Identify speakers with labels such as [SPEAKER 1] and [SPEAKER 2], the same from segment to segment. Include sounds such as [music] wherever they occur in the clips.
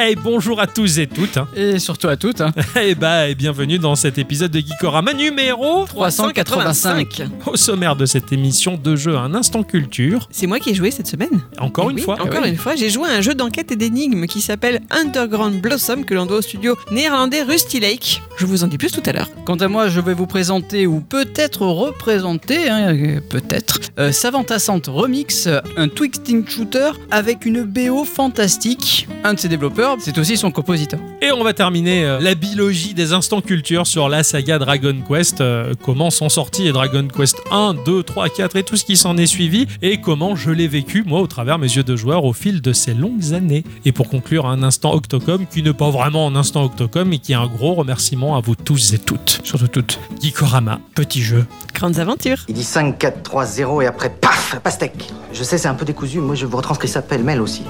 [SPEAKER 1] Hey, bonjour à tous et toutes.
[SPEAKER 2] [laughs]
[SPEAKER 1] hein.
[SPEAKER 2] Et surtout à
[SPEAKER 1] [laughs]
[SPEAKER 2] toutes, hein.
[SPEAKER 1] Eh bah, et bienvenue dans cet épisode de Geekorama numéro
[SPEAKER 2] 385.
[SPEAKER 1] Au sommaire de cette émission de jeu Un instant culture,
[SPEAKER 3] C'est moi qui ai joué cette semaine.
[SPEAKER 1] encore
[SPEAKER 3] Eh
[SPEAKER 1] une
[SPEAKER 3] oui,
[SPEAKER 1] fois. Ah
[SPEAKER 3] Encore
[SPEAKER 2] oui.
[SPEAKER 3] une fois, j'ai joué à un jeu d'enquête et d'énigmes qui s'appelle Underground Blossom que l'on doit au studio néerlandais Rusty Lake. Je vous en dis plus tout à l'heure.
[SPEAKER 2] Quant à moi, je vais vous présenter ou peut-être représenter, hein, euh, peut-être, euh, Savantassante Remix, euh, un twisting shooter avec une BO fantastique. Un de ses développeurs, c'est aussi son compositeur.
[SPEAKER 1] Et on va terminer euh, la biologie des instants culture sur la saga Dragon Quest, euh, comment sont sortis les Dragon Quest 1, 2, 3, 4 et tout ce qui s'en est suivi, et comment je l'ai vécu, moi, au travers mes yeux de joueur au fil de ces longues années. Et pour conclure, un instant Octocom qui n'est pas vraiment un instant Octocom, mais qui est un gros remerciement à vous tous et toutes.
[SPEAKER 2] Surtout toutes.
[SPEAKER 1] Gikorama, petit jeu.
[SPEAKER 3] Grandes aventures.
[SPEAKER 4] Il dit 5, 4, 3, 0 et après, paf, pastèque. Je sais, c'est un peu décousu, mais moi je vous retranscris ça pêle-mêle aussi.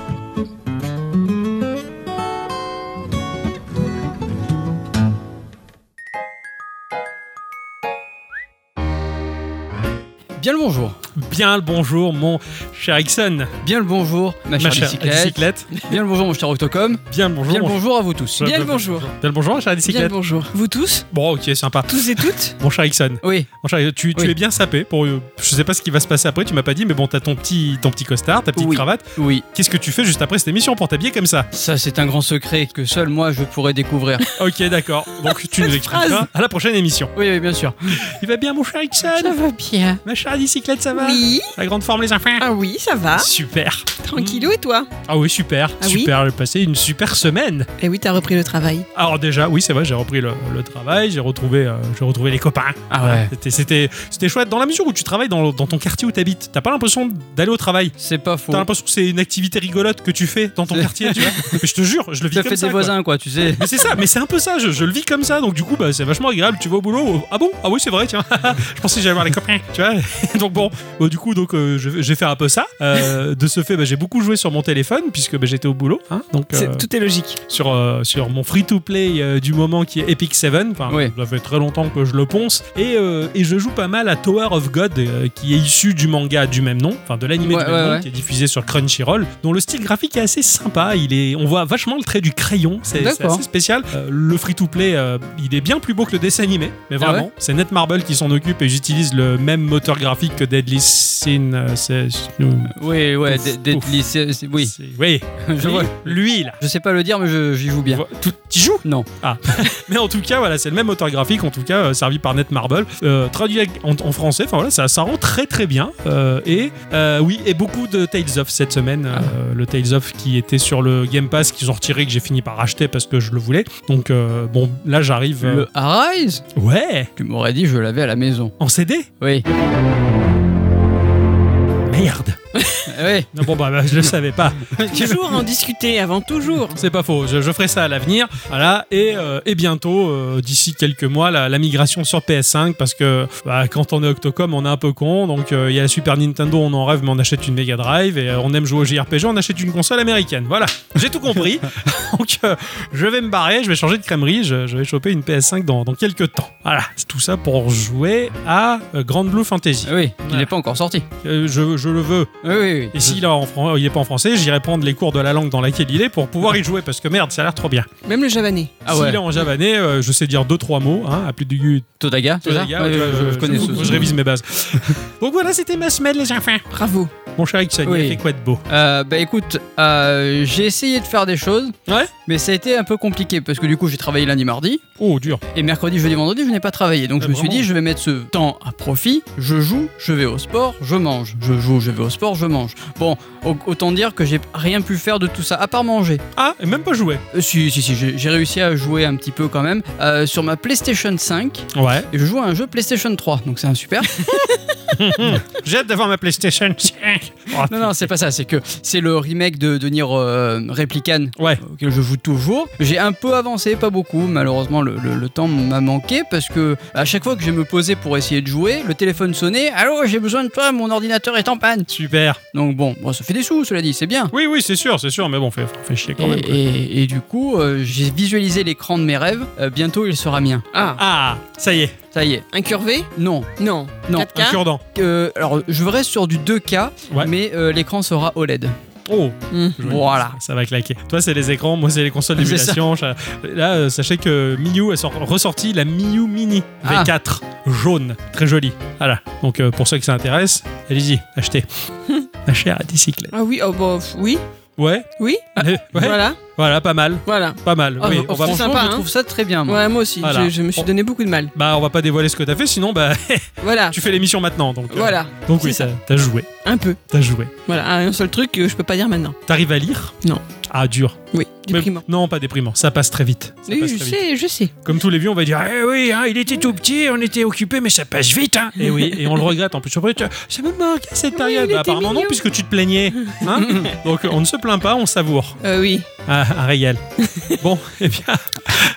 [SPEAKER 2] Bien le bonjour.
[SPEAKER 1] Bien le bonjour, mon cher Ixon,
[SPEAKER 2] Bien le bonjour, ma chère
[SPEAKER 1] ma chère
[SPEAKER 2] bicyclette.
[SPEAKER 1] bicyclette.
[SPEAKER 2] Bien le bonjour, mon cher Octocom.
[SPEAKER 1] Bien le bonjour.
[SPEAKER 2] Bien le
[SPEAKER 1] mon-
[SPEAKER 2] bonjour à vous tous.
[SPEAKER 1] Bien
[SPEAKER 3] Bien
[SPEAKER 1] le
[SPEAKER 3] le bonjour.
[SPEAKER 1] Bien le bonjour, ma chère
[SPEAKER 3] Bien le
[SPEAKER 1] bicyclette.
[SPEAKER 3] bonjour. Vous tous
[SPEAKER 1] Bon, ok, sympa.
[SPEAKER 3] Tous et toutes
[SPEAKER 1] Mon cher Ixon,
[SPEAKER 2] Oui,
[SPEAKER 1] Mon cher, tu, tu
[SPEAKER 2] Oui.
[SPEAKER 1] es bien sapé pour. euh, Je sais pas ce qui va se passer après, tu m'as pas dit, mais bon, t'as ton petit, ton petit costard, ta petite
[SPEAKER 2] Oui.
[SPEAKER 1] cravate.
[SPEAKER 2] oui.
[SPEAKER 1] Qu'est-ce que tu fais juste après cette émission pour t'habiller comme ça
[SPEAKER 2] Ça, c'est un grand secret que seul moi je pourrais
[SPEAKER 1] [laughs]
[SPEAKER 2] découvrir.
[SPEAKER 1] Ok, d'accord. Donc tu nous expliques
[SPEAKER 3] phrase.
[SPEAKER 1] ça à la prochaine émission.
[SPEAKER 2] Oui, oui, bien sûr.
[SPEAKER 1] Il va bien, mon cher Ixon
[SPEAKER 3] [laughs] Ça va bien.
[SPEAKER 1] Ma chère bicyclette, ça va
[SPEAKER 3] Oui.
[SPEAKER 1] La grande forme, les enfants
[SPEAKER 3] Ah oui, ça va.
[SPEAKER 1] Super.
[SPEAKER 3] Tranquillou et toi
[SPEAKER 1] Ah oui, super.
[SPEAKER 3] Ah oui
[SPEAKER 1] super. J'ai passé une super semaine.
[SPEAKER 3] Eh oui, t'as repris le travail.
[SPEAKER 1] Alors déjà, oui, c'est vrai, j'ai repris le, le travail, j'ai retrouvé, euh, j'ai retrouvé les copains.
[SPEAKER 2] Ah ouais.
[SPEAKER 1] C'était, c'était, c'était chouette dans la mesure où tu travailles dans, dans ton quartier où t'habites. T'as pas l'impression d'aller au travail.
[SPEAKER 2] C'est pas faux.
[SPEAKER 1] T'as l'impression que c'est une activité rigolote que tu fais dans ton
[SPEAKER 2] C'est-
[SPEAKER 1] quartier,
[SPEAKER 2] [laughs]
[SPEAKER 1] tu vois. Mais je te jure, je le vis
[SPEAKER 2] Ça
[SPEAKER 1] comme
[SPEAKER 2] fait
[SPEAKER 1] ça.
[SPEAKER 2] des
[SPEAKER 1] quoi.
[SPEAKER 2] voisins, quoi, tu sais.
[SPEAKER 1] Mais c'est ça, mais c'est un peu ça, je, je le vis comme ça, donc du coup, bah, c'est vachement agréable. Tu vas au boulot, ah bon Ah oui, c'est vrai, tiens, [laughs] je pensais que j'allais voir les copains, tu vois. [laughs] donc bon, bah, du coup, donc, euh, je- j'ai fait un peu ça. Euh, de ce fait, bah, j'ai beaucoup joué sur mon téléphone, puisque bah, j'étais au boulot, hein, donc euh,
[SPEAKER 3] Tout est logique.
[SPEAKER 1] sur, euh, sur mon free-to-play euh, du moment qui est Epic 7. Enfin,
[SPEAKER 2] Oui.
[SPEAKER 1] Ça fait très longtemps que je le ponce. Et, euh, et je joue pas mal à Tower of God, euh, qui est issu du manga du même nom, enfin de l'anime
[SPEAKER 2] Ouais,
[SPEAKER 1] du même
[SPEAKER 2] ouais,
[SPEAKER 1] nom,
[SPEAKER 2] ouais.
[SPEAKER 1] qui est diffusé sur Crunchyroll, dont le style graphique est assez sympa. Il est, on voit vachement le trait du crayon, c'est c'est
[SPEAKER 2] D'accord.
[SPEAKER 1] assez spécial. Euh, le free-to-play, euh, il est bien plus beau que le dessin animé, mais
[SPEAKER 2] Ah
[SPEAKER 1] vraiment.
[SPEAKER 2] ouais
[SPEAKER 1] c'est Netmarble qui s'en occupe et ils utilisent le même moteur graphique que Deadly Sin. euh, c'est-
[SPEAKER 2] Oui, ouais,
[SPEAKER 1] Ouf,
[SPEAKER 2] d- d'être
[SPEAKER 1] ouf.
[SPEAKER 2] lycée, c'est-
[SPEAKER 1] [laughs]
[SPEAKER 2] oui,
[SPEAKER 1] c'est- Oui,
[SPEAKER 2] je vois.
[SPEAKER 1] lui là.
[SPEAKER 2] Je sais pas le dire, mais je- j'y joue bien.
[SPEAKER 1] Vo- tout- T'y joues
[SPEAKER 2] Non.
[SPEAKER 1] Ah. [laughs] Mais en tout cas, voilà, c'est le même auteur graphique, en tout cas, euh, servi par Netmarble, euh, traduit en, en français. Enfin voilà, ça, ça rend très très bien. Euh, et euh, oui, et beaucoup de Tales of cette semaine.
[SPEAKER 2] Ah.
[SPEAKER 1] Euh, le Tales of qui était sur le Game Pass, qu'ils ont retiré, que j'ai fini par acheter parce que je le voulais. Donc euh, bon, là j'arrive. euh,
[SPEAKER 2] Le Arise
[SPEAKER 1] Ouais,
[SPEAKER 2] Tu m'aurais dit, je l'avais à la maison.
[SPEAKER 1] en CD.
[SPEAKER 2] Oui.
[SPEAKER 1] Merde.
[SPEAKER 2] oui.
[SPEAKER 1] Non, bon bah, bah, je le savais pas.
[SPEAKER 3] [laughs] Toujours en discuter avant toujours.
[SPEAKER 1] C'est pas faux, je, je ferai ça à l'avenir. Voilà, et, euh, et bientôt, euh, d'ici quelques mois, la, la migration sur PS5, parce que bah, quand on est Octocom, on est un peu con. Donc euh, il y a la Super Nintendo, on en rêve, mais on achète une Mega Drive, et euh, on aime jouer au JRPG, on achète une console américaine. Voilà, j'ai tout compris. [laughs] donc euh, je vais me barrer, je vais changer de crèmerie, je, je vais choper une PS5 dans, dans quelques temps. Voilà, c'est tout ça pour jouer à euh, Grand Blue Fantasy.
[SPEAKER 2] Oui, il
[SPEAKER 1] Ouais.
[SPEAKER 2] n'est pas encore sorti.
[SPEAKER 1] Euh, je, je le veux.
[SPEAKER 2] Oui, oui, oui.
[SPEAKER 1] Et s'il n'est pas en français, j'irai prendre les cours de la langue dans laquelle il est pour pouvoir y jouer, parce que merde, ça a l'air trop bien.
[SPEAKER 3] Même le javanais.
[SPEAKER 2] Ah
[SPEAKER 1] S'il
[SPEAKER 2] ouais.
[SPEAKER 1] est en javanais, euh, je sais dire deux trois mots, hein, à plus de gu-
[SPEAKER 2] Todaga, c'est ça
[SPEAKER 1] Todaga,
[SPEAKER 2] Ouais,
[SPEAKER 1] tu vois,
[SPEAKER 2] je, je connais ce.
[SPEAKER 1] je, je révise mes bases. [laughs] Donc voilà, c'était ma semaine, les enfants.
[SPEAKER 3] Bravo.
[SPEAKER 1] Mon cher Ixon, il a
[SPEAKER 2] Oui.
[SPEAKER 1] fait quoi de beau
[SPEAKER 2] Euh, bah écoute, euh, j'ai essayé de faire des choses,
[SPEAKER 1] Ouais.
[SPEAKER 2] mais ça a été un peu compliqué parce que du coup j'ai travaillé lundi, mardi,
[SPEAKER 1] Oh, dur.
[SPEAKER 2] et mercredi, jeudi, vendredi je n'ai pas travaillé. Donc
[SPEAKER 1] Ah,
[SPEAKER 2] je me suis
[SPEAKER 1] vraiment
[SPEAKER 2] dit je vais mettre ce temps à profit, je joue, je vais au sport, je mange, je joue, je vais au sport, je mange. Bon, au- autant dire que j'ai rien pu faire de tout ça, à part manger.
[SPEAKER 1] Ah, et même pas joué.
[SPEAKER 2] Euh, Si, si, si, j'ai j'ai réussi à jouer un petit peu quand même euh, sur ma PlayStation 5
[SPEAKER 1] Ouais.
[SPEAKER 2] et je joue à un jeu PlayStation 3, donc c'est un super.
[SPEAKER 1] J'ai hâte d'avoir ma PlayStation [laughs] 5. Oh,
[SPEAKER 2] non, non, c'est pas ça, c'est que c'est le remake de, de Nier euh, Replicant
[SPEAKER 1] Ouais.
[SPEAKER 2] auquel je joue toujours. J'ai un peu avancé, pas beaucoup, malheureusement le, le- le temps m'a manqué parce que à chaque fois que je me posais pour essayer de jouer, le téléphone sonnait Allô, j'ai besoin de toi, mon ordinateur est en panne.
[SPEAKER 1] Super.
[SPEAKER 2] Donc bon, bon ça fait des sous, cela dit, c'est bien.
[SPEAKER 1] Oui, oui, c'est sûr, c'est sûr, mais bon, fait, fait chier
[SPEAKER 2] Et,
[SPEAKER 1] quand même. quoi.
[SPEAKER 2] et- et du coup, euh, j'ai visualisé l'écran de mes rêves. Euh, bientôt, il sera mien.
[SPEAKER 3] Ah.
[SPEAKER 1] Ah, ça y est,
[SPEAKER 2] Ça y est.
[SPEAKER 3] Incurvé
[SPEAKER 2] Non,
[SPEAKER 3] Non.
[SPEAKER 2] Non,
[SPEAKER 1] un
[SPEAKER 3] 4K
[SPEAKER 1] cure-dent.
[SPEAKER 2] Euh, alors je reste sur du 2K,
[SPEAKER 1] Ouais.
[SPEAKER 2] mais euh, l'écran sera OLED.
[SPEAKER 1] Oh,
[SPEAKER 3] Hmm.
[SPEAKER 1] joli.
[SPEAKER 2] Voilà.
[SPEAKER 1] Ça va claquer. Toi, c'est les écrans, moi, c'est les consoles d'émulation. Cha- Là, euh, sachez que Miu a sor- ressorti la Miu Mini
[SPEAKER 2] Ah.
[SPEAKER 1] V4 jaune. Très jolie. Voilà. Donc, euh, pour ceux qui ça intéresse, allez-y,
[SPEAKER 3] [laughs]
[SPEAKER 1] achetez. Pas cher à bicyclette.
[SPEAKER 3] Ah oui, oh bah pff, oui,
[SPEAKER 1] Ouais,
[SPEAKER 3] oui,
[SPEAKER 1] ouais. Voilà.
[SPEAKER 3] Ah, voilà, Oh,
[SPEAKER 1] pas mal.
[SPEAKER 3] voilà.
[SPEAKER 1] Pas mal.
[SPEAKER 2] Ah,
[SPEAKER 1] oui,
[SPEAKER 2] bah,
[SPEAKER 1] on va
[SPEAKER 2] franchement,
[SPEAKER 3] sympa,
[SPEAKER 2] je
[SPEAKER 3] hein.
[SPEAKER 2] trouve ça très bien. moi.
[SPEAKER 3] Ouais, moi aussi,
[SPEAKER 1] Ah Voilà.
[SPEAKER 3] je, je me suis
[SPEAKER 1] On-
[SPEAKER 3] donné beaucoup de mal.
[SPEAKER 1] Bah, on va pas dévoiler ce que t'as fait, sinon,
[SPEAKER 3] [laughs]
[SPEAKER 1] bah,
[SPEAKER 3] Voilà,
[SPEAKER 1] tu fais l'émission maintenant. Donc, euh,
[SPEAKER 3] voilà,
[SPEAKER 1] donc
[SPEAKER 3] c'est
[SPEAKER 1] oui,
[SPEAKER 3] ça.
[SPEAKER 1] t'as- t'as joué.
[SPEAKER 3] un peu.
[SPEAKER 1] T'as joué.
[SPEAKER 3] Voilà, un seul truc que je peux pas dire maintenant.
[SPEAKER 1] T'arrives à lire
[SPEAKER 3] Non.
[SPEAKER 1] Ah, dur.
[SPEAKER 3] Oui,
[SPEAKER 1] Mais-
[SPEAKER 3] déprimant.
[SPEAKER 1] non, pas déprimant. Ça passe très vite. Ça
[SPEAKER 3] Oui,
[SPEAKER 1] passe
[SPEAKER 3] je
[SPEAKER 1] très vite.
[SPEAKER 3] sais, je sais.
[SPEAKER 1] Comme tous les vieux, on va dire Eh oui, hein, il était tout petit, on était occupé, mais ça passe vite. Hein. Et oui, et on le regrette en plus. Après, tu- Ça me manque cette période.
[SPEAKER 3] il
[SPEAKER 1] Bah,
[SPEAKER 3] était
[SPEAKER 1] apparemment, non,
[SPEAKER 3] mignon. Mm,
[SPEAKER 1] puisque tu te plaignais. hein. Donc, on ne se plaint pas, on savoure.
[SPEAKER 3] Euh, oui,
[SPEAKER 1] Ah, un régal.
[SPEAKER 3] [laughs]
[SPEAKER 1] Bon, eh bien,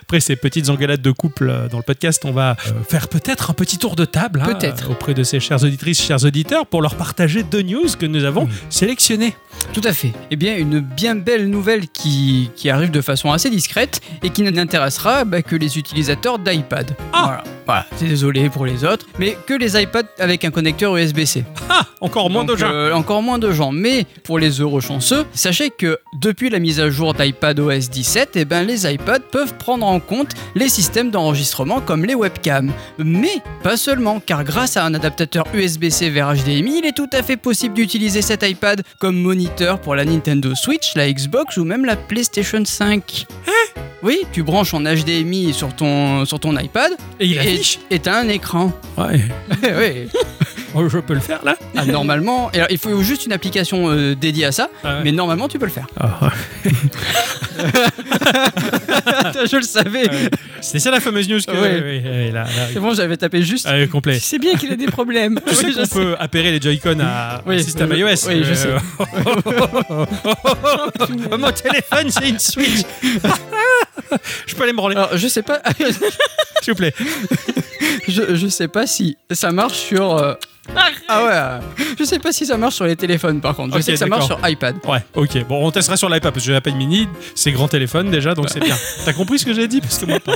[SPEAKER 1] après ces petites engueulades de couple euh, dans le podcast, on va euh, faire peut-être un petit tour de table hein,
[SPEAKER 3] Peut-être.
[SPEAKER 1] euh, auprès de ces chères auditrices, chers auditeurs, pour leur partager deux news que nous avons
[SPEAKER 3] Mm.
[SPEAKER 1] sélectionnées.
[SPEAKER 2] Tout à fait. Eh bien, une bien belle nouvelle qui, qui arrive de façon assez discrète et qui n'intéressera bah, que les utilisateurs d'iPad.
[SPEAKER 1] Ah
[SPEAKER 2] voilà. Voilà. C'est désolé pour les autres, mais que les iPads avec un connecteur USB-C.
[SPEAKER 1] Ah, encore moins
[SPEAKER 2] Donc,
[SPEAKER 1] de gens.
[SPEAKER 2] euh, encore moins de gens. Mais pour les heureux chanceux, sachez que depuis la mise à jour d'iPad OS 17, eh ben, les iPads peuvent prendre en compte les systèmes d'enregistrement comme les webcams. Mais pas seulement, car grâce à un adaptateur USB-C vers HDMI, il est tout à fait possible d'utiliser cet iPad comme moniteur pour la Nintendo Switch, la Xbox ou même la PlayStation 5.
[SPEAKER 1] Hein
[SPEAKER 2] oui, tu branches en HDMI sur ton, sur ton iPad
[SPEAKER 3] euh,
[SPEAKER 1] Et il
[SPEAKER 2] et
[SPEAKER 1] affiche.
[SPEAKER 2] et t'as
[SPEAKER 1] [laughs]
[SPEAKER 2] un écran.
[SPEAKER 1] Ouais.
[SPEAKER 2] oui.
[SPEAKER 1] Oh, je peux le faire là
[SPEAKER 2] Ah, normalement, alors, il faut juste une application euh, dédiée à ça,
[SPEAKER 1] Ah ouais.
[SPEAKER 2] mais normalement tu
[SPEAKER 1] [laughs]
[SPEAKER 2] peux le faire.
[SPEAKER 1] Ah,
[SPEAKER 2] je le savais.
[SPEAKER 1] Ouais. C'était ça la fameuse news que.
[SPEAKER 2] Ouais.
[SPEAKER 1] oui, oui, là, là,
[SPEAKER 2] C'est bon, j'avais tapé juste.
[SPEAKER 1] Ah, oui, complet.
[SPEAKER 3] c'est bien qu'il a des problèmes.
[SPEAKER 1] Tu sais
[SPEAKER 2] oui,
[SPEAKER 1] qu'on
[SPEAKER 2] je
[SPEAKER 1] peut appairer les Joy-Con à
[SPEAKER 2] Oui,
[SPEAKER 1] un système
[SPEAKER 2] oui,
[SPEAKER 1] iOS.
[SPEAKER 2] oui, je sais.
[SPEAKER 1] sais. [laughs] Mon téléphone, c'est une Switch. [laughs] je peux aller me branler,
[SPEAKER 2] Alors, je sais pas, [laughs]
[SPEAKER 1] s'il vous plaît.
[SPEAKER 2] je, je sais pas si ça marche sur. euh, Ah ouais, euh, je sais pas si ça marche sur les téléphones par contre. Je
[SPEAKER 1] Ok,
[SPEAKER 2] sais que ça marche
[SPEAKER 1] d'accord.
[SPEAKER 2] sur iPad.
[SPEAKER 1] Ouais, ok. Bon, on testera sur l'iPad parce que j'ai l'iPad mini, c'est grand téléphone déjà, donc c'est bien. T'as compris ce que j'ai dit Parce que moi, pas.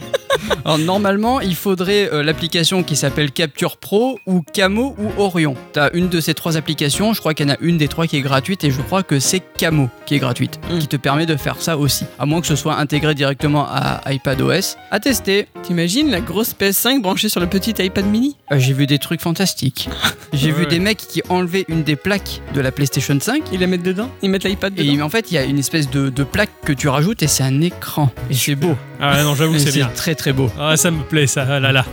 [SPEAKER 2] Alors normalement, il faudrait euh, l'application qui s'appelle Capture Pro ou Camo ou Orion. T'as une de ces trois applications, je crois qu'il y en a une des trois qui est gratuite et je crois que c'est Camo qui est gratuite,
[SPEAKER 3] Mm.
[SPEAKER 2] qui te permet de faire ça aussi. À moins que ce soit intégré directement à iPadOS. À tester.
[SPEAKER 3] [laughs] T'imagines la grosse PS5 branchée sur le petit iPad mini
[SPEAKER 2] Euh, J'ai vu des trucs fantastiques. J'ai
[SPEAKER 1] Ouais,
[SPEAKER 2] vu
[SPEAKER 1] ouais.
[SPEAKER 2] des mecs qui enlevaient une des plaques de la PlayStation 5
[SPEAKER 3] Ils la mettent dedans Ils mettent l'iPad dedans
[SPEAKER 2] et en fait il y a une espèce de, de plaque que tu rajoutes et c'est un écran. Et c'est beau.
[SPEAKER 1] Ah non, j'avoue,
[SPEAKER 2] Et
[SPEAKER 1] que c'est bien.
[SPEAKER 2] très très beau.
[SPEAKER 1] Ah, ça me plaît, ça. Ah là là.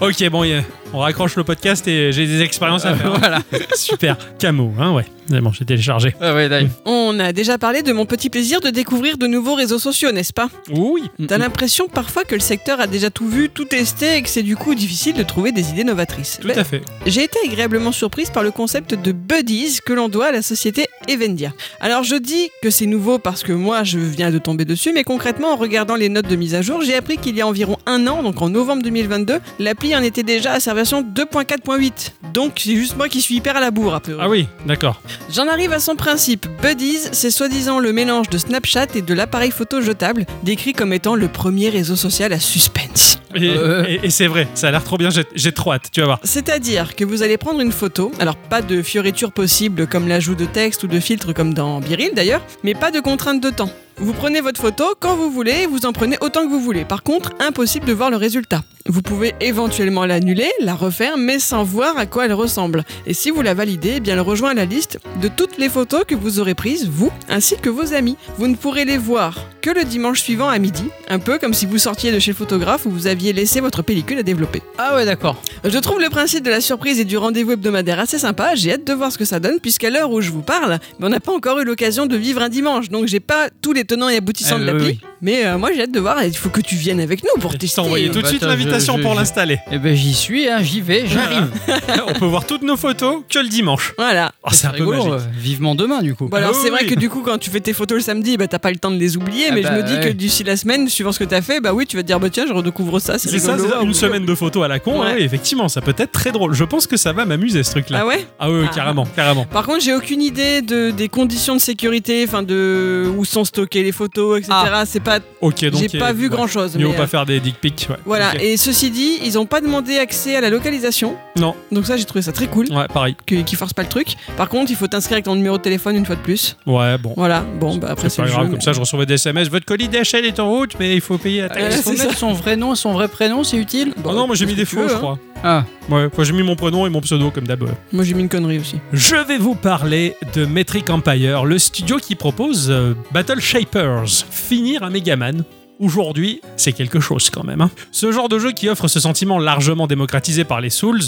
[SPEAKER 1] Ok, bon, y a- on raccroche le podcast et j'ai des expériences à faire.
[SPEAKER 2] Euh, voilà.
[SPEAKER 1] Super. Camo, hein, ouais. C'est bon, j'ai téléchargé.
[SPEAKER 2] Ah ouais, d'ailleurs.
[SPEAKER 3] On a déjà parlé de mon petit plaisir de découvrir de nouveaux réseaux sociaux, n'est-ce pas
[SPEAKER 1] Oui.
[SPEAKER 3] T'as l'impression parfois que le secteur a déjà tout vu, tout testé et que c'est du coup difficile de trouver des idées novatrices.
[SPEAKER 1] Tout
[SPEAKER 3] Ben,
[SPEAKER 1] à fait.
[SPEAKER 3] J'ai été agréablement surprise par le concept de buddies que l'on doit à la société Evendia. Alors je dis que c'est nouveau parce que moi je viens de tomber dessus, mais concrètement en regardant les notes de mise à jour, j'ai appris qu'il y a environ un an, donc en novembre 2022, l'appli en était déjà à sa version 2.4.8. Donc c'est juste moi qui suis hyper à la bourre après.
[SPEAKER 1] Ah oui, d'accord.
[SPEAKER 3] J'en arrive à son principe. Buddies, c'est soi-disant le mélange de Snapchat et de l'appareil photo jetable, décrit comme étant le premier réseau social à suspense.
[SPEAKER 1] Et,
[SPEAKER 2] Euh.
[SPEAKER 1] et- et c'est vrai, ça a l'air trop bien, j'ai j'ai trop hâte, tu vas voir.
[SPEAKER 3] C'est-à-dire que vous allez prendre une photo, alors pas de fioritures possibles comme l'ajout de texte ou de filtre comme dans Biril d'ailleurs, mais pas de contrainte de temps. Vous prenez votre photo quand vous voulez et vous en prenez autant que vous voulez. Par contre, impossible de voir le résultat. Vous pouvez éventuellement l'annuler, la refaire, mais sans voir à quoi elle ressemble. Et si vous la validez, eh bien elle rejoint la liste de toutes les photos que vous aurez prises, vous, ainsi que vos amis. Vous ne pourrez les voir que le dimanche suivant à midi, un peu comme si vous sortiez de chez le photographe où vous aviez laissé votre pellicule à développer.
[SPEAKER 2] Ah ouais, d'accord.
[SPEAKER 3] Je trouve le principe de la surprise et du rendez-vous hebdomadaire assez sympa. J'ai hâte de voir ce que ça donne, puisqu'à l'heure où je vous parle, ben, on n'a pas encore eu l'occasion de vivre un dimanche. Donc j'ai pas tous les tenants et aboutissants
[SPEAKER 2] Ah,
[SPEAKER 3] de
[SPEAKER 2] oui,
[SPEAKER 3] l'appli.
[SPEAKER 2] oui.
[SPEAKER 3] Mais euh, moi j'ai hâte de voir. et Il faut que tu viennes avec nous pour
[SPEAKER 1] Je t'ai
[SPEAKER 3] tester.
[SPEAKER 1] envoyé tout de
[SPEAKER 2] bah,
[SPEAKER 1] suite
[SPEAKER 2] attends,
[SPEAKER 1] l'invitation
[SPEAKER 2] je-
[SPEAKER 1] pour
[SPEAKER 2] je-
[SPEAKER 1] l'installer.
[SPEAKER 2] Eh ben j'y suis, hein, j'y vais, j'arrive.
[SPEAKER 1] [laughs] On peut voir toutes nos photos que le dimanche.
[SPEAKER 3] Voilà.
[SPEAKER 1] Oh, c'est un peu
[SPEAKER 2] Rigolo,
[SPEAKER 1] magique.
[SPEAKER 2] euh, Vivement demain du coup.
[SPEAKER 3] Bon, alors
[SPEAKER 1] Ah oui,
[SPEAKER 3] c'est vrai
[SPEAKER 1] oui.
[SPEAKER 3] que du coup quand tu fais tes photos le samedi, bah t'as pas le temps de les oublier.
[SPEAKER 2] Ah
[SPEAKER 3] mais
[SPEAKER 2] bah,
[SPEAKER 3] je me dis
[SPEAKER 2] ouais.
[SPEAKER 3] que d'ici la semaine, suivant ce que t'as fait, bah oui, tu vas te dire bah tiens, je redécouvre ça. C'est
[SPEAKER 1] C'est ça,
[SPEAKER 3] rigolo.
[SPEAKER 1] c'est ça, une semaine de photos à la con,
[SPEAKER 3] Ouais.
[SPEAKER 1] ouais, effectivement, ça peut être très drôle. Je pense que ça va m'amuser ce truc-là.
[SPEAKER 3] Ah ouais.
[SPEAKER 1] Ah oui, oui,
[SPEAKER 3] Ah.
[SPEAKER 1] carrément, carrément.
[SPEAKER 3] Par contre, j'ai aucune idée de, des conditions de sécurité, enfin de où sont stockées les photos, etc.
[SPEAKER 2] Ah.
[SPEAKER 3] C'est pas pas,
[SPEAKER 1] Ok, donc.
[SPEAKER 3] j'ai
[SPEAKER 1] il-
[SPEAKER 3] pas vu
[SPEAKER 1] ouais.
[SPEAKER 3] grand chose.
[SPEAKER 1] Mieux
[SPEAKER 3] mais,
[SPEAKER 1] vaut pas
[SPEAKER 3] euh,
[SPEAKER 1] faire des dick pics. ouais.
[SPEAKER 3] Voilà,
[SPEAKER 1] Ok.
[SPEAKER 3] et ceci dit, ils ont pas demandé accès à la localisation.
[SPEAKER 1] Non.
[SPEAKER 3] Donc ça, j'ai trouvé ça très cool,
[SPEAKER 1] Ouais, pareil.
[SPEAKER 3] que- qu'ils forcent pas le truc. Par contre, il faut t'inscrire avec ton numéro de téléphone une fois de plus.
[SPEAKER 1] Ouais, bon.
[SPEAKER 3] Voilà, bon, bah après
[SPEAKER 1] C'est
[SPEAKER 3] c'est
[SPEAKER 1] pas
[SPEAKER 3] le
[SPEAKER 1] grave,
[SPEAKER 3] jeu,
[SPEAKER 1] comme
[SPEAKER 3] mais-
[SPEAKER 1] ça je recevais des SMS. Votre colis DHL est en route, mais il faut payer la
[SPEAKER 3] Euh,
[SPEAKER 1] taxe.
[SPEAKER 2] Il faut
[SPEAKER 3] c'est
[SPEAKER 2] mettre son vrai nom et son vrai prénom, c'est utile
[SPEAKER 1] Oh
[SPEAKER 3] Bon,
[SPEAKER 1] non, moi j'ai
[SPEAKER 3] fais
[SPEAKER 1] mis
[SPEAKER 3] ce
[SPEAKER 1] des
[SPEAKER 3] Ah, que tu
[SPEAKER 1] faux,
[SPEAKER 3] veux,
[SPEAKER 1] je
[SPEAKER 3] hein.
[SPEAKER 1] crois.
[SPEAKER 2] Ah,
[SPEAKER 1] Ouais, enfin, j'ai mis mon prénom et mon pseudo comme d'hab. ouais.
[SPEAKER 3] Moi, j'ai mis une connerie aussi.
[SPEAKER 1] Je vais vous parler de Metric Empire, le studio qui propose euh, Battle Shapers, finir un Megaman. Aujourd'hui, c'est quelque chose quand même. hein. Ce genre de jeu qui offre ce sentiment largement démocratisé par les Souls,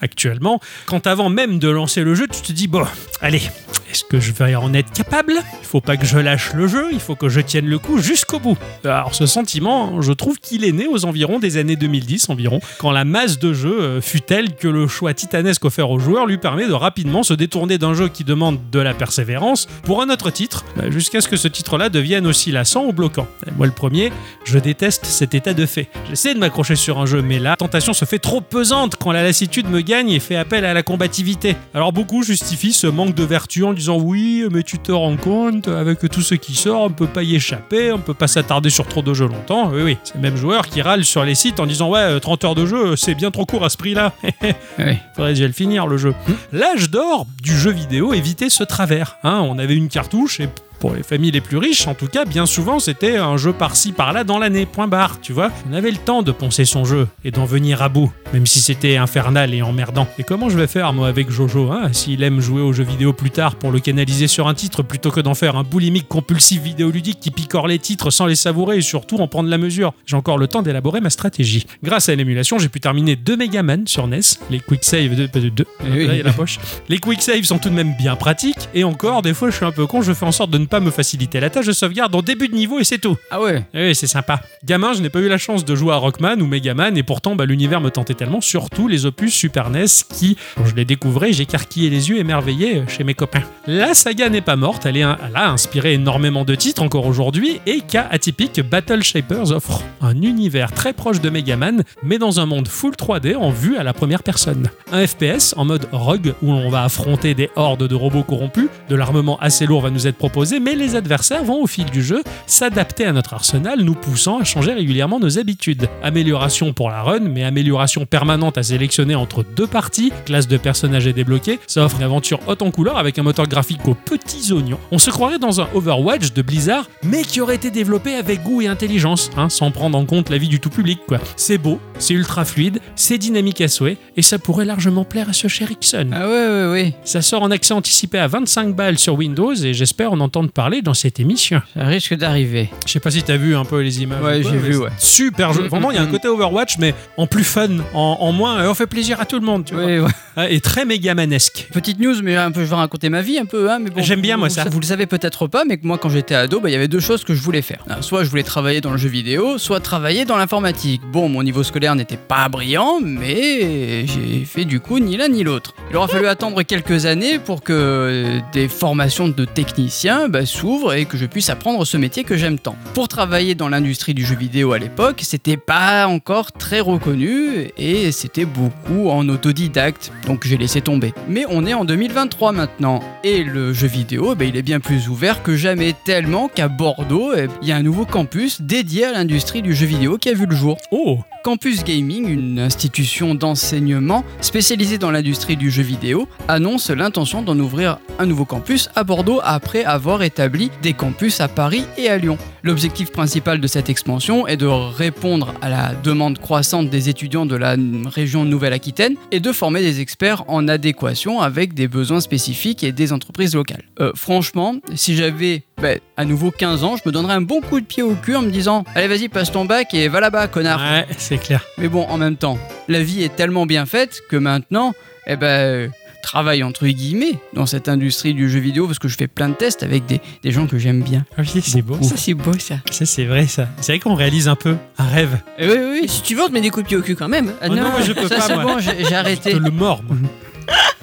[SPEAKER 1] actuellement, quand avant même de lancer le jeu, tu te dis, bon, allez, est-ce que je vais en être capable Il faut pas que je lâche le jeu, il faut que je tienne le coup jusqu'au bout. Alors ce sentiment, je trouve qu'il est né aux environs des années 2010 environ, quand la masse de jeux euh, fut telle que le choix titanesque offert aux joueurs lui permet de rapidement se détourner d'un jeu qui demande de la persévérance pour un autre titre, bah, jusqu'à ce que ce titre-là devienne aussi lassant ou bloquant. Et moi le premier, je déteste cet état de fait. J'essaie de m'accrocher sur un jeu, mais là, la tentation se fait trop pesante quand la lassitude me gagne et fait appel à la combativité. Alors beaucoup justifient ce manque de vertu en disant oui, mais tu te rends compte, avec tout ce qui sort, on peut pas y échapper, on peut pas s'attarder sur trop de jeux longtemps. Oui, oui, c'est le même joueur qui râle sur les sites en disant ouais, euh, 30 heures de jeu, euh, c'est bien trop court à ce prix-là. [laughs]
[SPEAKER 2] oui.
[SPEAKER 1] Faudrait déjà le finir le jeu. L'âge d'or du jeu vidéo évitait ce travers. hein. on avait une cartouche et pour les familles les plus riches, en tout cas, bien souvent, c'était un jeu par-ci par-là dans l'année, point barre, tu vois. On avait le temps de poncer son jeu et d'en venir à bout, même si c'était infernal et emmerdant. Et comment je vais faire, moi, avec Jojo, hein, s'il aime jouer aux jeux vidéo plus tard pour le canaliser sur un titre plutôt que d'en faire un boulimique compulsif vidéoludique qui picore les titres sans les savourer et surtout en prendre la mesure J'ai encore le temps d'élaborer ma stratégie. Grâce à l'émulation, j'ai pu terminer deux Megaman sur NES, les quick save de. de, de-
[SPEAKER 2] Eh oui.
[SPEAKER 1] Là, il y a la poche. Les quick saves sont tout de même bien pratiques, et encore, des fois, je suis un peu con, je fais en sorte de ne pas me faciliter la tâche, je sauvegarde en début de niveau et c'est tout.
[SPEAKER 2] Ah ouais
[SPEAKER 1] Eh Oui, c'est sympa. Gamin, je n'ai pas eu la chance de jouer à Rockman ou Megaman, et pourtant, bah, l'univers me tentait tellement, surtout les opus Super NES qui, quand je les découvrais, j'écarquillais les yeux émerveillé euh, chez mes copains. La saga n'est pas morte, elle, est un- elle a inspiré énormément de titres encore aujourd'hui, et cas atypique, Battle Shapers offre un univers très proche de Megaman, mais dans un monde full 3D en vue à la première personne. Un FPS en mode rogue où on va affronter des hordes de robots corrompus, de l'armement assez lourd va nous être proposé, mais les adversaires vont au fil du jeu s'adapter à notre arsenal, nous poussant à changer régulièrement nos habitudes. Amélioration pour la run, mais amélioration permanente à sélectionner entre deux parties, classe de personnages est débloquée, ça offre une aventure haute en couleur avec un moteur graphique aux petits oignons. On se croirait dans un Overwatch de Blizzard, mais qui aurait été développé avec goût et intelligence, hein, sans prendre en compte l'avis du tout public quoi. C'est beau, c'est ultra fluide, c'est dynamique à souhait, et ça pourrait largement plaire à ce cher Ixon.
[SPEAKER 2] Ah ouais, ouais, ouais.
[SPEAKER 1] Ça sort en accès anticipé à 25 balles sur Windows et j'espère en entendre parler dans cette émission.
[SPEAKER 2] Ça risque d'arriver.
[SPEAKER 1] Je sais pas si t'as vu un peu les images.
[SPEAKER 2] Ouais,
[SPEAKER 1] ou quoi,
[SPEAKER 2] j'ai
[SPEAKER 1] mais
[SPEAKER 2] vu,
[SPEAKER 1] c'est
[SPEAKER 2] ouais.
[SPEAKER 1] Super jeu.
[SPEAKER 2] Mm,
[SPEAKER 1] Vraiment, il y a
[SPEAKER 2] mm,
[SPEAKER 1] un
[SPEAKER 2] mm.
[SPEAKER 1] côté Overwatch, mais en plus fun, en, en moins. euh, on fait plaisir à tout le monde, tu
[SPEAKER 2] Ouais, ouais.
[SPEAKER 1] vois. Ah, Et très mégamanesque.
[SPEAKER 2] Petite news, mais un peu, je vais raconter ma vie un peu. Hein, mais bon,
[SPEAKER 1] J'aime bien, moi,
[SPEAKER 2] vous-
[SPEAKER 1] ça.
[SPEAKER 2] Vous le savez peut-être pas, mais que moi, quand j'étais ado, bah, il y avait deux choses que je voulais faire. Ah, Soit je voulais travailler dans le jeu vidéo, soit travailler dans l'informatique. Bon, mon niveau scolaire n'était pas brillant, mais j'ai fait du coup ni l'un ni l'autre. Il aura fallu attendre quelques années pour que euh, des formations de techniciens bah, s'ouvrent et que je puisse apprendre ce métier que j'aime tant. Pour travailler dans l'industrie du jeu vidéo à l'époque, c'était pas encore très reconnu et c'était beaucoup en autodidacte, donc j'ai laissé tomber. Mais on est en 2023 maintenant et le jeu vidéo, ben, il est bien plus ouvert que jamais, tellement qu'à Bordeaux, eh, il y a un nouveau campus dédié à l'industrie du jeu vidéo qui a vu le jour.
[SPEAKER 1] Oh
[SPEAKER 2] Campus Gaming, une institution d'enseignement spécialisée dans l'industrie du jeu vidéo, annonce l'intention d'en ouvrir un nouveau campus à Bordeaux après avoir établi des campus à Paris et à Lyon. L'objectif principal de cette expansion est de répondre à la demande croissante des étudiants de la région Nouvelle-Aquitaine et de former des experts en adéquation avec des besoins spécifiques et des entreprises locales. Euh, franchement, si j'avais ben, à nouveau 15 ans, je me donnerais un bon coup de pied au cul en me disant Allez, vas-y, passe ton bac et va là-bas, connard.
[SPEAKER 1] Ouais, c'est clair.
[SPEAKER 2] Mais bon, en même temps, la vie est tellement bien faite que maintenant, eh ben, euh, travaille entre guillemets dans cette industrie du jeu vidéo parce que je fais plein de tests avec des, des gens que j'aime bien.
[SPEAKER 1] Ah oui, c'est beau.
[SPEAKER 3] Ça, c'est beau ça.
[SPEAKER 1] Ça, c'est vrai, ça. C'est vrai qu'on réalise un peu un rêve.
[SPEAKER 2] Eh oui, oui,
[SPEAKER 3] Et
[SPEAKER 2] oui.
[SPEAKER 3] si tu veux, on te met des coups de pied au cul quand même. [laughs]
[SPEAKER 2] Ah
[SPEAKER 1] Oh non, moi, je peux
[SPEAKER 2] ça,
[SPEAKER 1] pas,
[SPEAKER 2] c'est
[SPEAKER 1] moi.
[SPEAKER 2] bon, j'ai j'ai arrêté.
[SPEAKER 1] De le mort, moi.
[SPEAKER 2] Mm.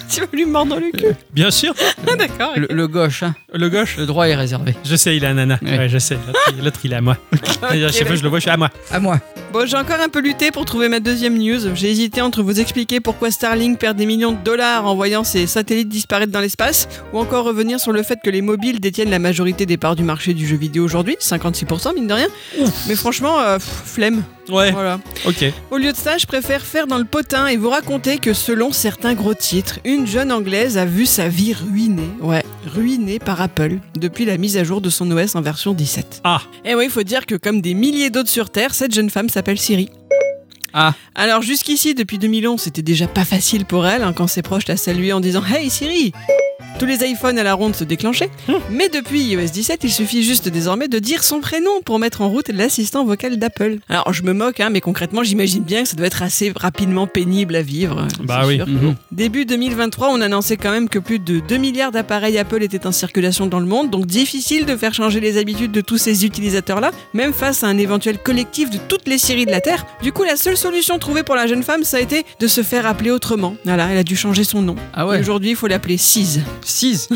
[SPEAKER 3] tu vas lui mordre le cul.
[SPEAKER 1] Bien sûr.
[SPEAKER 3] Ah, [laughs] d'accord.
[SPEAKER 2] Le, le gauche, hein.
[SPEAKER 1] Le gauche.
[SPEAKER 2] le droit est réservé.
[SPEAKER 1] Je sais, il a un nana.
[SPEAKER 2] Ouais. [laughs]
[SPEAKER 1] Ouais, je sais. L'autre, il- L'autre, il est à moi. Je sais pas, je le vois, je suis à moi.
[SPEAKER 2] À moi.
[SPEAKER 3] Bon, j'ai encore un peu lutté pour trouver ma deuxième news. J'ai hésité entre vous expliquer pourquoi Starlink perd des millions de dollars en voyant ses satellites disparaître dans l'espace, ou encore revenir sur le fait que les mobiles détiennent la majorité des parts du marché du jeu vidéo aujourd'hui, 56% mine de rien. Mais franchement, euh, pff, flemme.
[SPEAKER 1] Ouais,
[SPEAKER 3] Voilà.
[SPEAKER 1] ok.
[SPEAKER 3] Au lieu de ça, je préfère faire dans le potin et vous raconter que selon certains gros titres, une jeune anglaise a vu sa vie ruinée, ouais, ruinée par Apple depuis la mise à jour de son OS en version 17.
[SPEAKER 1] Ah,
[SPEAKER 3] Et Eh oui, il faut dire que comme des milliers d'autres sur Terre, cette jeune femme s'appelle Siri.
[SPEAKER 2] Ah.
[SPEAKER 3] Alors jusqu'ici, depuis 2011, c'était déjà pas facile pour elle hein, quand ses proches la saluaient en disant Hey Siri tous les iPhones à la ronde se déclenchaient,
[SPEAKER 1] Hum.
[SPEAKER 3] mais depuis iOS 17, il suffit juste désormais de dire son prénom pour mettre en route l'assistant vocal d'Apple. Alors je me moque, hein, mais concrètement, j'imagine bien que ça doit être assez rapidement pénible à vivre. euh,
[SPEAKER 1] Bah
[SPEAKER 3] c'est
[SPEAKER 1] oui.
[SPEAKER 3] sûr.
[SPEAKER 2] Mhm.
[SPEAKER 3] Début 2023, on annonçait quand même que plus de 2 milliards d'appareils Apple étaient en circulation dans le monde, donc difficile de faire changer les habitudes de tous ces utilisateurs-là, même face à un éventuel collectif de toutes les séries de la Terre. Du coup, la seule solution trouvée pour la jeune femme, ça a été de se faire appeler autrement. Voilà, elle a dû changer son nom.
[SPEAKER 2] Ah
[SPEAKER 3] Et
[SPEAKER 2] ouais,
[SPEAKER 3] Aujourd'hui, il faut l'appeler Sise.
[SPEAKER 2] 6.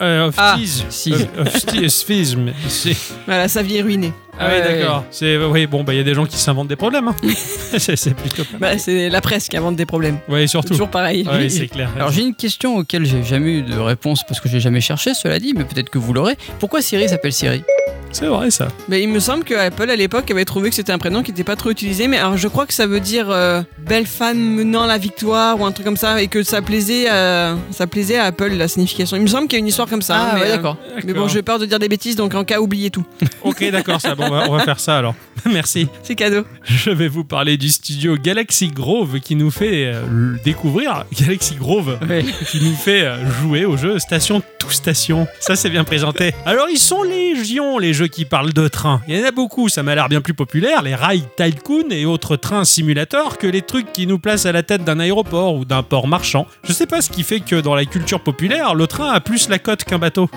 [SPEAKER 1] euh,
[SPEAKER 2] Ah,
[SPEAKER 1] phys-
[SPEAKER 2] si.
[SPEAKER 1] euh, euh, phys- phys- mais c'est-
[SPEAKER 3] Voilà, sa vie est ruinée.
[SPEAKER 1] Ah oui,
[SPEAKER 2] Ouais,
[SPEAKER 1] d'accord. C'est oui, bon, bah il y a des gens qui s'inventent des problèmes.
[SPEAKER 2] [laughs]
[SPEAKER 1] Hein. c'est c'est plutôt pas. mal.
[SPEAKER 3] Bah, c'est la presse qui invente des problèmes.
[SPEAKER 1] Ouais, surtout.
[SPEAKER 3] Toujours pareil.
[SPEAKER 1] Ouais, c'est clair.
[SPEAKER 2] Alors j'ai une question auquel j'ai jamais eu de réponse parce que j'ai jamais cherché, cela dit, mais peut-être que vous l'aurez. Pourquoi Siri s'appelle Siri
[SPEAKER 1] C'est vrai ça.
[SPEAKER 3] Mais Bah, il me semble que Apple à l'époque avait trouvé que c'était un prénom qui n'était pas trop utilisé, mais alors je crois que ça veut dire euh, belle femme menant la victoire ou un truc comme ça, et que ça plaisait, à, ça plaisait à Apple la signification. Il me semble qu'il y a une histoire comme ça. hein, mais,
[SPEAKER 2] Ah ouais,
[SPEAKER 3] euh,
[SPEAKER 2] d'accord.
[SPEAKER 3] Mais bon, j'ai peur de dire des bêtises, donc en cas, oubliez tout.
[SPEAKER 1] Ok, d'accord, ça. Bon, bah, on va faire ça alors. [laughs] Merci.
[SPEAKER 3] C'est cadeau.
[SPEAKER 1] Je vais vous parler du studio Galaxy Grove qui nous fait euh, le- découvrir Galaxy Grove.
[SPEAKER 2] Ouais.
[SPEAKER 1] qui nous fait euh, jouer au jeu Station to Station. Ça, c'est bien présenté. Alors, ils sont légion, les jeux qui parlent de train. Il y en a beaucoup, ça m'a l'air bien plus populaire, les rails Tycoon et autres trains simulateurs que les trucs qui nous placent à la tête d'un aéroport ou d'un port marchand. Je sais pas ce qui fait que dans la culture populaire, le train a plus la cote qu'un bateau.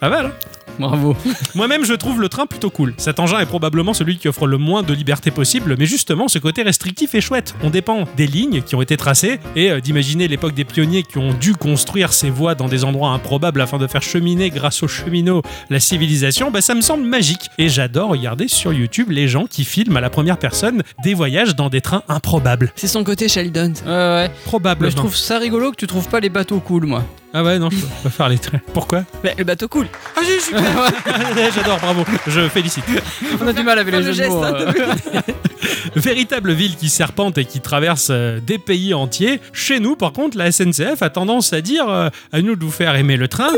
[SPEAKER 1] Pas mal, hein
[SPEAKER 2] Bravo.
[SPEAKER 1] moi-même, je trouve le train plutôt cool. Cet engin est probablement celui qui offre le moins de liberté possible, mais justement, ce côté restrictif est chouette. On dépend des lignes qui ont été tracées et euh, d'imaginer l'époque des pionniers qui ont dû construire ces voies dans des endroits improbables afin de faire cheminer grâce aux cheminots la civilisation, bah, ça me semble magique. Et j'adore regarder sur YouTube les gens qui filment à la première personne des voyages dans des trains improbables.
[SPEAKER 3] C'est son côté Sheldon.
[SPEAKER 2] Ouais, ouais.
[SPEAKER 1] Probablement.
[SPEAKER 2] Mais je trouve ça rigolo que tu trouves pas les bateaux cool, moi.
[SPEAKER 1] Ah ouais, non, je peux pas faire les trains. Pourquoi [laughs]
[SPEAKER 3] Mais le bateau cool. Ah, j'ai j'ai-
[SPEAKER 1] J'adore, bravo, je félicite.
[SPEAKER 2] On a du mal avec
[SPEAKER 3] faire
[SPEAKER 2] les
[SPEAKER 3] le
[SPEAKER 2] jeux de mots.
[SPEAKER 3] geste, hein,
[SPEAKER 2] euh.
[SPEAKER 1] Véritable ville qui serpente et qui traverse euh, des pays entiers. Chez nous, par contre, la SNCF a tendance à dire euh, à nous de vous faire aimer le train.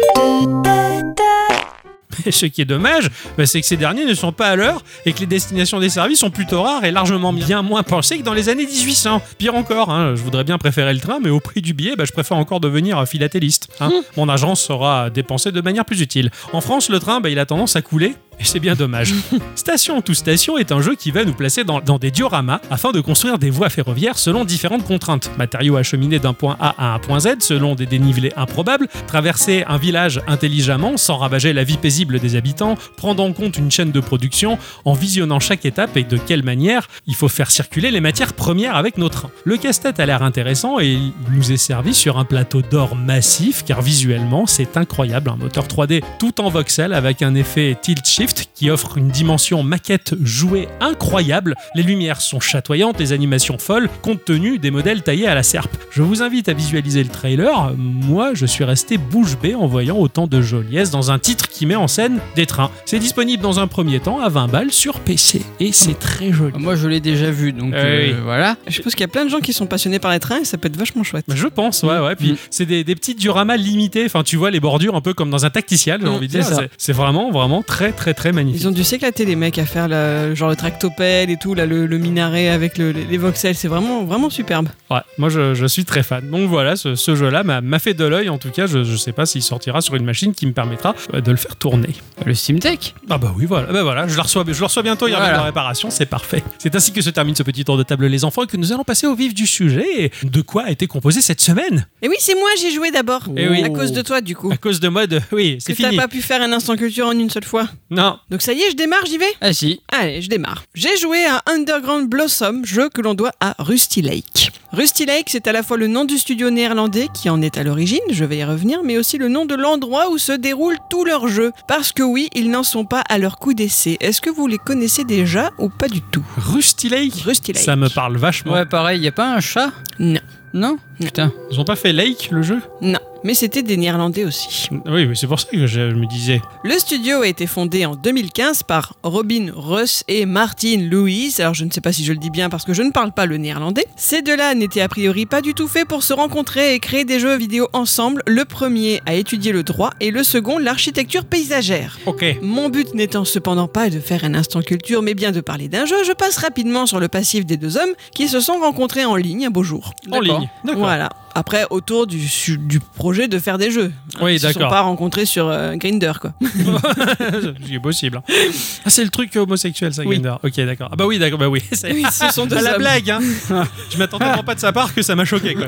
[SPEAKER 1] Mais ce qui est dommage, bah, c'est que ces derniers ne sont pas à l'heure et que les destinations des services sont plutôt rares et largement bien moins pensées que dans les années 1800. Pire encore, hein, je voudrais bien préférer le train, mais au prix du billet, bah, je préfère encore devenir philatéliste. hein. Mon argent sera dépensé de manière plus utile. En France, le train, bah, il a tendance à couler. Et c'est bien dommage. Station to Station est un jeu qui va nous placer dans, dans des dioramas afin de construire des voies ferroviaires selon différentes contraintes. Matériaux acheminés d'un point A à un point Z selon des dénivelés improbables, traverser un village intelligemment sans ravager la vie paisible des habitants, prendre en compte une chaîne de production en visionnant chaque étape et de quelle manière il faut faire circuler les matières premières avec nos trains. Le casse-tête a l'air intéressant et il nous est servi sur un plateau d'or massif car visuellement c'est incroyable, un moteur 3D tout en voxel avec un effet tilt shift qui offre une dimension maquette jouée incroyable. Les lumières sont chatoyantes, les animations folles compte tenu des modèles taillés à la serpe. Je vous invite à visualiser le trailer, moi je suis resté bouche bée en voyant autant de joliesse dans un titre qui met en scène des trains. C'est disponible dans un premier temps à 20 balles sur PC et c'est très joli.
[SPEAKER 2] Ah, Moi, je l'ai déjà vu, donc
[SPEAKER 1] Eh
[SPEAKER 2] euh,
[SPEAKER 1] oui.
[SPEAKER 2] voilà.
[SPEAKER 3] Je pense qu'il y a plein de gens qui sont passionnés par les trains et ça peut être vachement chouette.
[SPEAKER 1] Bah, Je pense, ouais, ouais. Puis
[SPEAKER 2] Mm.
[SPEAKER 1] c'est des, des petits dioramas limités. Enfin, tu vois les bordures un peu comme dans un tacticial, j'ai
[SPEAKER 2] Mm,
[SPEAKER 1] envie de dire.
[SPEAKER 2] c'est ça.
[SPEAKER 1] C'est- C'est vraiment, vraiment très, très, très magnifique.
[SPEAKER 3] Ils ont dû s'éclater les mecs à faire la- genre le tractopelle et tout, là, le, le minaret avec le- les, les voxels, c'est vraiment, vraiment superbe.
[SPEAKER 1] Ouais, moi je, je suis très fan. Donc voilà, ce, ce jeu-là m'a m'a fait de l'œil. En tout cas, je, je sais pas s'il sortira sur une machine qui me permettra euh, de le faire tourner.
[SPEAKER 2] Le Steam Deck
[SPEAKER 1] Ah bah oui, voilà, bah voilà je, le reçois, je le reçois bientôt, il revient
[SPEAKER 2] Voilà.
[SPEAKER 1] dans la réparation, c'est parfait. C'est ainsi que se termine ce petit tour de table, les enfants, et que nous allons passer au vif du sujet. Et De quoi a été composée cette semaine
[SPEAKER 3] Et oui, c'est moi, j'ai joué d'abord.
[SPEAKER 1] Eh oui.
[SPEAKER 3] À cause de toi, du coup.
[SPEAKER 1] À cause de mode, oui, c'est
[SPEAKER 3] que t'as
[SPEAKER 1] fini.
[SPEAKER 3] pas pu faire un instant culture en une seule fois.
[SPEAKER 1] Non, Non.
[SPEAKER 3] Donc ça y est, je démarre, j'y vais
[SPEAKER 2] Ah si.
[SPEAKER 3] Allez, je démarre. J'ai joué à Underground Blossom, jeu que l'on doit à Rusty Lake. Rusty Lake, c'est à la fois le nom du studio néerlandais qui en est à l'origine, je vais y revenir, mais aussi le nom de l'endroit où se déroulent tous leurs jeux. Parce que oui, ils n'en sont pas à leur coup d'essai. Est-ce que vous les connaissez déjà ou pas du tout
[SPEAKER 1] Rusty Lake
[SPEAKER 3] Rusty Lake.
[SPEAKER 1] Ça me parle vachement.
[SPEAKER 2] Ouais, pareil, y a pas un chat
[SPEAKER 3] Non.
[SPEAKER 2] Non Putain.
[SPEAKER 1] Ils ont pas fait Lake, le jeu
[SPEAKER 3] Non. Mais c'était des néerlandais aussi.
[SPEAKER 1] Oui, mais c'est pour ça que je, je me disais.
[SPEAKER 3] Le studio a été fondé en 2015 par Robin Russ et Martin Louis. Alors je ne sais pas si je le dis bien parce que je ne parle pas le néerlandais. Ces deux-là n'étaient a priori pas du tout faits pour se rencontrer et créer des jeux vidéo ensemble. Le premier a étudié le droit et le second l'architecture paysagère.
[SPEAKER 1] Ok.
[SPEAKER 3] Mon but n'étant cependant pas de faire un instant culture mais bien de parler d'un jeu, je passe rapidement sur le passif des deux hommes qui se sont rencontrés en ligne un beau jour.
[SPEAKER 1] En
[SPEAKER 2] D'accord.
[SPEAKER 1] ligne. D'accord.
[SPEAKER 3] Voilà. Après, autour du, su- du projet de faire des jeux.
[SPEAKER 1] Oui,
[SPEAKER 3] Ils se sont
[SPEAKER 1] d'accord.
[SPEAKER 3] pas rencontrés sur euh, Grindr, quoi.
[SPEAKER 1] [laughs] c'est possible. hein. Ah, c'est le truc homosexuel, ça,
[SPEAKER 3] Oui.
[SPEAKER 1] Grinder. Ok, d'accord. Ah bah oui, d'accord. Bah oui. [laughs] C'est-
[SPEAKER 3] [laughs] Oui, ce sont deux
[SPEAKER 1] à la
[SPEAKER 3] hommes.
[SPEAKER 1] blague, hein. [laughs] Je m'attends tellement pas de sa part que ça m'a choqué, quoi.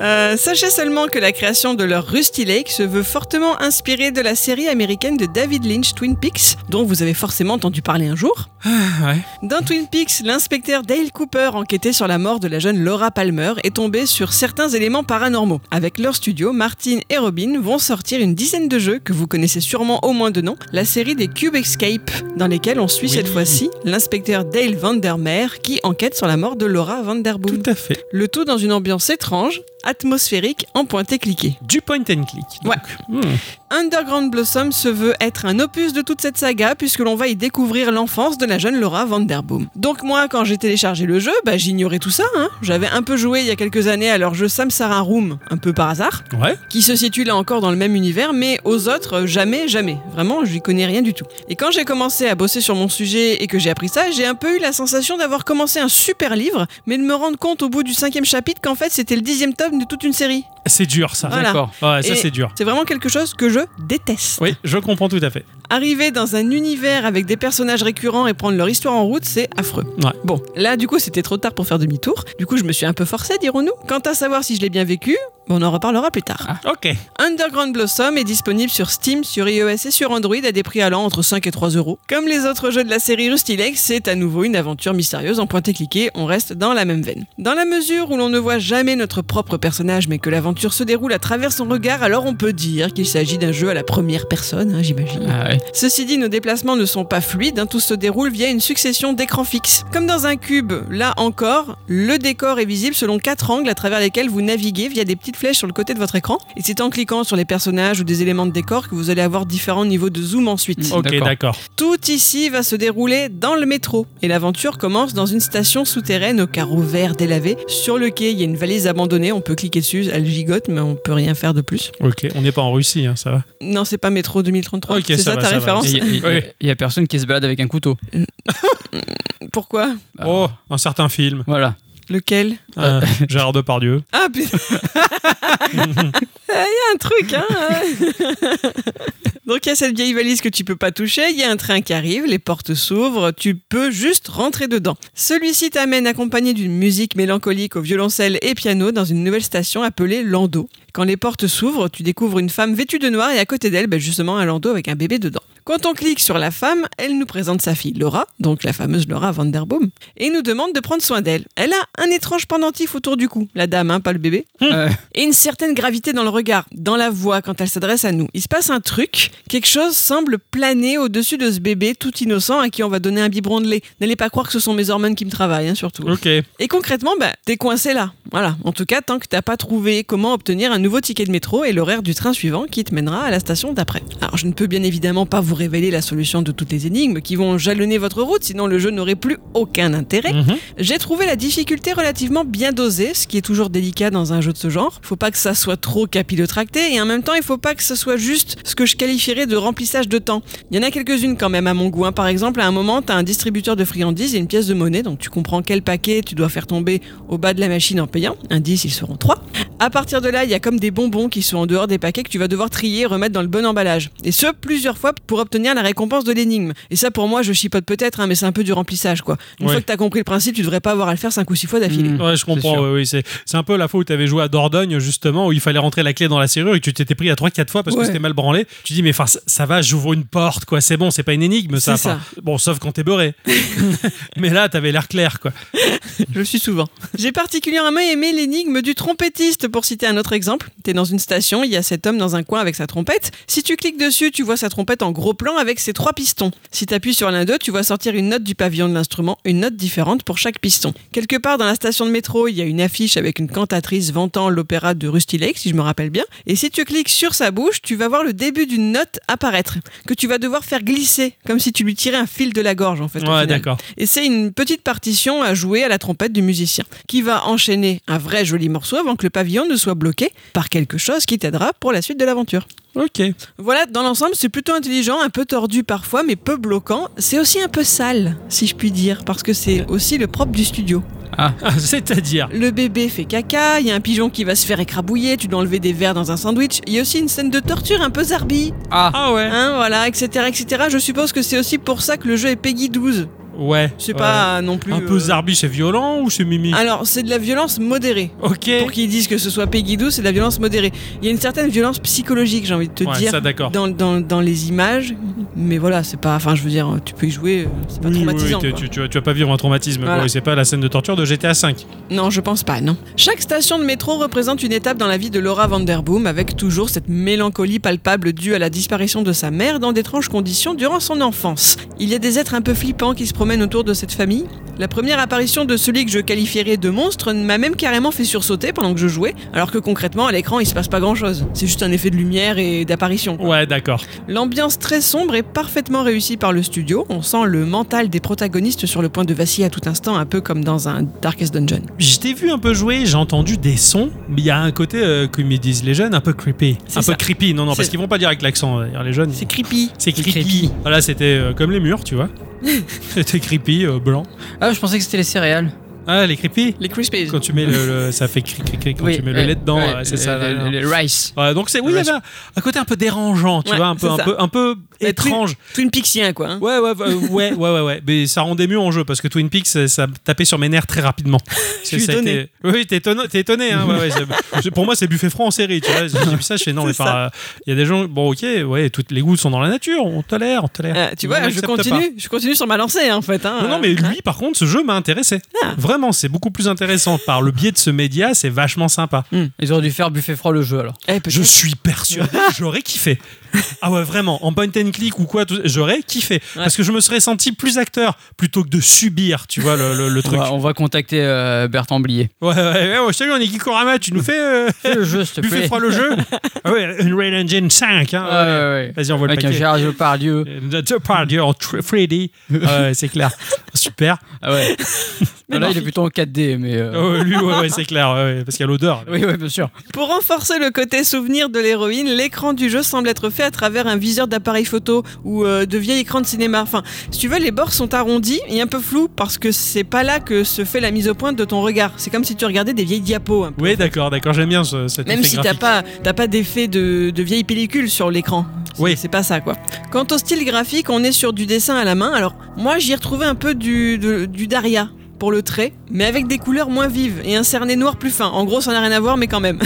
[SPEAKER 3] Euh, sachez seulement que la création de leur Rusty Lake se veut fortement inspirée de la série américaine de David Lynch Twin Peaks, dont vous avez forcément entendu parler un jour.
[SPEAKER 1] ouais.
[SPEAKER 3] Dans Twin Peaks, l'inspecteur Dale Cooper enquêtait sur la mort de la jeune Laura Palmer et tombait sur certains éléments paranormaux. Avec leur studio, Martin et Robin vont sortir une dizaine de jeux que vous connaissez sûrement au moins de nom, la série des Cube Escape, dans lesquels on suit
[SPEAKER 1] Oui.
[SPEAKER 3] cette fois-ci l'inspecteur Dale Vandermeer qui enquête sur la mort de Laura Vanderboom.
[SPEAKER 1] Tout à fait.
[SPEAKER 3] Le tout dans une ambiance étrange, atmosphérique, en pointé cliqué.
[SPEAKER 1] Du point and click. donc.
[SPEAKER 3] Ouais.
[SPEAKER 1] Hmm.
[SPEAKER 3] Underground Blossom se veut être un opus de toute cette saga puisque l'on va y découvrir l'enfance de la jeune Laura Vanderboom. Donc moi, quand j'ai téléchargé le jeu, bah, j'ignorais tout ça. hein. J'avais un peu joué il y a quelques années à leur jeu Samsara Room, un peu par hasard,
[SPEAKER 1] Ouais.
[SPEAKER 3] qui se situe là encore dans le même univers, mais aux autres, euh, jamais, jamais. Vraiment, je n'y connais rien du tout. Et quand j'ai commencé à bosser sur mon sujet et que j'ai appris ça, j'ai un peu eu la sensation d'avoir commencé un super livre, mais de me rendre compte au bout du cinquième chapitre qu'en fait c'était le dixième tome de toute une série.
[SPEAKER 1] C'est dur, ça.
[SPEAKER 3] Voilà.
[SPEAKER 2] D'accord.
[SPEAKER 1] Ouais, ça,
[SPEAKER 3] Et-
[SPEAKER 1] c'est dur.
[SPEAKER 3] C'est vraiment quelque chose que je déteste.
[SPEAKER 1] Oui, je comprends tout à fait.
[SPEAKER 3] Arriver dans un univers avec des personnages récurrents et prendre leur histoire en route, c'est affreux.
[SPEAKER 1] Ouais.
[SPEAKER 3] Bon, là du coup c'était trop tard pour faire demi-tour. Du coup je me suis un peu forcé, dirons-nous. Quant à savoir si je l'ai bien vécu, on en reparlera plus tard.
[SPEAKER 1] Ok.
[SPEAKER 3] Underground Blossom est disponible sur Steam, sur iOS et sur Android à des prix allant entre 5 et 3 euros. Comme les autres jeux de la série Rustilex, c'est à nouveau une aventure mystérieuse en pointé cliqué, on reste dans la même veine. Dans la mesure où l'on ne voit jamais notre propre personnage mais que l'aventure se déroule à travers son regard, alors on peut dire qu'il s'agit d'un jeu à la première personne, hein, j'imagine.
[SPEAKER 2] Ah ouais.
[SPEAKER 3] Ceci dit, nos déplacements ne sont pas fluides, hein, tout se déroule via une succession d'écrans fixes. Comme dans un cube, là encore, le décor est visible selon quatre angles à travers lesquels vous naviguez via des petites flèches sur le côté de votre écran. Et c'est en cliquant sur les personnages ou des éléments de décor que vous allez avoir différents niveaux de zoom ensuite.
[SPEAKER 2] Mm.
[SPEAKER 1] Ok,
[SPEAKER 2] D'accord.
[SPEAKER 1] d'accord.
[SPEAKER 3] Tout ici va se dérouler dans le métro. Et l'aventure commence dans une station souterraine au carreau vert délavé. Sur le quai, il y a une valise abandonnée, on peut cliquer dessus, elle gigote, mais on peut rien faire de plus.
[SPEAKER 1] Ok, on n'est pas en Russie, hein, ça va.
[SPEAKER 3] Non, c'est pas métro 2033,
[SPEAKER 1] Ok,
[SPEAKER 3] c'est
[SPEAKER 1] ça
[SPEAKER 3] ça,
[SPEAKER 1] va,
[SPEAKER 3] ta
[SPEAKER 1] ça va.
[SPEAKER 3] référence
[SPEAKER 2] Il y, a- y a-
[SPEAKER 1] Oui.
[SPEAKER 2] y a personne qui se balade avec un couteau.
[SPEAKER 3] Pourquoi
[SPEAKER 2] Bah,
[SPEAKER 1] Oh, un certain film.
[SPEAKER 2] Voilà.
[SPEAKER 3] Lequel
[SPEAKER 1] Euh, Gérard Depardieu.
[SPEAKER 3] Ah putain Il y a un truc, hein [laughs] Donc il y a cette vieille valise que tu peux pas toucher, il y a un train qui arrive, les portes s'ouvrent, tu peux juste rentrer dedans. Celui-ci t'amène accompagné d'une musique mélancolique au violoncelle et piano dans une nouvelle station appelée Landau. Quand les portes s'ouvrent, tu découvres une femme vêtue de noir et à côté d'elle, ben, justement, un landau avec un bébé dedans. Quand on clique sur la femme, elle nous présente sa fille Laura, donc la fameuse Laura Vanderboom, et nous demande de prendre soin d'elle. Elle a un étrange pendentif autour du cou, la dame, hein, pas le bébé
[SPEAKER 2] Euh,
[SPEAKER 3] et une certaine gravité dans le regard, dans la voix quand elle s'adresse à nous. Il se passe un truc, quelque chose semble planer au-dessus de ce bébé tout innocent à qui on va donner un biberon de lait. N'allez pas croire que ce sont mes hormones qui me travaillent, hein, surtout.
[SPEAKER 1] Ok.
[SPEAKER 3] Et concrètement, bah, t'es coincé là. Voilà. En tout cas, tant que t'as pas trouvé comment obtenir un nouveau ticket de métro et l'horaire du train suivant qui te mènera à la station d'après. Alors, je ne peux bien évidemment pas vous révéler la solution de toutes les énigmes qui vont jalonner votre route, sinon le jeu n'aurait plus aucun intérêt.
[SPEAKER 1] Mhm.
[SPEAKER 3] J'ai trouvé la difficulté relativement bien dosée, ce qui est toujours délicat dans un jeu de ce genre. Faut pas que ça soit trop capillotracté et en même temps, il faut pas que ce soit juste ce que je qualifierais de remplissage de temps. Il y en a quelques-unes quand même à mon goût. hein. Par exemple, à un moment, t'as un distributeur de friandises et une pièce de monnaie, donc tu comprends quel paquet tu dois faire tomber au bas de la machine en payant. Indice, ils seront trois. À partir de là, il y a comme des bonbons qui sont en dehors des paquets que tu vas devoir trier et remettre dans le bon emballage. Et ce, plusieurs fois pour obtenir la récompense de l'énigme. Et ça, pour moi, je chipote peut-être, hein, mais c'est un peu du remplissage, quoi. Une
[SPEAKER 1] Ouais.
[SPEAKER 3] fois que t'as compris le principe, tu devrais pas avoir à le faire 5 ou 6 fois d'affilée.
[SPEAKER 2] Mm.
[SPEAKER 1] Ouais, je
[SPEAKER 2] C'est sûr.
[SPEAKER 1] comprends. Oui, oui, c'est c'est un peu la fois où tu avais joué à Dordogne, justement, où il fallait rentrer la clé dans la serrure et que tu t'étais pris à 3-4 fois parce que
[SPEAKER 3] Ouais.
[SPEAKER 1] c'était mal branlé. Tu dis, mais enfin, ça, ça va, j'ouvre une porte, quoi, c'est bon, c'est pas une énigme, ça.
[SPEAKER 3] C'est
[SPEAKER 1] Enfin, Bon, sauf quand t'es
[SPEAKER 3] [laughs]
[SPEAKER 1] beurré. mais là, t'avais l'air clair, quoi.
[SPEAKER 3] Je le suis souvent. J'ai particulièrement aimé l'énigme du trompettiste, pour citer un autre exemple. T'es dans une station, il y a cet homme dans un coin avec sa trompette. Si tu cliques dessus, tu vois sa trompette en gros plan avec ses trois pistons. Si t'appuies sur l'un d'eux, tu vois sortir une note du pavillon de l'instrument, une note différente pour chaque piston. Quelque part dans la station de métro, il y a une affiche avec une cantatrice vantant l'opéra de Rusty Lake, si je me rappelle bien. Et si tu cliques sur sa bouche, tu vas voir le début d'une note apparaître, que tu vas devoir faire glisser, comme si tu lui tirais un fil de la gorge en fait. au
[SPEAKER 1] Ouais,
[SPEAKER 3] final.
[SPEAKER 1] d'accord.
[SPEAKER 3] Et c'est une petite partition à jouer à la trompette du musicien, qui va enchaîner un vrai joli morceau avant que le pavillon ne soit bloqué par quelque chose qui t'aidera pour la suite de l'aventure.
[SPEAKER 1] Ok.
[SPEAKER 3] Voilà, dans l'ensemble, c'est plutôt intelligent, un peu tordu parfois, mais peu bloquant. C'est aussi un peu sale, si je puis dire, parce que c'est aussi le propre du studio.
[SPEAKER 1] Ah, C'est-à-dire.
[SPEAKER 3] Le bébé fait caca, il y a un pigeon qui va se faire écrabouiller, tu dois enlever des verres dans un sandwich. Il y a aussi une scène de torture un peu zarbi,
[SPEAKER 2] Ah,
[SPEAKER 1] Ah ouais.
[SPEAKER 3] hein, voilà, etc., etc. Je suppose que c'est aussi pour ça que le jeu est Peggy 12.
[SPEAKER 1] Ouais.
[SPEAKER 3] C'est pas non plus.
[SPEAKER 1] Ouais. Un
[SPEAKER 3] euh,
[SPEAKER 1] peu zarbi, c'est violent ou c'est mimi
[SPEAKER 3] Alors, c'est de la violence modérée.
[SPEAKER 1] Ok.
[SPEAKER 3] Pour qu'ils disent que ce soit Peggy 12, c'est de la violence modérée. Il y a une certaine violence psychologique, j'ai envie de te
[SPEAKER 1] Ouais,
[SPEAKER 3] dire,
[SPEAKER 1] ça d'accord.
[SPEAKER 3] dans, dans- dans les images. Mais voilà, c'est pas. Enfin, je veux dire, tu peux y jouer, euh, c'est pas
[SPEAKER 1] Oui, oui, oui,
[SPEAKER 3] traumatisant.
[SPEAKER 1] t'es-
[SPEAKER 3] quoi.
[SPEAKER 1] tu, tu vas- tu vas pas vivre un traumatisme.
[SPEAKER 3] Voilà.
[SPEAKER 1] quoi. Et c'est pas la scène de torture de GTA V.
[SPEAKER 3] Non, je pense pas, non. Chaque station de métro représente une étape dans la vie de Laura Vanderboom, avec toujours cette mélancolie palpable due à la disparition de sa mère dans d'étranges conditions durant son enfance. Il y a des êtres un peu flippants qui se promènent autour de cette famille. La première apparition de celui que je qualifierais de monstre m'a même carrément fait sursauter pendant que je jouais, alors que concrètement, à l'écran, il se passe pas grand chose. C'est juste un effet de lumière et d'apparition.
[SPEAKER 1] Ouais, d'accord.
[SPEAKER 3] L'ambiance très sombre est parfaitement réussie par le studio. On sent le mental des protagonistes sur le point de vaciller à tout instant, un peu comme dans un Darkest Dungeon.
[SPEAKER 1] Je t'ai vu un peu jouer, j'ai entendu des sons, mais il y a un côté, euh, comme ils disent les jeunes, un peu creepy.
[SPEAKER 3] C'est
[SPEAKER 1] Un
[SPEAKER 3] ça.
[SPEAKER 1] peu creepy, non, non, parce
[SPEAKER 3] C'est-
[SPEAKER 1] qu'ils vont pas dire avec l'accent, euh, d'ailleurs, les jeunes.
[SPEAKER 3] C'est creepy.
[SPEAKER 1] C'est creepy.
[SPEAKER 2] creepy.
[SPEAKER 1] Voilà, c'était euh, comme les murs, tu vois. c'était creepy, euh, blanc.
[SPEAKER 2] Ah, je pensais que c'était les céréales.
[SPEAKER 1] Ah, les creepy
[SPEAKER 3] Les Crispies.
[SPEAKER 1] Quand tu mets le. le- ça fait cri cri cri quand tu mets le
[SPEAKER 2] euh,
[SPEAKER 1] lait dedans,
[SPEAKER 2] ouais,
[SPEAKER 1] ouais, c'est
[SPEAKER 2] le-
[SPEAKER 1] ça. là, là.
[SPEAKER 2] le- le rice.
[SPEAKER 1] Ouais, donc c'est oui, il y avait un un côté un peu dérangeant, tu
[SPEAKER 3] Ouais,
[SPEAKER 1] vois, un peu,
[SPEAKER 3] c'est
[SPEAKER 1] un
[SPEAKER 3] ça.
[SPEAKER 1] peu, un peu
[SPEAKER 3] Mais Twin-
[SPEAKER 1] étrange.
[SPEAKER 3] Twin Pixien, quoi. hein.
[SPEAKER 1] Ouais, ouais, ouais, ouais, ouais, ouais, ouais. Mais ça rendait mieux en jeu parce que Twin Peaks, ça, ça me tapait sur mes nerfs très rapidement.
[SPEAKER 3] [laughs]
[SPEAKER 1] Je
[SPEAKER 3] suis étonné.
[SPEAKER 1] Oui, t'es étonné. t'es étonné, hein, ouais, ouais, c'est- je- pour moi, c'est buffet franc en série. Tu vois, j'ai vu ça, je fais non, mais
[SPEAKER 3] [laughs] C'est
[SPEAKER 1] enfin, euh, il y a des gens. Bon, ok, ouais, toutes les goûts sont dans la nature. On tolère, on tolère.
[SPEAKER 3] Euh, tu
[SPEAKER 1] On
[SPEAKER 3] vois, je
[SPEAKER 1] n'accepte pas.
[SPEAKER 3] continue, je continue sur ma lancée, hein, en fait. hein.
[SPEAKER 1] Non, non, mais lui, par contre, ce jeu m'a intéressé.
[SPEAKER 3] Ah.
[SPEAKER 1] Vraiment, c'est beaucoup plus intéressant. Par le biais de ce média, c'est vachement sympa.
[SPEAKER 2] Ils auraient dû faire buffet froid le jeu alors.
[SPEAKER 3] Eh, peut-être.
[SPEAKER 1] Je suis persuadé, j'aurais kiffé. Ah ouais, vraiment, en point and click ou quoi, tout- j'aurais kiffé. Parce que je me serais senti plus acteur plutôt que de subir, tu vois, le, le- le
[SPEAKER 2] On
[SPEAKER 1] truc.
[SPEAKER 2] va, on va contacter euh, Bertrand Blier.
[SPEAKER 1] Ouais, ouais, ouais, ouais, salut, on est Gikorama, tu nous fais euh,
[SPEAKER 2] Fais le jeu, s'il te
[SPEAKER 1] buffet
[SPEAKER 2] plaît.
[SPEAKER 1] froid le jeu Ah ouais, Unreal Engine 5, hein,
[SPEAKER 2] Ouais,
[SPEAKER 1] ouais.
[SPEAKER 2] ouais, ouais.
[SPEAKER 1] Vas-y, on voit le
[SPEAKER 2] Avec un
[SPEAKER 1] paquet.
[SPEAKER 2] Gérard Depardieu.
[SPEAKER 1] Euh, The Party en tr- 3D, Ah ouais, c'est clair. Super.
[SPEAKER 2] Ah [laughs] ouais.
[SPEAKER 3] Mais
[SPEAKER 2] là, il est
[SPEAKER 3] Barfi-
[SPEAKER 2] plutôt en 4D, mais. euh,
[SPEAKER 1] Ah ouais, lui, ouais, ouais, c'est clair, ouais, ouais, parce qu'il y a l'odeur.
[SPEAKER 2] Oui, oui, bien sûr.
[SPEAKER 3] Pour renforcer le côté souvenir de l'héroïne, l'écran du jeu semble être fait à travers un viseur d'appareil photo ou euh, de vieil écran de cinéma. Enfin, si tu veux, les bords sont arrondis et un peu flous parce que c'est pas là que se fait la mise au point de ton regard. C'est comme si tu regardais des vieilles diapos. hein.
[SPEAKER 1] Oui, d'accord, d'accord, j'aime bien ce, cet
[SPEAKER 3] Même
[SPEAKER 1] effet
[SPEAKER 3] si t'as
[SPEAKER 1] graphique.
[SPEAKER 3] pas, t'as pas d'effet de, de vieille pellicule sur l'écran. C'est-
[SPEAKER 1] Oui.
[SPEAKER 3] C'est pas ça, quoi. Quant au style graphique, on est sur du dessin à la main. Alors, moi, j'y ai retrouvé un peu du, de- du Daria pour le trait, mais avec des couleurs moins vives et un cerné noir plus fin. En gros, ça n'a rien à voir, mais quand même.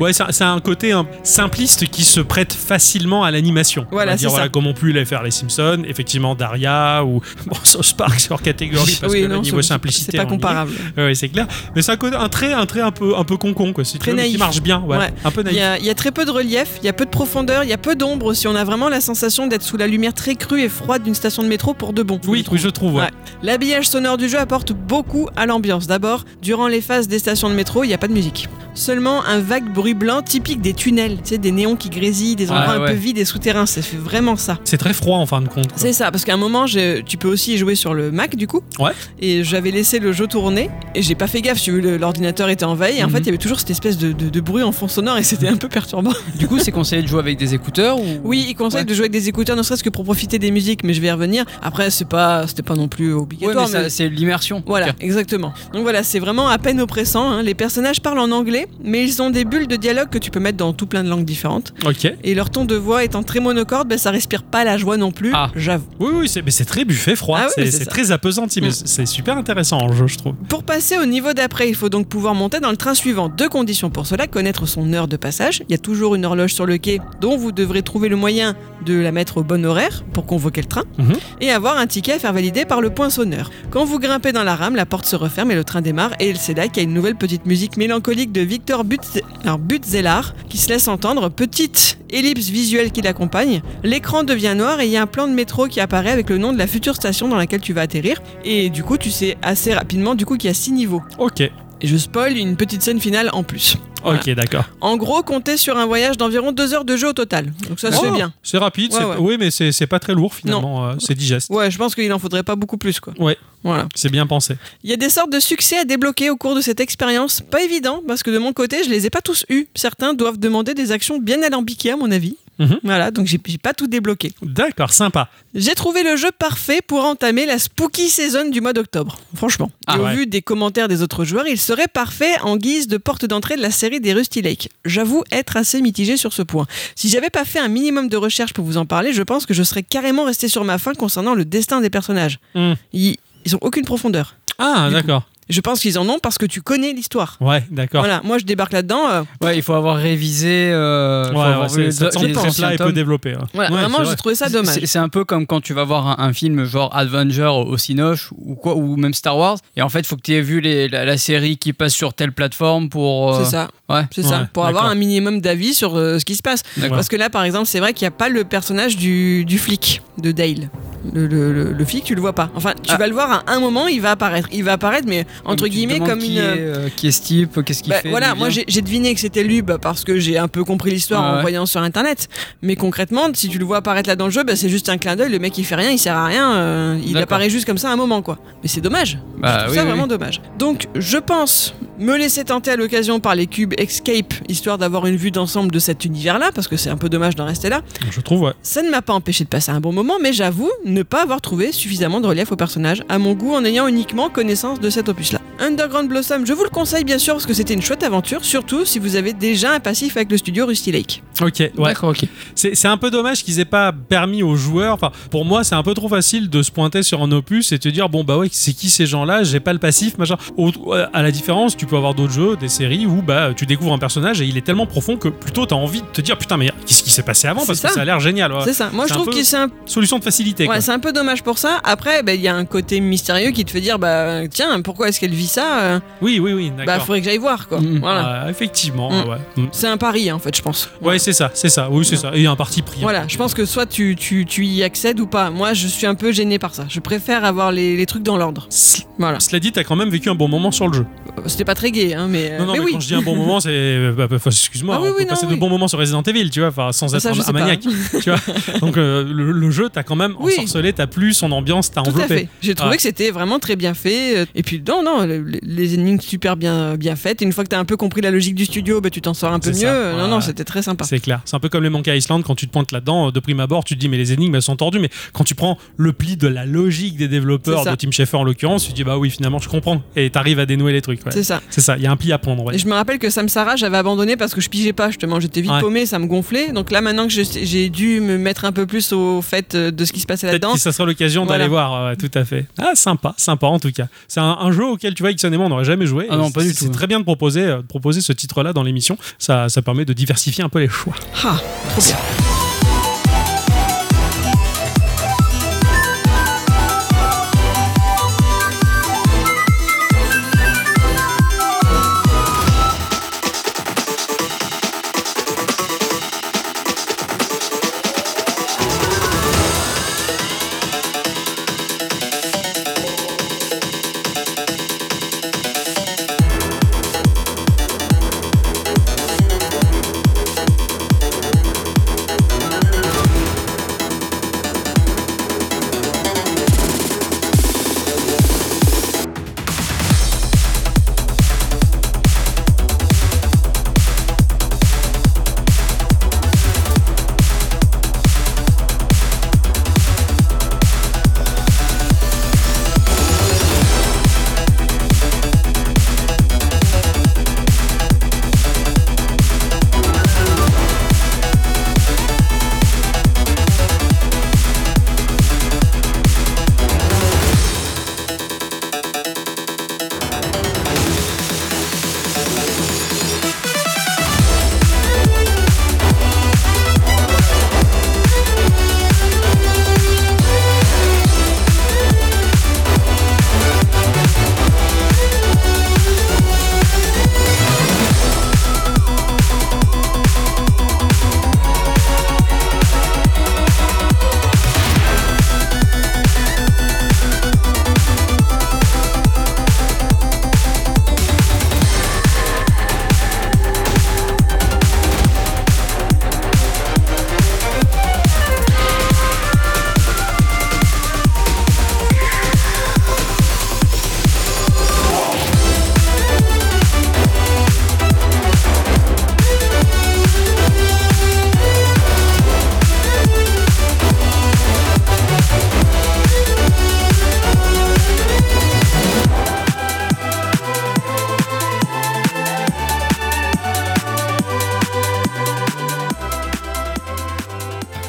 [SPEAKER 1] Ouais, ça, ça a un côté hein, simpliste qui se prête facilement à l'animation. On
[SPEAKER 3] Voilà,
[SPEAKER 1] va dire,
[SPEAKER 3] c'est
[SPEAKER 1] voilà
[SPEAKER 3] ça.
[SPEAKER 1] comme on pu les faire les Simpsons, effectivement Daria ou [laughs] bon, South Park c'est hors catégorie
[SPEAKER 3] [laughs]
[SPEAKER 1] parce que le niveau
[SPEAKER 3] c'est-
[SPEAKER 1] simplicité
[SPEAKER 3] c'est pas
[SPEAKER 1] on y est.
[SPEAKER 3] comparable.
[SPEAKER 1] Ouais, ouais, c'est clair. Mais c'est un, côté- un trait, un trait un peu, un peu concon quoi, si tu
[SPEAKER 3] Très
[SPEAKER 1] veux, mais qui
[SPEAKER 3] naïf.
[SPEAKER 1] marche bien, ouais.
[SPEAKER 3] Ouais.
[SPEAKER 1] un peu
[SPEAKER 3] Il
[SPEAKER 1] [laughs]
[SPEAKER 3] y,
[SPEAKER 1] naïf.
[SPEAKER 3] a, il y a très peu de relief, il y a peu de profondeur, il y a peu d'ombre aussi. On a vraiment la sensation d'être sous la lumière très crue et froide d'une station de métro pour de bon.
[SPEAKER 1] Oui, oui, je trouve. ouais.
[SPEAKER 3] Ouais. L'habillage sonore du jeu apporte beaucoup à l'ambiance. D'abord, durant les phases des stations de métro, il n'y a pas de musique. Seulement un vague bruit blanc typique des tunnels, tu sais, des néons qui grésillent, des
[SPEAKER 2] Ah,
[SPEAKER 3] endroits un
[SPEAKER 2] ouais.
[SPEAKER 3] peu vides et souterrains. Ça fait vraiment ça.
[SPEAKER 1] C'est très froid en fin de compte. quoi.
[SPEAKER 3] C'est ça, parce qu'à un moment, j'ai- tu peux aussi y jouer sur le Mac du coup.
[SPEAKER 1] Ouais.
[SPEAKER 3] Et j'avais laissé le jeu tourner et j'ai pas fait gaffe, tu vois, le- l'ordinateur était en veille. Et en
[SPEAKER 2] Mhm.
[SPEAKER 3] fait, il y avait toujours cette espèce de, de- de bruit en fond sonore et c'était un
[SPEAKER 2] [laughs]
[SPEAKER 3] peu perturbant.
[SPEAKER 2] Du coup, c'est conseillé de jouer avec des écouteurs ou...
[SPEAKER 3] Oui, il conseille
[SPEAKER 2] Ouais.
[SPEAKER 3] de jouer avec des écouteurs, ne serait-ce que pour profiter des musiques, mais je vais y revenir. Après, c'est pas, c'était pas non plus
[SPEAKER 2] Ouais, mais
[SPEAKER 3] obligatoire.
[SPEAKER 2] ça-
[SPEAKER 3] mais-
[SPEAKER 2] c'est l'immersion.
[SPEAKER 3] Voilà,
[SPEAKER 2] Ok.
[SPEAKER 3] exactement. Donc voilà, c'est vraiment à peine oppressant. hein. Les personnages parlent en anglais, anglais, mais ils ont des bulles de dialogue que tu peux mettre dans tout plein de langues différentes.
[SPEAKER 1] Ok.
[SPEAKER 3] Et leur ton de voix étant très monocorde, ben, ça respire pas la joie non plus,
[SPEAKER 1] Ah.
[SPEAKER 3] j'avoue.
[SPEAKER 1] Oui, oui, c'est- mais c'est très buffet froid.
[SPEAKER 3] Ah oui,
[SPEAKER 1] c'est
[SPEAKER 3] mais c'est
[SPEAKER 1] c'est
[SPEAKER 3] ça.
[SPEAKER 1] très appesanti, mais
[SPEAKER 3] Mm.
[SPEAKER 1] c'est super intéressant en jeu, je trouve.
[SPEAKER 3] Pour passer au niveau d'après, il faut donc pouvoir monter dans le train suivant. Deux conditions pour cela, connaître son heure de passage. Il y a toujours une horloge sur le quai dont vous devrez trouver le moyen de la mettre au bon horaire pour convoquer le train.
[SPEAKER 1] Mhm.
[SPEAKER 3] Et avoir un ticket à faire valider par le poinçonneur. Quand vous grimpez dans la rame, la porte se referme et le train démarre. Et c'est là qu'il y a une nouvelle petite musique mélancolique de Victor Butz- alors, Butzelar qui se laisse entendre. Petite ellipse visuelle qui l'accompagne. L'écran devient noir et il y a un plan de métro qui apparaît avec le nom de la future station dans laquelle tu vas atterrir. Et du coup, tu sais assez rapidement du coup qu'il y a six niveaux.
[SPEAKER 1] Ok.
[SPEAKER 3] Et je spoil une petite scène finale en plus. Voilà.
[SPEAKER 1] Ok, d'accord.
[SPEAKER 3] En gros, comptez sur un voyage d'environ deux heures de jeu au total. Donc ça, c'est
[SPEAKER 1] Oh,
[SPEAKER 3] bien.
[SPEAKER 1] C'est rapide,
[SPEAKER 3] Ouais,
[SPEAKER 1] c'est-
[SPEAKER 3] ouais.
[SPEAKER 1] oui, mais c'est c'est pas très lourd finalement. euh, c'est digeste.
[SPEAKER 3] Ouais, je pense qu'il en faudrait pas beaucoup plus, quoi.
[SPEAKER 1] Ouais.
[SPEAKER 3] Voilà.
[SPEAKER 1] C'est bien pensé.
[SPEAKER 3] Il y a des sortes de succès à débloquer au cours de cette expérience. Pas évident, parce que de mon côté, je les ai pas tous eus. Certains doivent demander des actions bien alambiquées, à mon avis.
[SPEAKER 1] Mhm.
[SPEAKER 3] Voilà, donc j'ai j'ai pas tout débloqué.
[SPEAKER 1] D'accord, sympa.
[SPEAKER 3] J'ai trouvé le jeu parfait pour entamer la spooky saison du mois d'octobre, franchement.
[SPEAKER 2] Ah
[SPEAKER 3] et au
[SPEAKER 1] ouais.
[SPEAKER 3] vu des commentaires des autres joueurs, il serait parfait en guise de porte d'entrée de la série des Rusty Lake. J'avoue être assez mitigé sur ce point. Si j'avais pas fait un minimum de recherche pour vous en parler, je pense que je serais carrément resté sur ma fin concernant le destin des personnages.
[SPEAKER 1] Hmm.
[SPEAKER 3] Ils, ils ont aucune profondeur.
[SPEAKER 1] Ah,
[SPEAKER 3] Du coup.
[SPEAKER 1] d'accord.
[SPEAKER 3] Je pense qu'ils en ont parce que tu connais l'histoire.
[SPEAKER 1] Ouais, d'accord.
[SPEAKER 3] Voilà, moi je débarque là-dedans. euh,
[SPEAKER 2] Ouais, il faut avoir révisé. Euh, faut
[SPEAKER 1] Ouais,
[SPEAKER 2] avoir
[SPEAKER 1] ouais,
[SPEAKER 2] vu les-
[SPEAKER 1] c'est- ça te semble
[SPEAKER 2] les
[SPEAKER 1] très
[SPEAKER 2] anciens
[SPEAKER 1] plat et peu
[SPEAKER 2] tomes.
[SPEAKER 1] développé. hein.
[SPEAKER 3] voilà,
[SPEAKER 1] Ouais,
[SPEAKER 3] vraiment,
[SPEAKER 1] c'est
[SPEAKER 3] j'ai
[SPEAKER 1] vrai.
[SPEAKER 3] trouvé ça dommage.
[SPEAKER 2] C'est- C'est un peu comme quand tu vas voir un, un film genre Avenger au Cinoche ou quoi, ou même Star Wars, et en fait, faut que tu aies vu les- la, la série qui passe sur telle plateforme pour. euh,
[SPEAKER 3] C'est ça.
[SPEAKER 2] ouais.
[SPEAKER 3] C'est ça,
[SPEAKER 1] Ouais,
[SPEAKER 3] pour avoir
[SPEAKER 1] d'accord.
[SPEAKER 3] un minimum d'avis sur euh, ce qui se passe.
[SPEAKER 2] D'accord.
[SPEAKER 3] Parce que là, par exemple, c'est vrai qu'il n'y a pas le personnage du, du flic de Dale. Le, le- le- le flic, tu le vois pas. Enfin, tu
[SPEAKER 2] Ah.
[SPEAKER 3] vas le voir à un moment, il va apparaître. Il va apparaître, mais entre
[SPEAKER 2] Donc, tu te
[SPEAKER 3] guillemets,
[SPEAKER 2] demandes
[SPEAKER 3] comme
[SPEAKER 2] qui
[SPEAKER 3] une.
[SPEAKER 2] Est, euh, qui est ce type Qu'est-ce qu'il
[SPEAKER 3] Bah,
[SPEAKER 2] fait hein.
[SPEAKER 3] voilà,
[SPEAKER 2] d'où il
[SPEAKER 3] moi
[SPEAKER 2] vient
[SPEAKER 3] j'ai j'ai deviné que c'était lui bah, parce que j'ai un peu compris l'histoire
[SPEAKER 2] Ah
[SPEAKER 3] en
[SPEAKER 2] ouais.
[SPEAKER 3] voyant sur internet. Mais concrètement, si tu le vois apparaître là dans le jeu, bah, c'est juste un clin d'œil. Le mec il fait rien, il sert à rien. euh, il
[SPEAKER 2] D'accord.
[SPEAKER 3] apparaît juste comme ça à un moment quoi. Mais c'est dommage.
[SPEAKER 2] Bah,
[SPEAKER 3] je trouve
[SPEAKER 2] oui,
[SPEAKER 3] ça
[SPEAKER 2] oui,
[SPEAKER 3] vraiment
[SPEAKER 2] oui.
[SPEAKER 3] dommage. Donc je pense me laisser tenter à l'occasion par les cubes Escape histoire d'avoir une vue d'ensemble de cet univers là parce que c'est un peu dommage d'en rester là.
[SPEAKER 1] Je trouve, ouais.
[SPEAKER 3] Ça ne m'a pas empêché de passer un bon moment, mais j'avoue ne pas avoir trouvé suffisamment de relief au personnage, à mon goût en ayant uniquement connaissance de cet opus-là. Underground Blossom, je vous le conseille bien sûr parce que c'était une chouette aventure, surtout si vous avez déjà un passif avec le studio Rusty Lake.
[SPEAKER 1] Ok, ouais.
[SPEAKER 2] D'accord, ok.
[SPEAKER 1] C'est c'est un peu dommage qu'ils aient pas permis aux joueurs. Enfin, pour moi, c'est un peu trop facile de se pointer sur un opus et te dire bon bah ouais, c'est qui ces gens-là J'ai pas le passif, machin. Au- à la différence, tu peux avoir d'autres jeux, des séries où bah tu découvres un personnage et il est tellement profond que plutôt t'as envie de te dire putain mais qu'est-ce qui s'est passé avant parce
[SPEAKER 3] C'est
[SPEAKER 1] que
[SPEAKER 3] ça.
[SPEAKER 1] ça a l'air génial. ouais.
[SPEAKER 3] c'est ça. Moi je
[SPEAKER 1] c'est un
[SPEAKER 3] trouve
[SPEAKER 1] peu-
[SPEAKER 3] que c'est un,
[SPEAKER 1] Solution de facilité.
[SPEAKER 3] ouais,
[SPEAKER 1] quoi.
[SPEAKER 3] c'est un peu dommage pour ça. Après, ben, il y a un côté mystérieux qui te fait dire bah tiens, pourquoi est-ce qu'elle vit ça Euh,
[SPEAKER 1] Oui, oui, oui.
[SPEAKER 3] Bah
[SPEAKER 1] D'accord.
[SPEAKER 3] faudrait que j'aille voir quoi.
[SPEAKER 2] Mmh.
[SPEAKER 3] Voilà.
[SPEAKER 1] Ah, effectivement.
[SPEAKER 3] Mm.
[SPEAKER 1] Ouais. Mm.
[SPEAKER 3] C'est un pari en fait, je pense.
[SPEAKER 1] Ouais, c'est ça, c'est ça. Oui, c'est ça. Et un parti pris. hein.
[SPEAKER 3] Voilà, je pense que soit tu, tu, tu y accèdes ou pas. Moi, je suis un peu gêné par ça. Je préfère avoir les, les trucs dans l'ordre.
[SPEAKER 1] Cela-
[SPEAKER 3] Voilà.
[SPEAKER 1] Cela dit, t'as quand même vécu un bon moment sur le jeu.
[SPEAKER 3] C'était pas très gay, hein, mais, euh,
[SPEAKER 1] non, non,
[SPEAKER 3] mais
[SPEAKER 1] mais,
[SPEAKER 3] oui.
[SPEAKER 1] quand je dis un bon moment, c'est. bah, bah, enfin, Excuse-moi,
[SPEAKER 3] Ah oui,
[SPEAKER 1] on peut
[SPEAKER 3] oui, non,
[SPEAKER 1] passer de
[SPEAKER 3] oui.
[SPEAKER 1] bons moments sur Resident Evil, tu vois, enfin, sans
[SPEAKER 3] Ça,
[SPEAKER 1] être
[SPEAKER 3] je
[SPEAKER 1] un,
[SPEAKER 3] sais
[SPEAKER 1] un
[SPEAKER 3] pas. [laughs]
[SPEAKER 1] maniaque. tu vois. Donc euh, le, le jeu, t'as quand même
[SPEAKER 3] Oui.
[SPEAKER 1] ensorcelé, t'as plu son ambiance, t'as
[SPEAKER 3] Tout à
[SPEAKER 1] enveloppé. Ah.
[SPEAKER 3] fait. J'ai trouvé
[SPEAKER 1] Ouais.
[SPEAKER 3] que c'était vraiment très bien fait. euh, Et puis, non, non, le- le- les énigmes super bien, bien faites. Et une fois que t'as un peu compris la logique du studio, bah, tu t'en sors un peu
[SPEAKER 1] C'est
[SPEAKER 3] mieux.
[SPEAKER 1] ça,
[SPEAKER 3] Euh, Non,
[SPEAKER 1] ouais.
[SPEAKER 3] non, c'était très sympa.
[SPEAKER 1] C'est clair. C'est un peu comme les Monkey Island, quand tu te pointes là-dedans, euh, de prime abord, tu te dis, mais les énigmes, elles sont tordues. Mais quand tu prends le pli de la logique des développeurs,
[SPEAKER 3] C'est ça.
[SPEAKER 1] de Tim Schafer en l'occurrence, tu te dis, bah oui, finalement, je comprends. Et t'arrives à dénouer les trucs. ouais.
[SPEAKER 3] C'est ça.
[SPEAKER 1] C'est ça, il y a un pli à prendre. ouais.
[SPEAKER 3] Et je me rappelle que Samsara, j'avais abandonné parce que je pigeais pas justement. J'étais vite
[SPEAKER 1] Ouais.
[SPEAKER 3] paumé, ça me gonflait. Donc là, maintenant que je sais- j'ai dû me mettre un peu plus au fait euh, de ce qui se passait
[SPEAKER 1] Peut-être
[SPEAKER 3] là-dedans,
[SPEAKER 1] que ça sera l'occasion
[SPEAKER 3] Voilà.
[SPEAKER 1] d'aller voir, ouais, tout à fait. Ah, sympa, sympa en tout cas. C'est un, un jeu auquel, tu vois, Ixon et moi, on n'aurait jamais joué.
[SPEAKER 2] Ah non, pas du
[SPEAKER 1] C'est-
[SPEAKER 2] tout.
[SPEAKER 1] C'est très bien de proposer, euh, de proposer ce titre-là dans l'émission. Ça, ça permet de diversifier un peu les choix.
[SPEAKER 3] Ah, trop bien.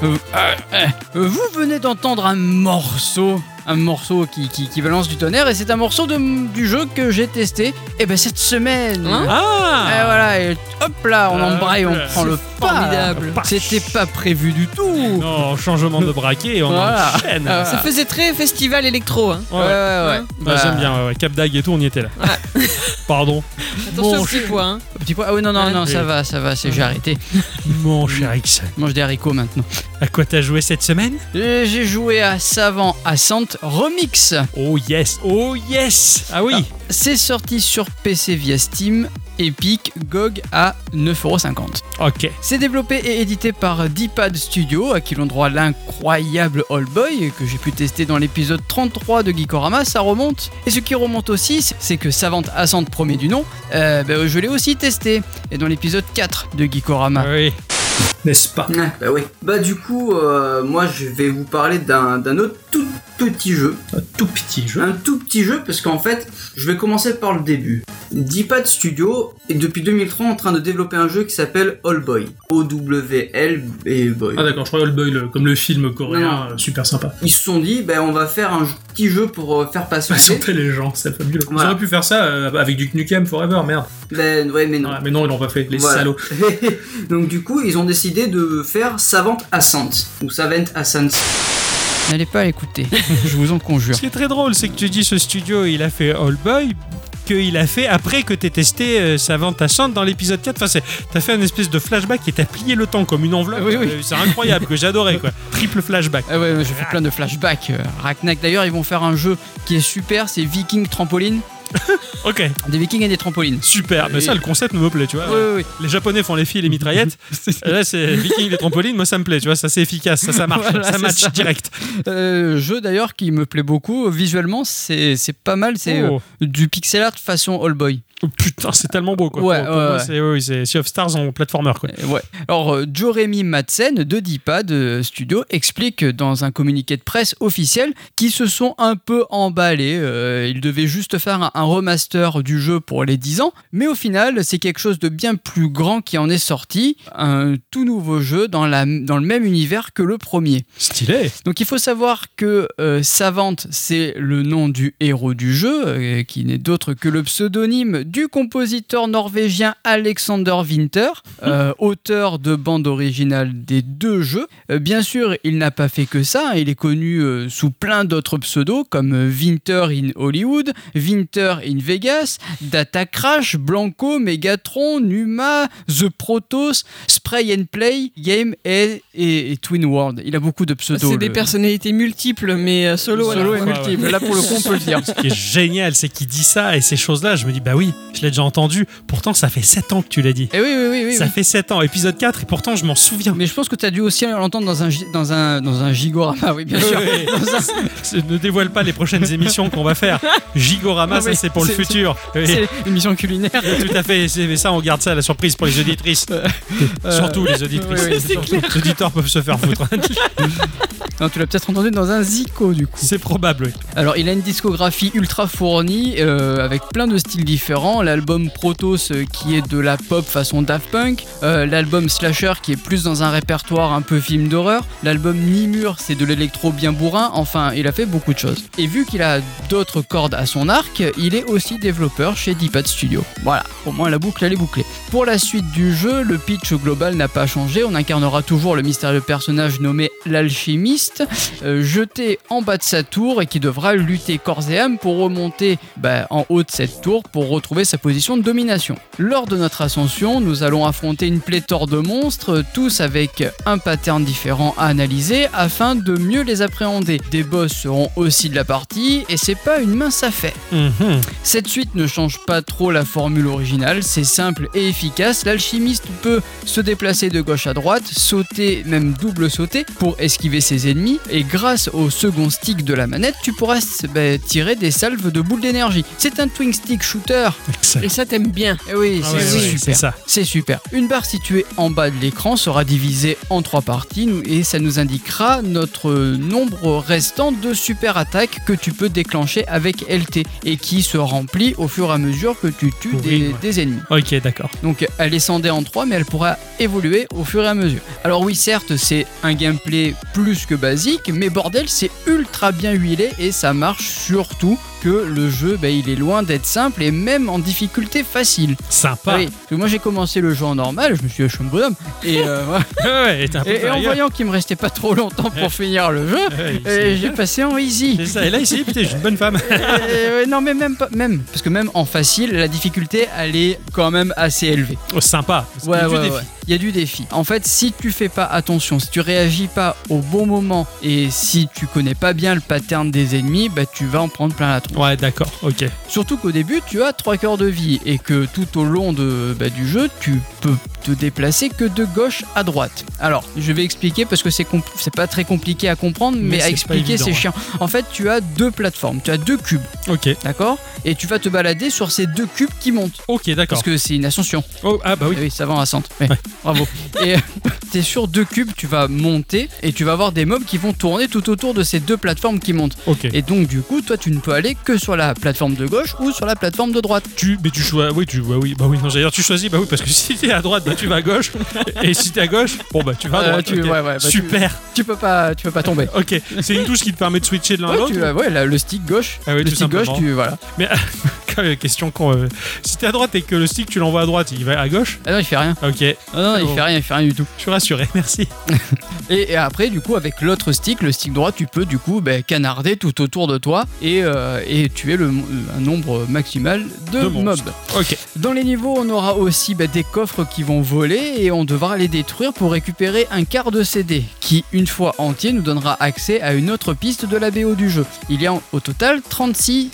[SPEAKER 2] Euh, euh, euh, vous venez d'entendre un morceau, un morceau qui, qui, qui balance du tonnerre, et c'est un morceau de- du jeu que j'ai testé et ben cette semaine.
[SPEAKER 3] Hein
[SPEAKER 1] Ah Euh,
[SPEAKER 2] et voilà, et hop là, on
[SPEAKER 1] Hop
[SPEAKER 2] embraye, on
[SPEAKER 1] là.
[SPEAKER 2] prend le
[SPEAKER 3] C'est
[SPEAKER 2] pas.
[SPEAKER 3] formidable.
[SPEAKER 1] Paf.
[SPEAKER 2] C'était pas prévu du tout.
[SPEAKER 1] Non, changement de braquet, on
[SPEAKER 2] Voilà.
[SPEAKER 1] enchaîne.
[SPEAKER 2] Ah,
[SPEAKER 3] Ça faisait très festival électro. hein.
[SPEAKER 1] Ouais, ouais.
[SPEAKER 2] ouais, ouais.
[SPEAKER 1] Bah,
[SPEAKER 2] Bah,
[SPEAKER 1] J'aime bien, ouais, ouais. Cap Dag et tout, on y était là. [laughs] Pardon.
[SPEAKER 3] Attention
[SPEAKER 2] Bon,
[SPEAKER 3] aux petits pois. hein.
[SPEAKER 2] Petit pois. Ah oui, non, non, non,
[SPEAKER 1] Oui.
[SPEAKER 2] ça va, ça va, c'est j'ai arrêté.
[SPEAKER 1] Mon cher Ixon,
[SPEAKER 2] Je mange des haricots maintenant.
[SPEAKER 1] à quoi t'as joué cette semaine
[SPEAKER 2] Et J'ai joué à Savant Ascent Remix.
[SPEAKER 1] Oh yes, oh yes Ah oui
[SPEAKER 2] C'est sorti sur PC via Steam, Epic, GOG à 9,50€.
[SPEAKER 1] Ok.
[SPEAKER 2] C'est développé et édité par D-Pad Studio, à qui l'on droit l'incroyable All Boy, que j'ai pu tester dans l'épisode 33 de Geekorama, ça remonte. Et ce qui remonte aussi, c'est que Savant Ascent, premier du nom, euh, ben, je l'ai aussi testé, et dans l'épisode 4 de Geekorama.
[SPEAKER 1] Oui. N'est-ce pas
[SPEAKER 5] Ouais, bah oui. Bah du coup, euh, moi je vais vous parler d'un d'un autre tout petit jeu.
[SPEAKER 1] Un tout petit jeu.
[SPEAKER 5] Un tout petit jeu parce qu'en fait, je vais commencer par le début. D-Pad Studio est depuis 2003 en train de développer un jeu qui s'appelle All Boy. O-W-L et Boy.
[SPEAKER 6] Ah d'accord, je crois Old Boy, le- comme le film coréen,
[SPEAKER 5] Non.
[SPEAKER 6] euh, super sympa.
[SPEAKER 5] Ils se sont dit, ben on va faire un petit jeu pour euh, faire
[SPEAKER 6] [laughs]
[SPEAKER 5] patienter.
[SPEAKER 6] Patienter les gens, c'est fabuleux. Ils
[SPEAKER 5] Voilà.
[SPEAKER 6] auraient pu faire ça euh, avec du Knukem Forever, merde.
[SPEAKER 5] ben ouais, mais non.
[SPEAKER 6] Ouais, mais non, ils l'ont pas fait, les
[SPEAKER 5] Voilà.
[SPEAKER 6] salauds.
[SPEAKER 5] [laughs] Donc du coup, ils ont décidé de faire Savant Ascent ou Savant Ascent.
[SPEAKER 2] N'allez pas l'écouter, je vous en conjure.
[SPEAKER 1] Ce qui est très drôle, c'est que tu dis ce studio, il a fait All Boy, qu'il a fait après que t'aies testé euh, sa vente à Chante dans l'épisode 4. Enfin, c'est- t'as fait un espèce de flashback et t'as plié le temps comme une enveloppe.
[SPEAKER 2] Oui, oui.
[SPEAKER 1] Euh, C'est incroyable, que j'adorais
[SPEAKER 2] [laughs]
[SPEAKER 1] quoi. Triple flashback.
[SPEAKER 2] Ah ouais, ouais, je fais plein de flashbacks. euh, Ragnac d'ailleurs, ils vont faire un jeu qui est super, c'est Viking Trampoline.
[SPEAKER 1] Ok,
[SPEAKER 2] Des Vikings et des trampolines.
[SPEAKER 1] super. Mais ça, le concept me plaît, tu vois.
[SPEAKER 2] Oui, oui, oui.
[SPEAKER 1] Les Japonais font les filles et les
[SPEAKER 2] [laughs]
[SPEAKER 1] mitraillettes. Et là, c'est Viking, les trampolines. Moi, ça me plaît, tu vois. Ça, c'est efficace. Ça, ça marche.
[SPEAKER 2] Voilà,
[SPEAKER 1] ça
[SPEAKER 2] c'est
[SPEAKER 1] match
[SPEAKER 2] ça.
[SPEAKER 1] direct.
[SPEAKER 2] Euh, jeu d'ailleurs qui me plaît beaucoup. Visuellement, c'est c'est pas mal. C'est
[SPEAKER 1] Oh.
[SPEAKER 2] euh, du pixel art façon All Boy.
[SPEAKER 1] Oh, Putain, c'est tellement beau, quoi.
[SPEAKER 2] Ouais,
[SPEAKER 1] Pour- pour
[SPEAKER 2] ouais,
[SPEAKER 1] moi,
[SPEAKER 2] ouais.
[SPEAKER 1] c'est oui, c'est Sea of Stars en platformer, quoi.
[SPEAKER 2] Euh, ouais. Alors, euh, Jeremy Madsen de D-Pad euh, Studio explique dans un communiqué de presse officiel qu'ils se sont un peu emballés. euh, ils devaient juste faire un, un remaster du jeu pour les 10 ans, mais au final, c'est quelque chose de bien plus grand qui en est sorti. Un tout nouveau jeu dans, la, dans le même univers que le premier.
[SPEAKER 1] Stylé.
[SPEAKER 2] Donc il faut savoir que euh, Savante, c'est le nom du héros du jeu, euh, qui n'est d'autre que le pseudonyme du compositeur norvégien Alexander Winter, euh, auteur de bande originale des deux jeux. Euh, bien sûr, il n'a pas fait que ça, il est connu euh, sous plein d'autres pseudos comme euh, Winter in Hollywood, Winter in Vegas, Data Crash, Blanco, Megatron, Numa, The Protoss, Spray and Play, Game et, et- et Twin World. Il a beaucoup de pseudos.
[SPEAKER 3] C'est des
[SPEAKER 2] le-
[SPEAKER 3] personnalités multiples, mais euh, solo. à la
[SPEAKER 2] Solo
[SPEAKER 3] fois.
[SPEAKER 2] et
[SPEAKER 1] Ouais,
[SPEAKER 2] multiple. Là, pour le coup, on peut le dire.
[SPEAKER 1] Ce qui est génial, c'est qu'il dit ça et ces choses-là. Je me dis, bah oui, je l'ai déjà entendu. Pourtant, ça fait 7 ans que tu l'as dit.
[SPEAKER 2] Eh oui, oui, oui. oui,
[SPEAKER 1] ça
[SPEAKER 2] oui.
[SPEAKER 1] fait 7 ans, épisode 4, et pourtant, je m'en souviens.
[SPEAKER 2] [laughs] Mais je pense que tu as dû aussi l'entendre dans un, gi- dans un, dans un gigorama, [laughs] oui, [laughs] bien sûr.
[SPEAKER 1] Ouais. [laughs]
[SPEAKER 2] Dans un-
[SPEAKER 1] C'est- ne dévoile pas les prochaines émissions qu'on va faire. Gigorama,
[SPEAKER 2] Non,
[SPEAKER 1] ça
[SPEAKER 2] mais
[SPEAKER 1] c'est pour le
[SPEAKER 2] c'est-
[SPEAKER 1] futur. Oui,
[SPEAKER 2] C'est une mission culinaire.
[SPEAKER 1] Tout à fait, c'est- mais ça on garde ça à la surprise pour les auditrices. Euh, Surtout les auditrices.
[SPEAKER 2] oui, oui, c'est
[SPEAKER 1] les auditeurs peuvent se faire
[SPEAKER 2] [laughs]
[SPEAKER 1] foutre.
[SPEAKER 2] Non, tu l'as peut-être entendu dans un Zico, du coup.
[SPEAKER 1] c'est probable, oui.
[SPEAKER 2] Alors, il a une discographie ultra fournie, euh, avec plein de styles différents. L'album Protos, euh, qui est de la pop façon Daft Punk. Euh, L'album Slasher, qui est plus dans un répertoire un peu film d'horreur. L'album Nimur, c'est de l'électro bien bourrin. Enfin, il a fait beaucoup de choses. Et vu qu'il a d'autres cordes à son arc, il est aussi développeur chez Deepad Studio. Voilà, au moins la boucle, elle est bouclée. Pour la suite du jeu, le pitch global n'a pas changé. On incarnera toujours le mystérieux personnage nommé l'alchimiste, euh, jeté en bas de sa tour et qui devra lutter corps et âme pour remonter bah, en haut de cette tour pour retrouver sa position de domination. Lors de notre ascension, nous allons affronter une pléthore de monstres, euh, tous avec un pattern différent à analyser afin de mieux les appréhender. Des boss seront aussi de la partie et c'est pas une mince affaire.
[SPEAKER 1] Mhm.
[SPEAKER 2] Cette suite ne change pas trop la formule originale, c'est simple et efficace. L'alchimiste peut se déplacer de gauche à droite, sauter, même double sauter, pour esquiver ses ennemis. Et grâce au second ben, stick de la manette, tu pourras s- bah, tirer des salves de boules d'énergie. C'est un twin stick shooter
[SPEAKER 1] Excellent.
[SPEAKER 3] Et ça, t'aimes bien.
[SPEAKER 2] Eh oui,
[SPEAKER 1] Ah
[SPEAKER 2] c'est
[SPEAKER 1] ouais,
[SPEAKER 2] c'est
[SPEAKER 1] ouais, c'est
[SPEAKER 2] super.
[SPEAKER 1] ça.
[SPEAKER 2] C'est super. Une barre située en bas de l'écran sera divisée en trois parties nous- et ça nous indiquera notre euh, nombre restant de super attaques que tu peux déclencher avec LT et qui se remplit au fur et à mesure que tu tues
[SPEAKER 1] Oui,
[SPEAKER 2] des,
[SPEAKER 1] ouais.
[SPEAKER 2] des ennemis.
[SPEAKER 1] Ok, d'accord.
[SPEAKER 2] Donc elle est scindée en trois, mais elle pourra évoluer au fur et à mesure. Alors oui, certes, c'est un gameplay plus que basique, mais bordel, c'est ultra bien huilé et ça marche surtout que le jeu, ben, il est loin d'être simple et même en difficulté facile.
[SPEAKER 1] Sympa.
[SPEAKER 2] Oui, parce que moi j'ai commencé le jeu en normal, je me suis dit, je suis un bonhomme, et, euh,
[SPEAKER 1] [laughs]
[SPEAKER 2] voilà.
[SPEAKER 1] Ah Ouais, t'es un peu
[SPEAKER 2] Et- et en
[SPEAKER 1] furieux.
[SPEAKER 2] voyant qu'il me restait pas trop longtemps
[SPEAKER 1] [laughs]
[SPEAKER 2] pour finir le jeu,
[SPEAKER 1] Ouais,
[SPEAKER 2] euh,
[SPEAKER 1] c'est-
[SPEAKER 2] j'ai passé en easy.
[SPEAKER 1] c'est ça. Et là, ici, putain, j'ai une bonne
[SPEAKER 2] [laughs]
[SPEAKER 1] femme.
[SPEAKER 2] Euh, ouais, non mais même pas, même, parce que même en facile, la difficulté elle est quand même assez élevée.
[SPEAKER 1] Oh, sympa. Parce qu'il y
[SPEAKER 2] Ouais,
[SPEAKER 1] a du
[SPEAKER 2] ouais,
[SPEAKER 1] défi.
[SPEAKER 2] ouais. Il y a du défi. En fait, si tu fais pas attention, si tu réagis pas au bon moment et si tu connais pas bien le pattern des ennemis, bah tu vas en prendre plein la tronche.
[SPEAKER 1] Ouais, d'accord, ok.
[SPEAKER 2] Surtout qu'au début, tu as 3 cœurs de vie et que tout au long de, bah, du jeu, tu peux te déplacer que de gauche à droite. Alors, je vais expliquer parce que c'est compl- c'est pas très compliqué à comprendre,
[SPEAKER 1] Mais
[SPEAKER 2] mais, à
[SPEAKER 1] c'est pas évident,
[SPEAKER 2] expliquer
[SPEAKER 1] hein.
[SPEAKER 2] c'est
[SPEAKER 1] ouais.
[SPEAKER 2] chiant. En fait, tu as deux plateformes, tu as deux cubes,
[SPEAKER 1] Ok,
[SPEAKER 2] d'accord Et tu vas te balader sur ces deux cubes qui montent
[SPEAKER 1] ok, d'accord.
[SPEAKER 2] parce que c'est une ascension.
[SPEAKER 1] Oh, ah bah oui.
[SPEAKER 2] Ah Oui, ça va en ascente. Ouais,
[SPEAKER 1] [laughs]
[SPEAKER 2] Bravo. Et euh, t'es sur deux cubes, tu vas monter et tu vas avoir des mobs qui vont tourner tout autour de ces deux plateformes qui montent.
[SPEAKER 1] Ok.
[SPEAKER 2] Et donc du coup, toi, tu ne peux aller que sur la plateforme de gauche ou sur la plateforme de droite.
[SPEAKER 1] Tu, mais tu choisis, oui, tu, bah oui, bah oui, non, j'allais dire, tu choisis, bah oui, parce que [laughs] si t'es à droite, bah tu vas à gauche, et si t'es à gauche, bon bah tu vas à
[SPEAKER 2] Euh,
[SPEAKER 1] droite.
[SPEAKER 2] tu-
[SPEAKER 1] ok.
[SPEAKER 2] ouais, ouais, bah, tu-
[SPEAKER 1] Super,
[SPEAKER 2] Tu peux pas, tu peux pas tomber.
[SPEAKER 1] ok. C'est une touche qui te permet de switcher de l'un à
[SPEAKER 2] Ouais,
[SPEAKER 1] l'autre.
[SPEAKER 2] tu- ouais, là, le stick gauche,
[SPEAKER 1] Ah oui,
[SPEAKER 2] le
[SPEAKER 1] tout
[SPEAKER 2] stick gauche,
[SPEAKER 1] simplement.
[SPEAKER 2] tu voilà.
[SPEAKER 1] Mais [laughs] quelle question con. euh, Si t'es à droite et que le stick tu l'envoies à droite, il va à gauche.
[SPEAKER 2] Ah non, il fait rien.
[SPEAKER 1] Ok, je
[SPEAKER 2] Ah non, il
[SPEAKER 1] bon.
[SPEAKER 2] fait rien, il fait rien du tout.
[SPEAKER 1] suis rassuré, [laughs] merci.
[SPEAKER 2] Et, et après, du coup, avec l'autre stick, le stick droit, tu peux du coup ben, canarder tout autour de toi et, euh, et tuer le, un nombre maximal de,
[SPEAKER 1] De
[SPEAKER 2] mobs.
[SPEAKER 1] monstres. Ok,
[SPEAKER 2] Dans les niveaux, on aura aussi bah, des coffres qui vont voler et on devra les détruire pour récupérer un quart de CD qui, une fois entier, nous donnera accès à une autre piste de la BO du jeu. Il y a en- au total 36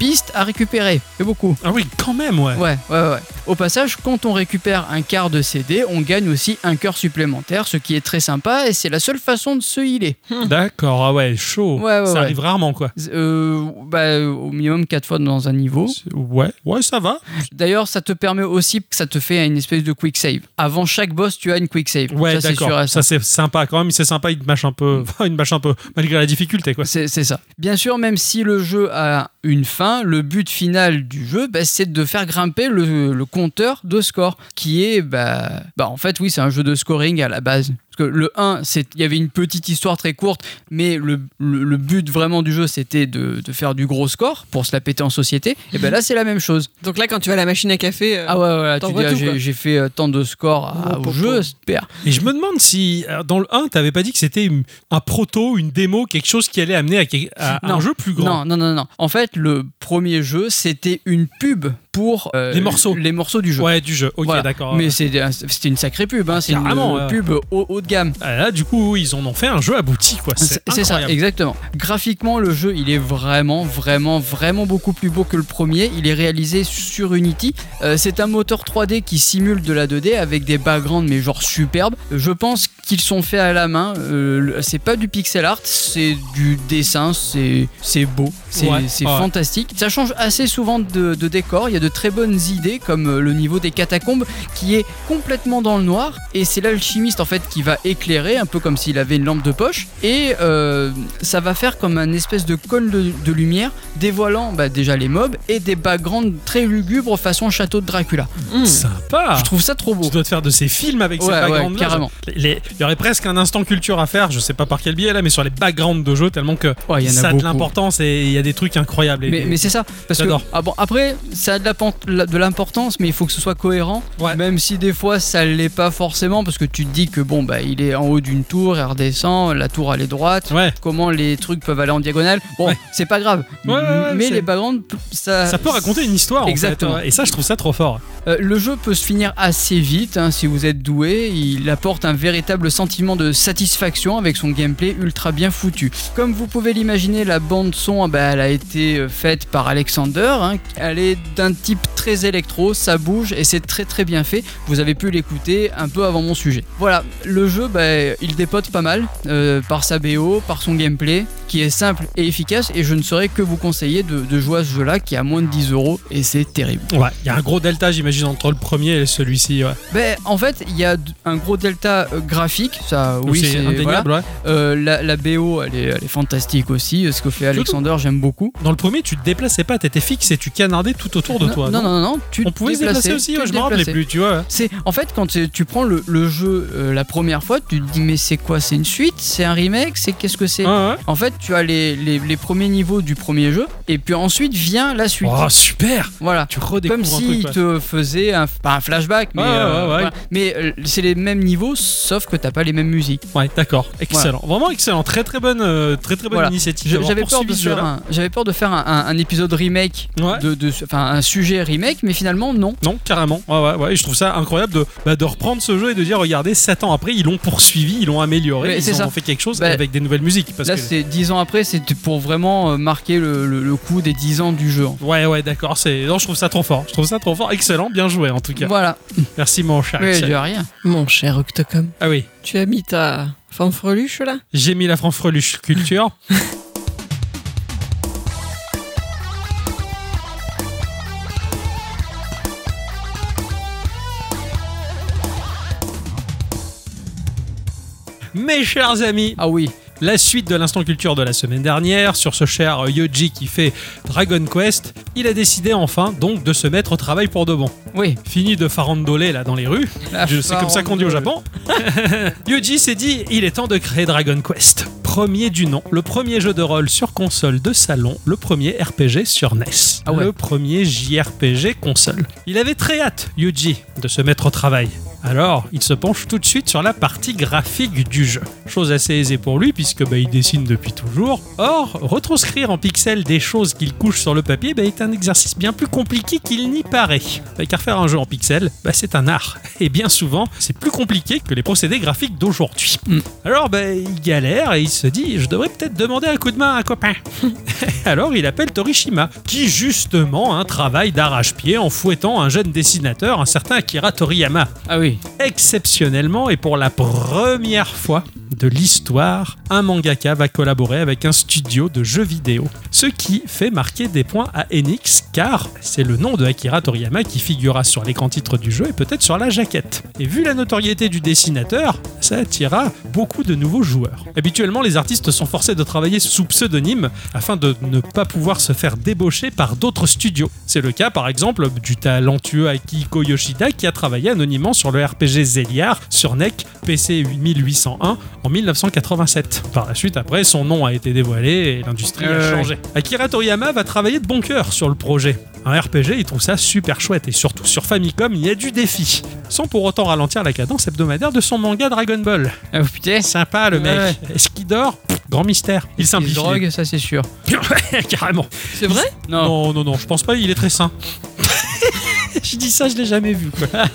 [SPEAKER 2] pistes à récupérer. C'est beaucoup.
[SPEAKER 1] ah oui, quand même, ouais.
[SPEAKER 2] Ouais, ouais, ouais. Au passage, quand on récupère un quart de CD, on gagne aussi un cœur supplémentaire, ce qui est très sympa et c'est la seule façon de se healer.
[SPEAKER 1] D'accord, ah ouais, chaud.
[SPEAKER 2] Ouais, ouais,
[SPEAKER 1] Ça
[SPEAKER 2] ouais.
[SPEAKER 1] arrive rarement, quoi.
[SPEAKER 2] Euh, bah, au minimum 4 fois dans un niveau.
[SPEAKER 1] C'est- Ouais, ouais, ça va.
[SPEAKER 2] D'ailleurs, ça te permet aussi que ça te fait une espèce de quick save. Avant chaque boss, tu as une quick save.
[SPEAKER 1] Ouais,
[SPEAKER 2] Ça, c'est sûr
[SPEAKER 1] d'accord.
[SPEAKER 2] et
[SPEAKER 1] Ça, c'est sympa quand même. C'est sympa, il te mâche un peu. [laughs] Enfin, il te mâche un peu, malgré la difficulté, quoi.
[SPEAKER 2] C'est c'est ça. Bien sûr, même si le jeu a une fin, le but final du jeu, bah, c'est de faire grimper le, le compteur de score, qui est, bah, bah, en fait, oui, c'est un jeu de scoring à la base. Parce que le 1, c'est- il y avait une petite histoire très courte, mais le, le- le but vraiment du jeu, c'était de, de faire du gros score pour se la péter en société. Et ben là, c'est la même chose.
[SPEAKER 3] Donc là, quand tu vas à la machine à café, euh,
[SPEAKER 2] Ah ouais, ouais, tu
[SPEAKER 3] T'en
[SPEAKER 2] dis,
[SPEAKER 3] vois
[SPEAKER 2] ah,
[SPEAKER 3] tout,
[SPEAKER 2] j'ai-
[SPEAKER 3] quoi.
[SPEAKER 2] j'ai fait euh, tant de scores à-
[SPEAKER 3] Oh,
[SPEAKER 2] au
[SPEAKER 3] popo.
[SPEAKER 2] jeu, super.
[SPEAKER 1] Et je me demande si, alors, dans le 1, t'avais pas dit que c'était une- un proto, une démo, quelque chose qui allait amener à, quelque- à
[SPEAKER 2] Non.
[SPEAKER 1] un jeu plus grand.
[SPEAKER 2] Non, non, non, non. En fait, le premier jeu, c'était une pub pour euh,
[SPEAKER 1] Les morceaux.
[SPEAKER 2] les morceaux du jeu.
[SPEAKER 1] Ouais, du jeu. Ok,
[SPEAKER 2] Voilà.
[SPEAKER 1] d'accord.
[SPEAKER 2] Mais c'est- euh, c'était une sacrée pub, hein. c'est une
[SPEAKER 1] Carrément,
[SPEAKER 2] euh,
[SPEAKER 1] ouais.
[SPEAKER 2] pub haut, haut de gamme.
[SPEAKER 1] Ah, là, du coup, ils en ont fait un jeu abouti, quoi. C'est
[SPEAKER 2] C'est ça,
[SPEAKER 1] incroyable.
[SPEAKER 2] exactement. Graphiquement, le jeu, il est vraiment, vraiment, vraiment beaucoup plus beau que le premier. Il est réalisé sur Unity. Euh, c'est un moteur 3D qui simule de la 2D avec des backgrounds, mais genre superbes. Je pense qu'ils sont faits à la main. Euh, le- c'est pas du pixel art, c'est du dessin, c'est c'est beau, c'est
[SPEAKER 1] Ouais,
[SPEAKER 2] c'est
[SPEAKER 1] ouais.
[SPEAKER 2] fantastique. Ça change assez souvent de, de décor. Il y a de très bonnes idées, comme euh, le niveau des catacombes qui est complètement dans le noir et c'est l'alchimiste en fait qui va éclairer un peu comme s'il avait une lampe de poche et euh, ça va faire comme un espèce de cône de, de lumière dévoilant bah, déjà les mobs et des backgrounds très lugubres façon château de Dracula.
[SPEAKER 3] hmm.
[SPEAKER 1] Sympa.
[SPEAKER 2] mmh. Je trouve ça trop beau.
[SPEAKER 1] Tu dois te faire de ces films avec ces
[SPEAKER 2] Ouais, ouais,
[SPEAKER 1] backgrounds
[SPEAKER 2] carrément.
[SPEAKER 1] Il y aurait presque un instant culture à faire, je sais pas par quel biais là, mais sur les backgrounds de jeux, tellement que
[SPEAKER 2] Ouais, il y en a
[SPEAKER 1] ça a de
[SPEAKER 2] beaucoup.
[SPEAKER 1] l'importance et il y a des trucs incroyables. Et-
[SPEAKER 2] Mais, mais c'est ça, parce que
[SPEAKER 1] J'adore.
[SPEAKER 2] ah bon, après ça a de la pan- la- de l'importance, mais il faut que ce soit cohérent.
[SPEAKER 1] Ouais.
[SPEAKER 2] Même si des fois ça l'est pas forcément, parce que tu te dis que bon bah il est en haut d'une tour, elle redescend, la tour elle est droite,
[SPEAKER 1] Ouais,
[SPEAKER 2] comment les trucs peuvent aller en diagonale. Bon,
[SPEAKER 1] Ouais.
[SPEAKER 2] c'est pas grave.
[SPEAKER 1] Ouais, ouais, ouais,
[SPEAKER 2] mais
[SPEAKER 1] c'est-
[SPEAKER 2] les backgrounds, ça.
[SPEAKER 1] ça peut raconter une histoire en
[SPEAKER 2] Euh, Exactement.
[SPEAKER 1] fait. ouais. Et ça, je trouve ça trop fort.
[SPEAKER 2] Euh, le jeu peut se finir assez vite hein, si vous êtes doué. Il apporte un véritable sentiment de satisfaction avec son gameplay ultra bien foutu. Comme vous pouvez ah l'imaginer, la bande son, bah, elle a été euh, faite par Alexander. hein. Elle est d'un type très très électro, ça bouge et c'est très très bien fait. Vous avez pu l'écouter un peu avant mon sujet. Voilà, le jeu, bah, il dépote pas mal euh, par sa BO, par son gameplay, qui est simple et efficace. Et je ne saurais que vous conseiller de, de jouer à ce jeu-là, qui est à moins de 10 euros et c'est terrible.
[SPEAKER 1] Ouais, il y a un gros delta, j'imagine, entre le premier et celui-ci. Ouais.
[SPEAKER 2] Ben, en fait, il y a d- un gros delta euh, graphique, ça,
[SPEAKER 1] Donc
[SPEAKER 2] oui,
[SPEAKER 1] c'est indéniable.
[SPEAKER 2] voilà.
[SPEAKER 1] ouais.
[SPEAKER 2] Euh, la, la BO, elle est, elle est fantastique aussi. Euh, Ce que fait Alexander, j'aime beaucoup.
[SPEAKER 1] Dans le premier, tu te déplaçais pas, t'étais fixe et tu canardais tout autour de
[SPEAKER 2] non,
[SPEAKER 1] toi.
[SPEAKER 2] non, non, non, non, tu
[SPEAKER 1] On
[SPEAKER 2] te
[SPEAKER 1] pouvait se déplacer
[SPEAKER 2] déplaçais,
[SPEAKER 1] aussi,
[SPEAKER 2] tu
[SPEAKER 1] ouais,
[SPEAKER 2] te
[SPEAKER 1] je me rappelais
[SPEAKER 2] déplaçais.
[SPEAKER 1] plus, tu vois.
[SPEAKER 2] C'est en fait quand tu tu prends le, le jeu euh, la première fois, tu te dis mais c'est quoi C'est une suite C'est un remake C'est qu'est-ce que c'est
[SPEAKER 1] Ouais, ouais.
[SPEAKER 2] En fait, tu as les, les- les premiers niveaux du premier jeu et puis ensuite vient la suite.
[SPEAKER 1] Oh, super
[SPEAKER 2] Voilà.
[SPEAKER 1] Tu redécouvres
[SPEAKER 2] Comme
[SPEAKER 1] un
[SPEAKER 2] s'il
[SPEAKER 1] truc. ouais.
[SPEAKER 2] te faisait un, pas un flashback, mais,
[SPEAKER 1] Ouais, ouais, ouais, ouais.
[SPEAKER 2] voilà. mais euh, c'est les mêmes niveaux, sauf que t'as pas les mêmes musiques.
[SPEAKER 1] Ouais, d'accord. Excellent. Vraiment excellent. Très très bonne, euh, très très bonne
[SPEAKER 2] Voilà.
[SPEAKER 1] initiative.
[SPEAKER 2] Je-
[SPEAKER 1] d'avoir
[SPEAKER 2] J'avais peur,
[SPEAKER 1] poursuivi
[SPEAKER 2] de
[SPEAKER 1] ce
[SPEAKER 2] faire
[SPEAKER 1] jeu-là.
[SPEAKER 2] un- j'avais peur de faire un, un- un épisode remake,
[SPEAKER 1] hein. Ouais.
[SPEAKER 2] de, de- enfin un sujet remake, mais finalement non.
[SPEAKER 1] Non, carrément. Ouais, ouais, ouais. Et Je trouve ça incroyable de, bah, de reprendre ce jeu et de dire, regardez, 7 ans après, ils l'ont poursuivi, ils l'ont amélioré,
[SPEAKER 2] Mais
[SPEAKER 1] ils
[SPEAKER 2] c'est
[SPEAKER 1] en
[SPEAKER 2] ça.
[SPEAKER 1] ont fait quelque chose
[SPEAKER 2] Bah,
[SPEAKER 1] avec des nouvelles musiques. Parce
[SPEAKER 2] Là,
[SPEAKER 1] que...
[SPEAKER 2] c'est 10 ans après, c'est pour vraiment euh, marquer le, le- le coup des 10 ans du jeu. en
[SPEAKER 1] Ouais, ouais, d'accord. C'est... Non, je trouve ça trop fort. Je trouve ça trop fort. Excellent, bien joué en tout
[SPEAKER 2] fait.
[SPEAKER 1] cas.
[SPEAKER 2] Voilà,
[SPEAKER 1] Merci, mon cher.
[SPEAKER 2] mais
[SPEAKER 1] Axel.
[SPEAKER 2] il y a rien.
[SPEAKER 3] Mon cher Octocom,
[SPEAKER 1] Ah oui,
[SPEAKER 3] tu as mis ta fanfreluche là
[SPEAKER 1] j'ai mis la franfreluche culture. Mes chers amis,
[SPEAKER 2] Ah oui,
[SPEAKER 1] la suite de l'instant culture de la semaine dernière sur ce cher Yoji qui fait Dragon Quest, il a décidé enfin donc de se mettre au travail pour de bon.
[SPEAKER 2] oui.
[SPEAKER 1] Fini de farandoler là dans les rues.
[SPEAKER 2] La
[SPEAKER 1] Je- C'est comme ça qu'on dit au
[SPEAKER 2] Ah, farandole.
[SPEAKER 1] Japon. [laughs] Yuji s'est dit il est temps de créer Dragon Quest. Premier du nom, le premier jeu de rôle sur console de salon, le premier RPG sur NES,
[SPEAKER 2] Ah ouais.
[SPEAKER 1] le premier JRPG console. Il avait très hâte, Yuji, de se mettre au travail. Alors, il se penche tout de suite sur la partie graphique du jeu. Chose assez aisée pour lui puisque bah, il dessine depuis toujours. Or, retranscrire en pixels des choses qu'il couche sur le papier bah, est un exercice bien plus compliqué qu'il n'y paraît. Bah, car faire un jeu en pixels, bah, c'est un art. Et bien souvent, c'est plus compliqué que les procédés graphiques d'aujourd'hui.
[SPEAKER 2] Mm.
[SPEAKER 1] Alors, bah, il galère et il se dit, je devrais peut-être demander un coup de main à un copain. Alors il appelle Torishima, qui justement hein, travaille d'arrache-pied en fouettant un jeune dessinateur, un certain Akira Toriyama.
[SPEAKER 2] Ah oui,
[SPEAKER 1] Exceptionnellement et pour la première fois de l'histoire, un mangaka va collaborer avec un studio de jeux vidéo. Ce qui fait marquer des points à Enix car c'est le nom de Akira Toriyama qui figurera sur l'écran titre du jeu et peut-être sur la jaquette. Et vu la notoriété du dessinateur, ça attirera beaucoup de nouveaux joueurs. Habituellement, les artistes sont forcés de travailler sous pseudonyme afin de ne pas pouvoir se faire débaucher par d'autres studios. C'est le cas par exemple du talentueux Akiko Yoshida qui a travaillé anonymement sur le RPG Zeliar sur E NEC PC 8801 en 1987. Par la suite, après, son nom a été dévoilé et l'industrie
[SPEAKER 2] Euh,
[SPEAKER 1] a changé. Akira Toriyama va travailler de bon cœur sur le projet. Un RPG, il trouve ça super chouette et surtout sur Famicom, il y a du défi, sans pour autant ralentir la cadence hebdomadaire de son manga Dragon Ball.
[SPEAKER 2] ah, putain.
[SPEAKER 1] Sympa le mec.
[SPEAKER 2] Ouais.
[SPEAKER 1] Est-ce qu'il dort Pff, Grand mystère. Il
[SPEAKER 2] Les
[SPEAKER 1] simplifie.
[SPEAKER 2] drogues, ça c'est sûr.
[SPEAKER 1] Ouais, [laughs] Carrément.
[SPEAKER 3] C'est vrai
[SPEAKER 2] Non,
[SPEAKER 1] Non, non, non, je pense pas, il est très sain. [laughs] je dis ça, je l'ai jamais vu. Quoi. [laughs]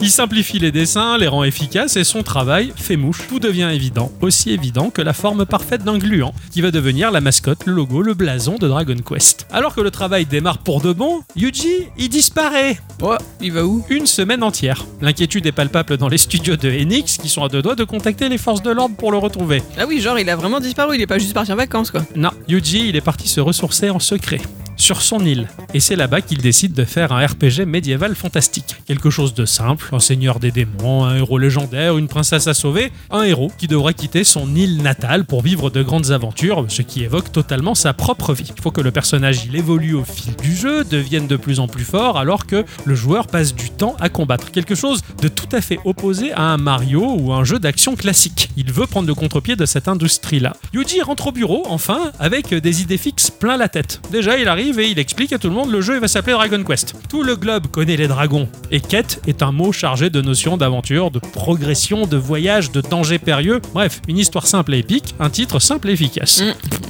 [SPEAKER 1] il simplifie les dessins, les rend efficaces et son travail fait mouche. Tout devient évident, aussi évident que la forme parfaite d'un gluant, qui va devenir la mascotte, le logo, le blason de Dragon Quest. Alors que le travail démarre pour de bon, Yuji, il disparaît
[SPEAKER 2] Ouais, il va où
[SPEAKER 1] une semaine entière. L'inquiétude est palpable dans les studios de Enix, qui sont à deux doigts de contacter les forces de l'ordre pour le retrouver.
[SPEAKER 3] Ah oui, genre il a vraiment disparu, il est pas juste parti en vacances quoi.
[SPEAKER 1] Non, Yuji, il est parti se ressourcer en secret sur son île. Et c'est là-bas qu'il décide de faire un RPG médiéval fantastique. Quelque chose de simple, un seigneur des démons, un héros légendaire, une princesse à sauver, un héros qui devra quitter son île natale pour vivre de grandes aventures, ce qui évoque totalement sa propre vie. Il faut que le personnage il évolue au fil du jeu, devienne de plus en plus fort, alors que le joueur passe du temps à combattre. Quelque chose de tout à fait opposé à un Mario ou un jeu d'action classique. Il veut prendre le contre-pied de cette industrie-là. Yuji rentre au bureau, enfin, avec des idées fixes plein la tête. Déjà, il arrive et il explique à tout le monde le jeu il va s'appeler Dragon Quest. Tout le globe connaît les dragons, et quête est un mot chargé de notions d'aventure, de progression, de voyage, de danger périlleux. Bref, une histoire simple et épique, un titre simple et efficace.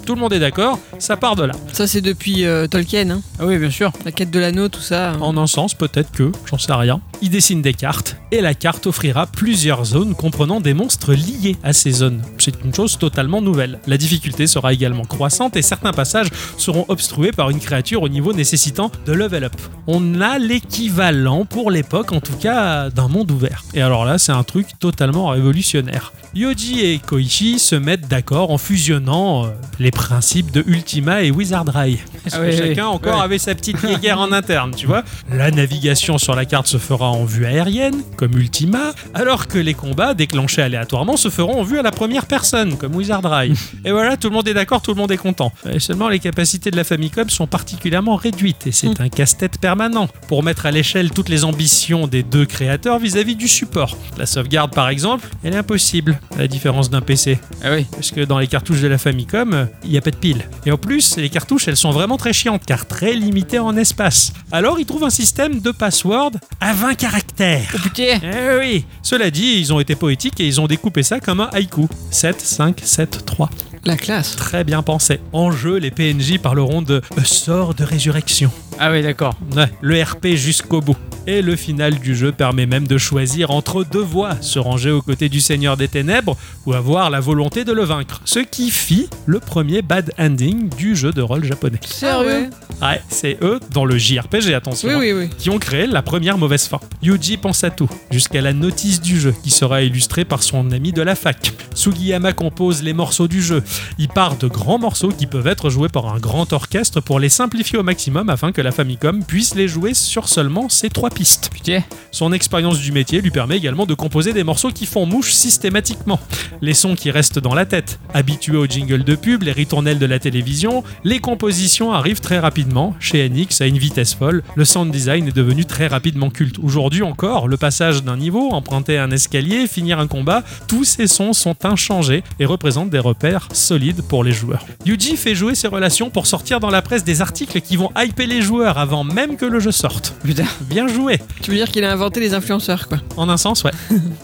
[SPEAKER 1] Tout le monde est d'accord, ça part de là.
[SPEAKER 3] Ça c'est depuis euh, Tolkien, hein.
[SPEAKER 2] Ah oui, bien sûr.
[SPEAKER 1] Oh.
[SPEAKER 3] la quête de l'anneau, tout ça.
[SPEAKER 1] En un sens, peut-être que, j'en sais rien. il dessine des cartes et la carte offrira plusieurs zones comprenant des monstres liés à ces zones. C'est une chose totalement nouvelle. La difficulté sera également croissante et certains passages seront obstrués par une créature au niveau nécessitant de level up. On a l'équivalent pour l'époque en tout cas d'un monde ouvert. Et alors là, c'est un truc totalement révolutionnaire. Yoji et Koichi se mettent d'accord en fusionnant euh, les principes de Ultima et Wizardry. Parce
[SPEAKER 2] Ah
[SPEAKER 1] que
[SPEAKER 2] oui,
[SPEAKER 1] chacun
[SPEAKER 2] oui,
[SPEAKER 1] encore
[SPEAKER 2] ouais.
[SPEAKER 1] avait sa
[SPEAKER 2] [laughs]
[SPEAKER 1] petite guerre en interne, tu vois. La navigation sur la carte se fera en vue aérienne, comme Ultima, alors que les combats déclenchés aléatoirement se feront en vue à la première personne, comme Wizardry. et voilà, tout le monde est d'accord, tout le monde est content. Et seulement, les capacités de la Famicom sont particulièrement réduites et c'est un casse-tête permanent pour mettre à l'échelle toutes les ambitions des deux créateurs vis-à-vis du support. La sauvegarde, par exemple, elle est impossible, à la différence d'un PC
[SPEAKER 2] Ah oui.
[SPEAKER 1] parce que dans les cartouches de la Famicom, euh, il n'y a pas de pile. Et en plus, les cartouches, elles sont vraiment très chiantes, car très limitées en espace. Alors, ils trouvent un système de password à 20 caractères.
[SPEAKER 2] Oh putain
[SPEAKER 1] Eh oui Cela dit, ils ont été poétiques et ils ont découpé ça comme un haïku. 7, 5, 7, 3.
[SPEAKER 3] La classe.
[SPEAKER 1] Très bien pensé. En jeu, les PNJ parleront de « sort de résurrection ».
[SPEAKER 2] Ah oui, d'accord.
[SPEAKER 1] Ouais, le RP jusqu'au bout. Et le final du jeu permet même de choisir entre deux voies, se ranger aux côtés du Seigneur des Ténèbres ou avoir la volonté de le vaincre. Ce qui fit le premier bad ending du jeu de rôle japonais.
[SPEAKER 3] Sérieux
[SPEAKER 1] Ouais, c'est eux, dans le JRPG, attention,
[SPEAKER 3] Oui,
[SPEAKER 1] hein,
[SPEAKER 3] oui, oui.
[SPEAKER 1] qui ont créé la première mauvaise fin. Yuji pense à tout, jusqu'à la notice du jeu, qui sera illustrée par son ami de la fac. Sugiyama compose les morceaux du jeu. Il part de grands morceaux qui peuvent être joués par un grand orchestre pour les simplifier au maximum afin que la Famicom puisse les jouer sur seulement ces trois pistes.
[SPEAKER 2] Putain.
[SPEAKER 1] Son expérience du métier lui permet également de composer des morceaux qui font mouche systématiquement. Les sons qui restent dans la tête. Habitué aux jingles de pub, les ritournelles de la télévision, les compositions arrivent très rapidement. Chez NX, à une vitesse folle, le sound design est devenu très rapidement culte. Aujourd'hui encore, le passage d'un niveau, emprunter un escalier, finir un combat, tous ces sons sont inchangés et représentent des repères solides pour les joueurs. Yuji fait jouer ses relations pour sortir dans la presse des articles qui vont hyper les joueurs avant même que le jeu sorte.
[SPEAKER 2] Putain.
[SPEAKER 1] Bien joué
[SPEAKER 3] Tu veux dire qu'il a inventé les influenceurs, quoi.
[SPEAKER 1] en un sens, ouais.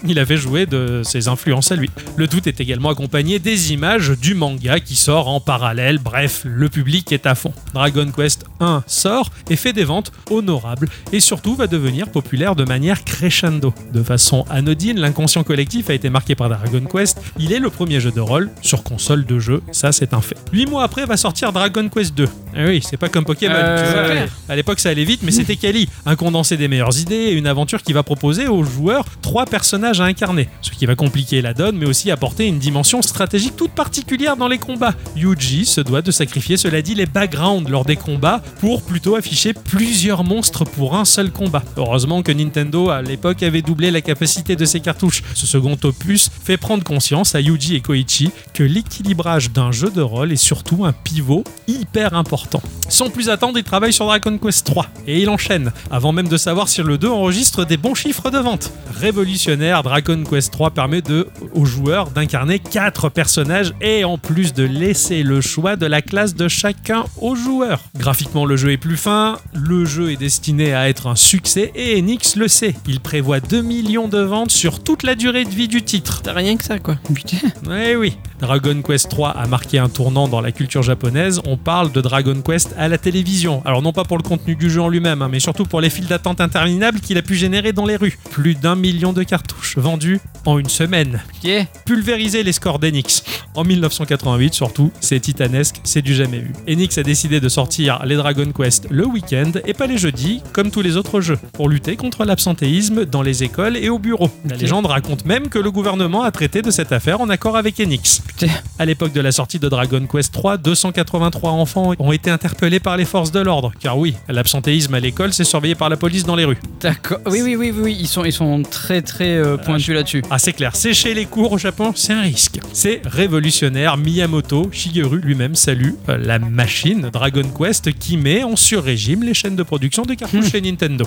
[SPEAKER 1] Il avait joué de ses influences à lui. Le tout est également accompagné des images du manga qui sort en parallèle. Bref, le public est à fond. Dragon Quest 1 sort et fait des ventes honorables et surtout va devenir populaire de manière crescendo. De façon anodine, l'inconscient collectif a été marqué par Dragon Quest. Il est le premier jeu de rôle sur console de jeu, ça c'est un fait. Huit mois après va sortir Dragon Quest 2. Ah oui, c'est pas comme Pokémon.
[SPEAKER 2] Euh,
[SPEAKER 1] tu vois.
[SPEAKER 2] ouais.
[SPEAKER 1] À l'époque, ça allait vite, mais c'était quali. Un condensé des meilleures idées et une aventure qui va proposer aux joueurs trois personnages à incarner. Ce qui va compliquer la donne, mais aussi apporter une dimension stratégique toute particulière dans les combats. Yuji se doit de sacrifier, cela dit, les backgrounds lors des combats pour plutôt afficher plusieurs monstres pour un seul combat. Heureusement que Nintendo, à l'époque, avait doublé la capacité de ses cartouches. Ce second opus fait prendre conscience à Yuji et Koichi que l'équilibrage d'un jeu de rôle est surtout un pivot hyper important. Sans plus attendre, il travaille sur Dragon Quest 3 et il enchaîne, avant même de savoir si le 2 enregistre des bons chiffres de vente. Révolutionnaire, Dragon Quest 3 permet de, aux joueurs d'incarner 4 personnages et en plus de laisser le choix de la classe de chacun aux joueurs. Graphiquement, le jeu est plus fin, le jeu est destiné à être un succès et Enix le sait. Il prévoit 2 millions de ventes sur toute la durée de vie du titre.
[SPEAKER 3] T'as rien que ça, quoi.
[SPEAKER 2] Putain.
[SPEAKER 1] Eh oui, Dragon Quest 3 a marqué un tournant dans la culture japonaise. On parle de Dragon Quest à la télévision. Alors non pas pour le contenu du jeu en lui-même, hein, mais surtout pour les files d'attente interminables qu'il a pu générer dans les rues. Plus d'un million de cartouches vendues en une semaine.
[SPEAKER 2] Putain.
[SPEAKER 1] Pulvériser les scores d'Enix. En 1988 surtout, c'est titanesque, c'est du jamais vu. Enix a décidé de sortir les Dragon Quest le week-end et pas les jeudis, comme tous les autres jeux, pour lutter contre l'absentéisme dans les écoles et au bureau. La légende raconte même que le gouvernement a traité de cette affaire en accord avec Enix.
[SPEAKER 2] Putain.
[SPEAKER 1] À l'époque de la sortie de Dragon Quest 3, 283 enfants ont été interpellés par les forces de l'ordre, car oui, l'absentéisme à l'école, c'est surveillé par la police dans les rues.
[SPEAKER 2] D'accord. Oui, oui, oui, oui, oui, Ils sont, ils sont très, très euh, pointus là-dessus.
[SPEAKER 1] Ah, c'est clair, sécher les cours au Japon, c'est un risque. C'est révolutionnaire. Miyamoto, Shigeru lui-même salue euh, la machine Dragon Quest qui met en sur-régime les chaînes de production de cartouches chez Nintendo.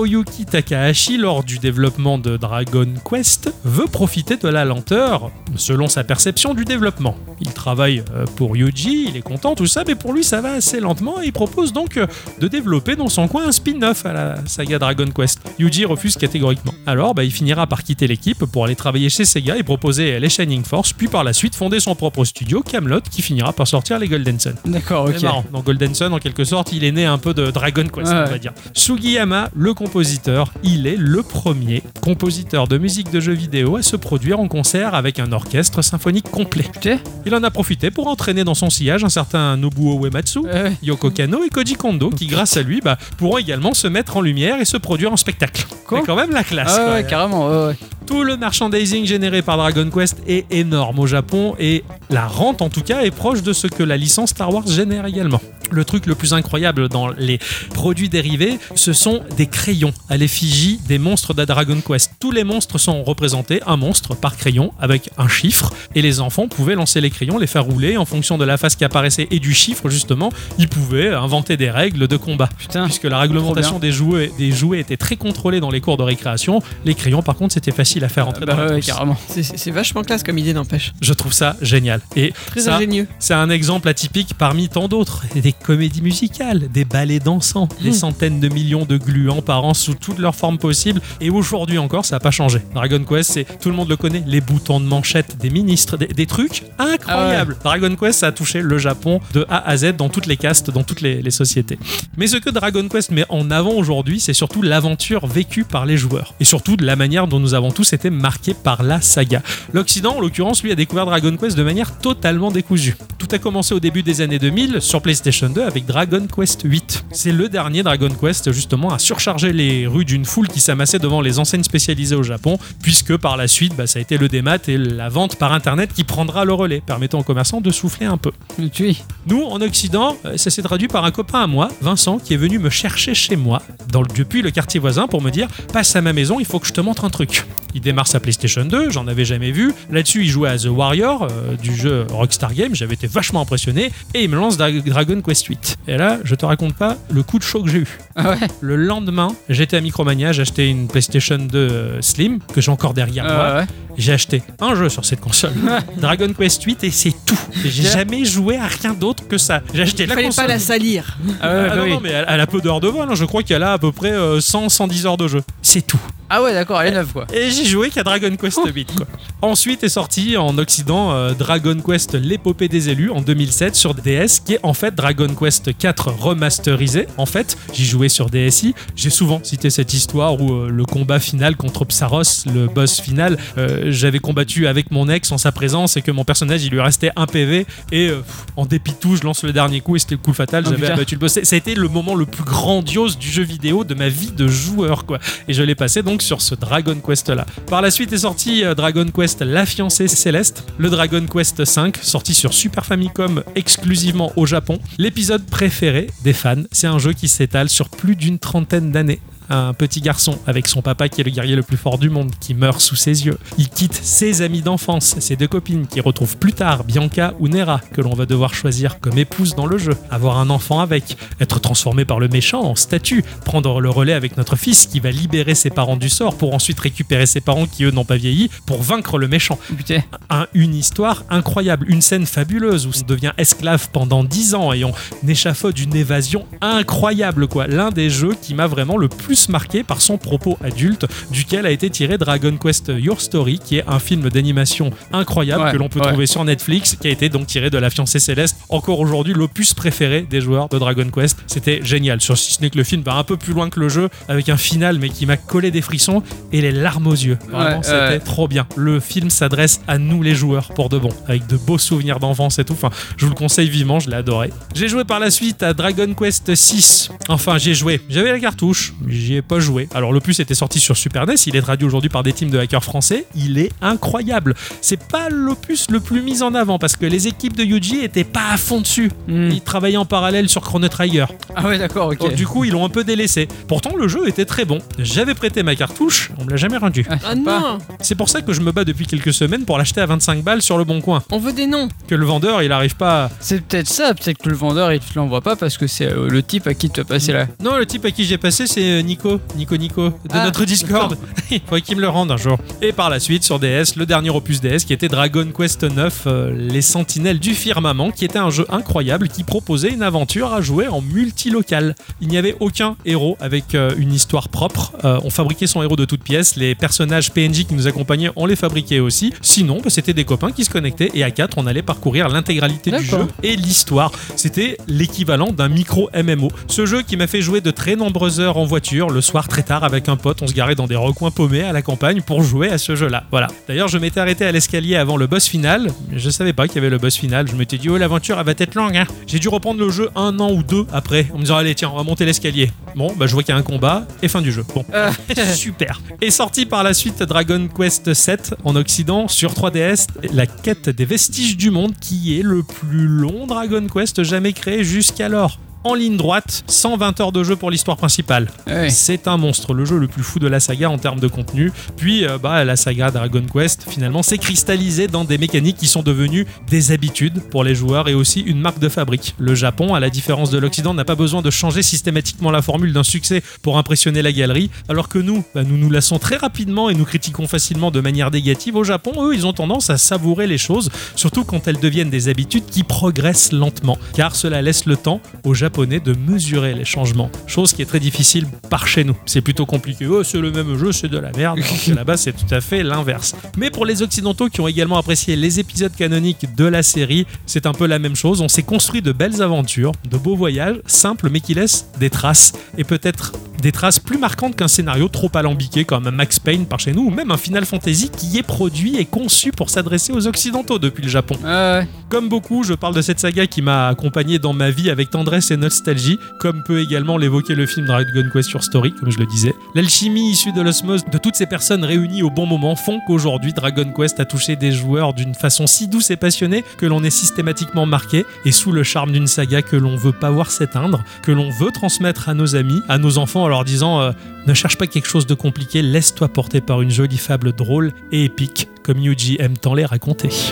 [SPEAKER 1] Hiroyuki Takahashi, lors du développement de Dragon Quest, veut profiter de la lenteur, selon sa perception du développement. il travaille euh, pour Yuji, il est content, tout ça, mais pour lui, ça va assez lentement et il propose donc euh, de développer dans son coin un spin-off à la saga Dragon Quest. Yuji refuse catégoriquement. Alors, bah, il finira par quitter l'équipe pour aller travailler chez Sega et proposer les Shining Force, puis par la suite fonder son propre studio, Camelot, qui finira par sortir les Golden Sun.
[SPEAKER 2] D'accord, ok.
[SPEAKER 1] C'est marrant. Dans Golden Sun, en quelque sorte, il est né un peu de Dragon Quest,
[SPEAKER 2] Ouais.
[SPEAKER 1] on va dire. Sugiyama, le compositeur, il est le premier compositeur de musique de jeux vidéo à se produire en concert avec un orchestre symphonique complet.
[SPEAKER 2] Putain.
[SPEAKER 1] Il en a profité pour entraîner dans son sillage un certain Nobuo Uematsu,
[SPEAKER 2] Euh,
[SPEAKER 1] Yoko Kano et Koji Kondo, qui grâce à lui bah, pourront également se mettre en lumière et se produire en spectacle.
[SPEAKER 2] Quoi
[SPEAKER 1] C'est quand même la classe.
[SPEAKER 2] ah
[SPEAKER 1] quoi.
[SPEAKER 2] ouais, carrément. ouais, ouais.
[SPEAKER 1] Tout le merchandising généré par Dragon Quest est énorme au Japon et la rente en tout cas est proche de ce que la licence Star Wars génère également. Le truc le plus incroyable dans les produits dérivés, ce sont des crayons à l'effigie des monstres de Dragon Quest. Tous les monstres sont représentés, un monstre par crayon avec un chiffre et les enfants pouvaient lancer les crayons, les faire rouler en fonction de la face qui apparaissait et du chiffre justement, ils pouvaient inventer des règles de combat
[SPEAKER 2] Putain.
[SPEAKER 1] puisque la réglementation des jouets, des jouets était très contrôlée dans les cours de récréation. Les crayons, par contre, c'était facile à faire entrer
[SPEAKER 2] Bah
[SPEAKER 1] dans la
[SPEAKER 2] ouais,
[SPEAKER 1] trousse.
[SPEAKER 2] carrément.
[SPEAKER 3] C'est- C'est c'est vachement classe comme idée, n'empêche.
[SPEAKER 1] Je trouve ça génial. Et
[SPEAKER 3] Très
[SPEAKER 1] ça,
[SPEAKER 3] ingénieux.
[SPEAKER 1] c'est un exemple atypique parmi tant d'autres. Des comédies musicales, des ballets dansants, des centaines de millions de gluants par an sous toutes leurs formes possibles. Et aujourd'hui encore, ça n'a pas changé. Dragon Quest, c'est tout le monde le connaît, les boutons de manchette des ministres, des, des trucs incroyables. Dragon Quest, ça a touché le Japon de A à Z dans toutes les castes, dans toutes les, les sociétés. Mais ce que Dragon Quest met en avant aujourd'hui, c'est surtout l'aventure vécue par les joueurs. Et surtout de la manière dont nous avons tous été marqués par la saga. L'Occident, en l'occurrence, lui a découvert Dragon Quest de manière totalement décousue. Tout a commencé au début des années 2000 sur PlayStation 2 avec Dragon Quest 8. C'est le dernier Dragon Quest justement à surcharger les rues d'une foule qui s'amassait devant les enseignes spécialisées au Japon, puisque par la suite, bah, ça a été le démat et la vente par internet qui prendra le relais, permettant aux commerçants de souffler un peu.
[SPEAKER 2] Mais Tu es.
[SPEAKER 1] Nous, en Occident, euh, ça s'est traduit par un copain à moi, Vincent, qui est venu me chercher chez moi, dans le, depuis le quartier voisin, pour me dire Passe à ma maison, il faut que je te montre un truc. Il démarre sa PlayStation 2, j'en avais jamais vu. Là-dessus, il jouait à The Warrior, euh, du jeu Rockstar Games, j'avais été vachement impressionné. Et il me lance Dra- Dragon Quest 8. Et là, je te raconte pas le coup de chaud que j'ai eu.
[SPEAKER 2] Ah ouais.
[SPEAKER 1] Le lendemain, j'étais à Micromania, j'ai acheté une PlayStation 2 euh, Slim, que j'ai encore derrière moi.
[SPEAKER 2] Euh, ouais.
[SPEAKER 1] J'ai acheté un jeu sur cette
[SPEAKER 3] [laughs]
[SPEAKER 1] console, Dragon Quest 8, et c'est tout. J'ai
[SPEAKER 2] Yeah.
[SPEAKER 1] jamais joué à rien d'autre que ça. J'ai acheté
[SPEAKER 3] Il
[SPEAKER 1] la
[SPEAKER 3] fallait
[SPEAKER 1] console.
[SPEAKER 3] pas la salir.
[SPEAKER 2] Ah ouais,
[SPEAKER 1] Ah
[SPEAKER 2] bah
[SPEAKER 1] non,
[SPEAKER 2] oui.
[SPEAKER 1] non, mais elle, elle a peu d'heures de vol. hein. Je crois qu'elle a à peu près euh, 100, 110 heures de jeu. C'est tout.
[SPEAKER 2] Ah ouais, d'accord, elle est neuve quoi.
[SPEAKER 1] Et j'ai joué qu'à Dragon Quest 8. Quoi. Ensuite est sorti en Occident euh, Dragon Quest L'épopée des élus en 2007 sur DS, qui est en fait Dragon Quest 4 remasterisé. En fait, j'y jouais sur DSi. J'ai souvent cité cette histoire où euh, le combat final contre Psaros, le boss final, euh, j'avais combattu avec mon ex en sa présence et que mon personnage il lui restait un PV et euh, pff, en dépit de tout, je lance le dernier coup et c'était le coup fatal.
[SPEAKER 2] Oh,
[SPEAKER 1] J'avais
[SPEAKER 2] putain.
[SPEAKER 1] abattu le boss. C'est- Ça a été le moment le plus grandiose du jeu vidéo de ma vie de joueur, quoi et je l'ai passé donc sur ce Dragon Quest là. Par la suite est sorti euh, Dragon Quest La fiancée céleste, le Dragon Quest 5 sorti sur Super Famicom exclusivement au Japon. L'épisode préféré des fans, c'est un jeu qui s'étale sur plus d'une trentaine d'années. Un petit garçon avec son papa qui est le guerrier le plus fort du monde qui meurt sous ses yeux. Il quitte ses amis d'enfance, ses deux copines qui retrouvent plus tard Bianca ou Nera que l'on va devoir choisir comme épouse dans le jeu. Avoir un enfant avec, être transformé par le méchant en statue, prendre le relais avec notre fils qui va libérer ses parents du sort pour ensuite récupérer ses parents qui eux n'ont pas vieilli pour vaincre le méchant.
[SPEAKER 2] Putain.
[SPEAKER 1] Un- une histoire incroyable, une scène fabuleuse où on devient esclave pendant 10 ans et on échafaude une évasion incroyable quoi. L'un des jeux qui m'a vraiment le plus marqué par son propos adulte duquel a été tiré Dragon Quest Your Story qui est un film d'animation incroyable
[SPEAKER 2] Ouais,
[SPEAKER 1] que l'on peut
[SPEAKER 2] ouais.
[SPEAKER 1] trouver sur Netflix qui a été donc tiré de La fiancée céleste, encore aujourd'hui l'opus préféré des joueurs de Dragon Quest. C'était génial, sur si ce n'est que le film va un peu plus loin que le jeu avec un final mais qui m'a collé des frissons et les larmes aux yeux. Vraiment,
[SPEAKER 2] Ouais,
[SPEAKER 1] c'était
[SPEAKER 2] ouais.
[SPEAKER 1] trop bien. Le film s'adresse à nous les joueurs pour de bon, avec de beaux souvenirs d'enfance et tout. Enfin, je vous le conseille vivement, je l'ai adoré. J'ai joué par la suite à Dragon Quest 6. Enfin, j'ai joué. J'avais la cartouche, mais j'y ai pas joué. Alors, le plus était sorti sur Super NES, il est traduit aujourd'hui par des teams de hackers français. Il est incroyable. C'est pas l'opus le plus mis en avant parce que les équipes de Yuji étaient pas à fond dessus.
[SPEAKER 2] Hmm.
[SPEAKER 1] Ils travaillaient en parallèle sur Chrono Trigger.
[SPEAKER 2] Ah ouais, d'accord, ok.
[SPEAKER 1] Donc, du coup, ils l'ont un peu délaissé. Pourtant, le jeu était très bon. J'avais prêté ma cartouche, on me l'a jamais rendue.
[SPEAKER 2] Ah, je sais
[SPEAKER 3] Ah
[SPEAKER 2] pas.
[SPEAKER 3] non
[SPEAKER 1] C'est pour ça que je me bats depuis quelques semaines pour l'acheter à 25 balles sur le bon coin.
[SPEAKER 3] On veut des noms.
[SPEAKER 1] Que le vendeur, il arrive pas. à-
[SPEAKER 2] C'est peut-être ça, peut-être que le vendeur il te l'envoie pas parce que c'est euh, le type à qui tu as passé là.
[SPEAKER 1] Non, le type à qui j'ai passé, c'est euh, Nick Nico, Nico Nico, de
[SPEAKER 2] Ah,
[SPEAKER 1] notre Discord. [laughs] il faudrait qu'il me le rende un jour. Et par la suite, sur DS, le dernier opus DS qui était Dragon Quest 9, Les Sentinelles du Firmament, qui était un jeu incroyable qui proposait une aventure à jouer en multilocal. Il n'y avait aucun héros avec euh, une histoire propre. Euh, on fabriquait son héros de toutes pièces. Les personnages PNJ qui nous accompagnaient, on les fabriquait aussi. Sinon, bah, c'était des copains qui se connectaient et à 4, on allait parcourir l'intégralité du
[SPEAKER 2] D'accord.
[SPEAKER 1] jeu et l'histoire. C'était l'équivalent d'un micro MMO. Ce jeu qui m'a fait jouer de très nombreuses heures en voiture, le soir très tard avec un pote, on se garait dans des recoins paumés à la campagne pour jouer à ce jeu-là. Voilà. D'ailleurs, je m'étais arrêté à l'escalier avant le boss final. Je savais pas qu'il y avait le boss final. Je m'étais dit, oh, l'aventure, elle va être longue. hein. J'ai dû reprendre le jeu un an ou deux après en me disant, allez, tiens, on va monter l'escalier. Bon, bah, je vois qu'il y a un combat et fin du jeu. Bon.
[SPEAKER 2] Euh,
[SPEAKER 1] [laughs] Super. Et sorti par la suite Dragon Quest 7 en Occident sur 3DS, la quête des vestiges du monde qui est le plus long Dragon Quest jamais créé jusqu'alors. En ligne droite, 120 heures de jeu pour l'histoire principale.
[SPEAKER 2] Ah ouais.
[SPEAKER 1] C'est un monstre, le jeu le plus fou de la saga en termes de contenu. Puis, euh, bah, la saga Dragon Quest, finalement, s'est cristallisée dans des mécaniques qui sont devenues des habitudes pour les joueurs et aussi une marque de fabrique. Le Japon, à la différence de l'Occident, n'a pas besoin de changer systématiquement la formule d'un succès pour impressionner la galerie, alors que nous, bah, nous nous lassons très rapidement et nous critiquons facilement de manière négative. Au Japon, eux, ils ont tendance à savourer les choses, surtout quand elles deviennent des habitudes qui progressent lentement, car cela laisse le temps aux Japonais de mesurer les changements, chose qui est très difficile par chez nous. C'est plutôt compliqué. Oh, c'est le même jeu, c'est de la merde. Alors que là-bas, c'est tout à fait l'inverse. Mais pour les Occidentaux qui ont également apprécié les épisodes canoniques de la série, c'est un peu la même chose. On s'est construit de belles aventures, de beaux voyages, simples mais qui laissent des traces, et peut-être des traces plus marquantes qu'un scénario trop alambiqué comme un Max Payne par chez nous, ou même un Final Fantasy qui est produit et conçu pour s'adresser aux Occidentaux depuis le Japon.
[SPEAKER 2] Ah Ouais, ouais.
[SPEAKER 1] Comme beaucoup, je parle de cette saga qui m'a accompagné dans ma vie avec tendresse et nostalgie, comme peut également l'évoquer le film Dragon Quest Your Story, comme je le disais. L'alchimie issue de l'osmose de toutes ces personnes réunies au bon moment font qu'aujourd'hui Dragon Quest a touché des joueurs d'une façon si douce et passionnée que l'on est systématiquement marqué et sous le charme d'une saga que l'on veut pas voir s'éteindre, que l'on veut transmettre à nos amis, à nos enfants en leur disant euh, ne cherche pas quelque chose de compliqué, laisse-toi porter par une jolie fable drôle et épique, comme Yuji aime tant les raconter.
[SPEAKER 3] Même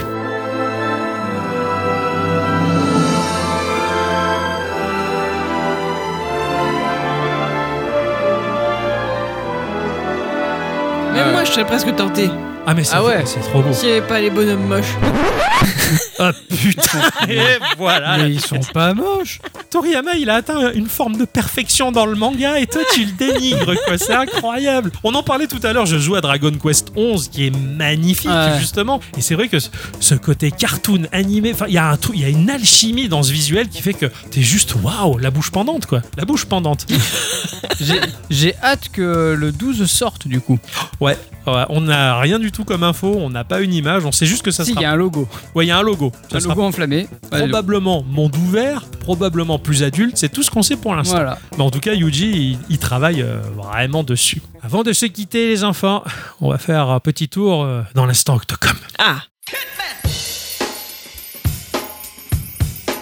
[SPEAKER 2] Ouais.
[SPEAKER 3] moi, je serais presque tenté.
[SPEAKER 1] Ah mais c'est
[SPEAKER 2] Ah ouais.
[SPEAKER 1] c'est trop beau.
[SPEAKER 3] S'il n'y avait pas les bonhommes moches.
[SPEAKER 1] Ah
[SPEAKER 2] [laughs]
[SPEAKER 1] putain Et voilà
[SPEAKER 2] Mais ils sont pas moches.
[SPEAKER 1] Toriyama, il a atteint une forme de perfection dans le manga et toi tu le dénigres quoi, c'est incroyable. On en parlait tout à l'heure, je joue à Dragon Quest 11 qui est magnifique
[SPEAKER 2] Ouais.
[SPEAKER 1] justement et c'est vrai que ce- ce côté cartoon animé, enfin il y a un tout, il y a une alchimie dans ce visuel qui fait que t'es juste waouh, la bouche pendante quoi, la bouche
[SPEAKER 2] [laughs]
[SPEAKER 1] pendante.
[SPEAKER 2] J'ai- J'ai hâte que le 12 sorte du coup.
[SPEAKER 1] Ouais, on n'a rien du tout comme info, on n'a pas une image, on sait juste que ça
[SPEAKER 2] si, il y
[SPEAKER 1] sera
[SPEAKER 2] a un logo.
[SPEAKER 1] Ouais, il y a un logo. Ça
[SPEAKER 2] un
[SPEAKER 1] sera
[SPEAKER 2] logo enflammé. Ouais, le-
[SPEAKER 1] probablement monde ouvert, probablement plus adulte, c'est tout ce qu'on sait pour l'instant.
[SPEAKER 2] Voilà.
[SPEAKER 1] Mais en tout cas, Yuji, il, il travaille euh, vraiment dessus. Avant de se quitter, les enfants, on va faire un petit tour euh, dans l'instant Octocom.
[SPEAKER 3] Ah,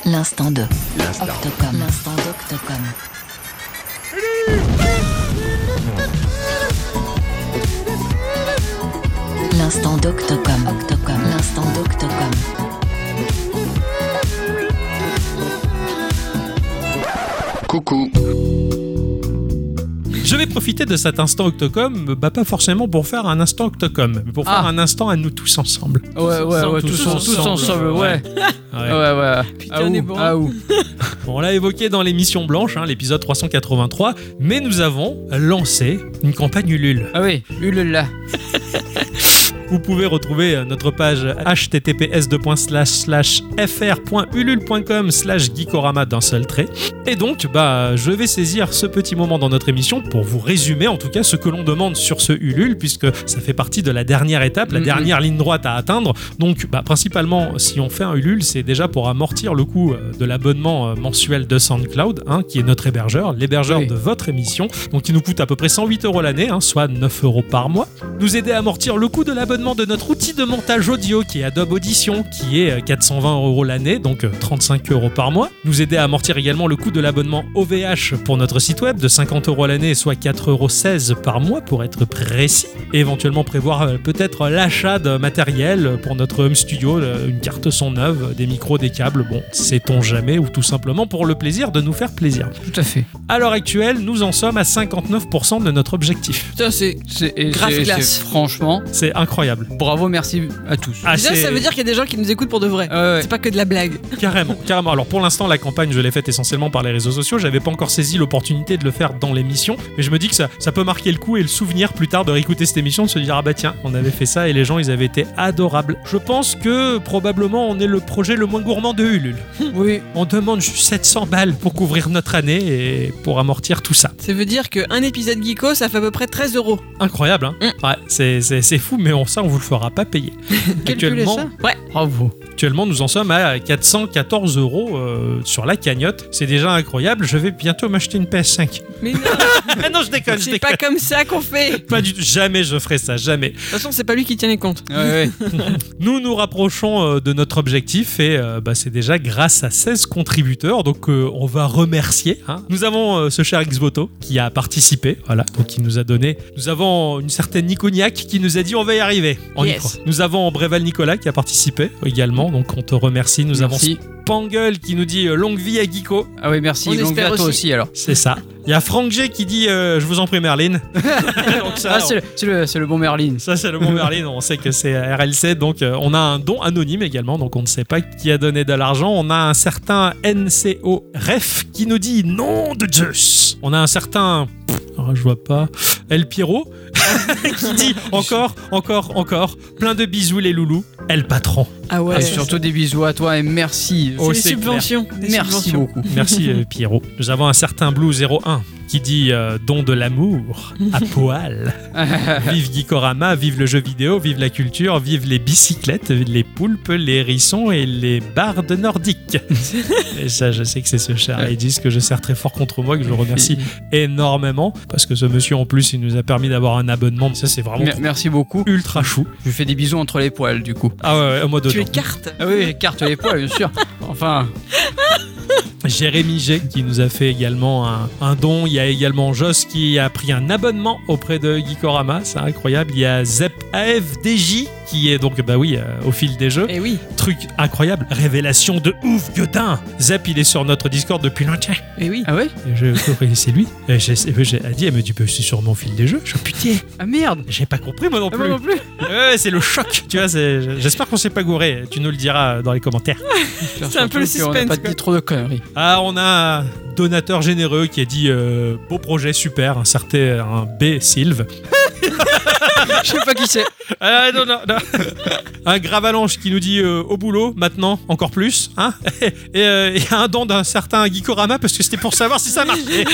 [SPEAKER 7] L'instant 2. Octocom. L'instant d'Octocom. L'instant d'Octocom. Octocom. L'instant d'Octocom.
[SPEAKER 8] Coucou.
[SPEAKER 1] Je vais profiter de cet instant Octocom, bah, pas forcément pour faire un instant Octocom, mais pour faire
[SPEAKER 2] Ah.
[SPEAKER 1] un instant à nous tous ensemble.
[SPEAKER 2] Ouais, ouais,
[SPEAKER 1] ensemble,
[SPEAKER 2] ouais, tous,
[SPEAKER 1] tous
[SPEAKER 2] en- tous
[SPEAKER 1] ensemble.
[SPEAKER 2] ensemble, ouais. Ouais,
[SPEAKER 1] Ouais.
[SPEAKER 2] ouais.
[SPEAKER 3] Putain,
[SPEAKER 2] Ah
[SPEAKER 3] on est
[SPEAKER 2] ou,
[SPEAKER 3] bon.
[SPEAKER 2] ah ou.
[SPEAKER 1] Bon, on l'a évoqué dans l'émission blanche, hein, l'épisode 383, mais nous avons lancé une campagne Ulule.
[SPEAKER 2] Ah oui, ulala.
[SPEAKER 1] Vous pouvez retrouver euh, notre page https://fr.ulule.com slash geekorama d'un seul trait. Et donc, bah, je vais saisir ce petit moment dans notre émission pour vous résumer en tout cas ce que l'on demande sur ce Ulule, puisque ça fait partie de la dernière étape, la
[SPEAKER 2] Mhm.
[SPEAKER 1] dernière ligne droite à atteindre. Donc, bah, principalement, si on fait un Ulule, c'est déjà pour amortir le coût euh, de l'abonnement euh, mensuel de SoundCloud, hein, qui est notre hébergeur, l'hébergeur
[SPEAKER 2] Oui.
[SPEAKER 1] de votre émission. Donc, il nous coûte à peu près 108 euros l'année, hein, soit 9 euros par mois nous aider à amortir le coût de l'abonnement l'abonnement de notre outil de montage audio qui est Adobe Audition, qui est euh, 420 euros l'année, donc euh, 35 euros par mois. Nous aider à amortir également le coût de l'abonnement OVH pour notre site web de 50 euros l'année, soit 4,16 euros par mois pour être précis. Et éventuellement prévoir euh, peut-être l'achat de matériel pour notre home studio, euh, une carte son neuve, des micros, des câbles, bon, sait-on jamais, ou tout simplement pour le plaisir de nous faire plaisir.
[SPEAKER 2] Tout à fait.
[SPEAKER 1] À l'heure actuelle, nous en sommes à 59% de notre objectif.
[SPEAKER 3] Putain, c'est.
[SPEAKER 2] C'est et
[SPEAKER 3] Grave
[SPEAKER 2] c'est-
[SPEAKER 3] classe.
[SPEAKER 2] c'est Franchement,
[SPEAKER 1] C'est incroyable.
[SPEAKER 2] bravo, merci à tous.
[SPEAKER 1] Ah,
[SPEAKER 3] Déjà,
[SPEAKER 1] c'est-
[SPEAKER 3] ça veut dire qu'il y a des gens qui nous écoutent pour de vrai.
[SPEAKER 2] Ah ouais.
[SPEAKER 3] C'est pas que de la blague.
[SPEAKER 1] Carrément, carrément. Alors pour l'instant, la campagne, je l'ai faite essentiellement par les réseaux sociaux. J'avais pas encore saisi l'opportunité de le faire dans l'émission, mais je me dis que ça, ça peut marquer le coup et le souvenir plus tard de réécouter cette émission, de se dire ah bah tiens, on avait fait ça et les gens ils avaient été adorables. Je pense que probablement on est le projet le moins gourmand de Ulule.
[SPEAKER 2] Oui.
[SPEAKER 1] On demande juste 700 balles pour couvrir notre année et pour amortir tout ça.
[SPEAKER 3] Ça veut dire qu'un épisode Geeko, ça fait à peu près 13 euros.
[SPEAKER 1] Incroyable, hein Ouais, c'est- c'est c'est fou, mais on, ça on vous le fera pas [laughs] payer.
[SPEAKER 2] Calculez
[SPEAKER 1] Actuellement,
[SPEAKER 2] ça.
[SPEAKER 3] Ouais.
[SPEAKER 2] Bravo.
[SPEAKER 1] Actuellement, nous en sommes à 414 euros euh, sur la cagnotte. C'est déjà incroyable. Je vais bientôt m'acheter une PS5.
[SPEAKER 3] Mais [laughs] non,
[SPEAKER 1] Ah [laughs] non, je déconne, je
[SPEAKER 3] c'est
[SPEAKER 1] déconne.
[SPEAKER 3] pas comme ça qu'on fait. De
[SPEAKER 1] Pas du tout. Jamais je ferai ça, jamais.
[SPEAKER 3] toute façon, c'est pas lui qui tient les comptes.
[SPEAKER 2] Ah Ouais, ouais.
[SPEAKER 1] Nous nous rapprochons euh, de notre objectif et euh, bah, c'est déjà grâce à 16 contributeurs. Donc euh, on va remercier. hein. Nous avons euh, ce cher Xvoto qui a participé, voilà, donc qui nous a donné. Nous avons une certaine Niconiac qui nous a dit on va y arriver. On y
[SPEAKER 3] Yes.
[SPEAKER 1] croit. Nous avons Bréval Nicolas qui a participé également. Donc on te remercie. Nous avons
[SPEAKER 2] merci.
[SPEAKER 1] Spangle qui nous dit euh, longue vie à Geeko.
[SPEAKER 2] Ah oui, merci.
[SPEAKER 3] On
[SPEAKER 2] Donc,
[SPEAKER 3] espère
[SPEAKER 2] à toi
[SPEAKER 3] aussi.
[SPEAKER 2] aussi, alors.
[SPEAKER 1] C'est ça. Il y a Franck G qui dit euh, Je vous en prie,
[SPEAKER 2] [laughs]
[SPEAKER 1] Merlin. Donc ça,
[SPEAKER 2] Ah, c'est le, c'est le- c'est le bon Merlin.
[SPEAKER 1] ça, c'est le bon Merlin. On sait que c'est RLC. Donc, euh, on a un don anonyme également. Donc, on ne sait pas qui a donné de l'argent. On a un certain NCO Ref qui nous dit Nom de Zeus. On a un certain. Pff, ah, je vois pas. El Piro [laughs] qui dit Encore, encore, encore. Plein de bisous, les loulous. El Patron.
[SPEAKER 3] Ah ouais.
[SPEAKER 2] Ah, surtout des bisous à toi et merci.
[SPEAKER 1] Oh,
[SPEAKER 3] c'est
[SPEAKER 1] c'est
[SPEAKER 3] les subventions. des
[SPEAKER 2] merci
[SPEAKER 3] subventions.
[SPEAKER 2] beaucoup.
[SPEAKER 1] Merci euh, Pierrot. Nous avons un certain Blue01 qui dit euh, don de l'amour à poil. vive Gikorama, vive le jeu vidéo, vive la culture, vive les bicyclettes, les poulpes, les hérissons et les bardes nordiques. et ça, je sais que c'est ce cher Edis que je serre très fort contre moi, que je
[SPEAKER 2] [laughs]
[SPEAKER 1] remercie énormément parce que ce monsieur en plus il nous a permis d'avoir un abonnement. Ça, c'est vraiment
[SPEAKER 2] Mer- merci beaucoup.
[SPEAKER 1] ultra chou.
[SPEAKER 2] Je lui fais des bisous entre les poils du coup.
[SPEAKER 1] Ah ouais, ouais, au mois de
[SPEAKER 3] Tu écartes.
[SPEAKER 2] Ah oui, écarte les poils, bien sûr. Enfin,
[SPEAKER 1] Jérémy G qui nous a fait également un, un don. Il y a également Joss qui a pris un abonnement auprès de Geekorama, c'est incroyable. Il y a Zep AFDJ qui est donc, bah oui, euh, au fil des jeux.
[SPEAKER 3] Eh oui.
[SPEAKER 1] Truc incroyable, révélation de ouf, Gueudin Zep, il est sur notre Discord depuis longtemps.
[SPEAKER 3] Eh oui.
[SPEAKER 2] ah ouais
[SPEAKER 1] Et Je compris, c'est lui. Et j'ai j'ai- elle dit, elle me dit, bah, c'est sur mon fil des jeux. Je putain,
[SPEAKER 2] Ah merde.
[SPEAKER 1] j'ai pas compris moi non
[SPEAKER 2] Ah,
[SPEAKER 1] plus.
[SPEAKER 2] moi non plus.
[SPEAKER 1] Ouais, ouais, c'est le choc, tu vois. c'est- J'espère qu'on s'est pas gouré. Tu nous le diras dans les commentaires.
[SPEAKER 3] C'est un peu le
[SPEAKER 2] Surtout qu'on a
[SPEAKER 3] suspense,
[SPEAKER 2] pas dit trop de conneries.
[SPEAKER 1] Ah, on a un donateur généreux qui a dit euh, beau projet, super, un certain un B Sylve.
[SPEAKER 2] [laughs] Je sais pas qui c'est.
[SPEAKER 1] [laughs] Ah, non, non, non. [laughs] un Gravalanche qui nous dit euh, au boulot, maintenant, encore plus. Hein [laughs] et, euh, et un don d'un certain Gikorama parce que c'était pour savoir si ça [laughs] marchait.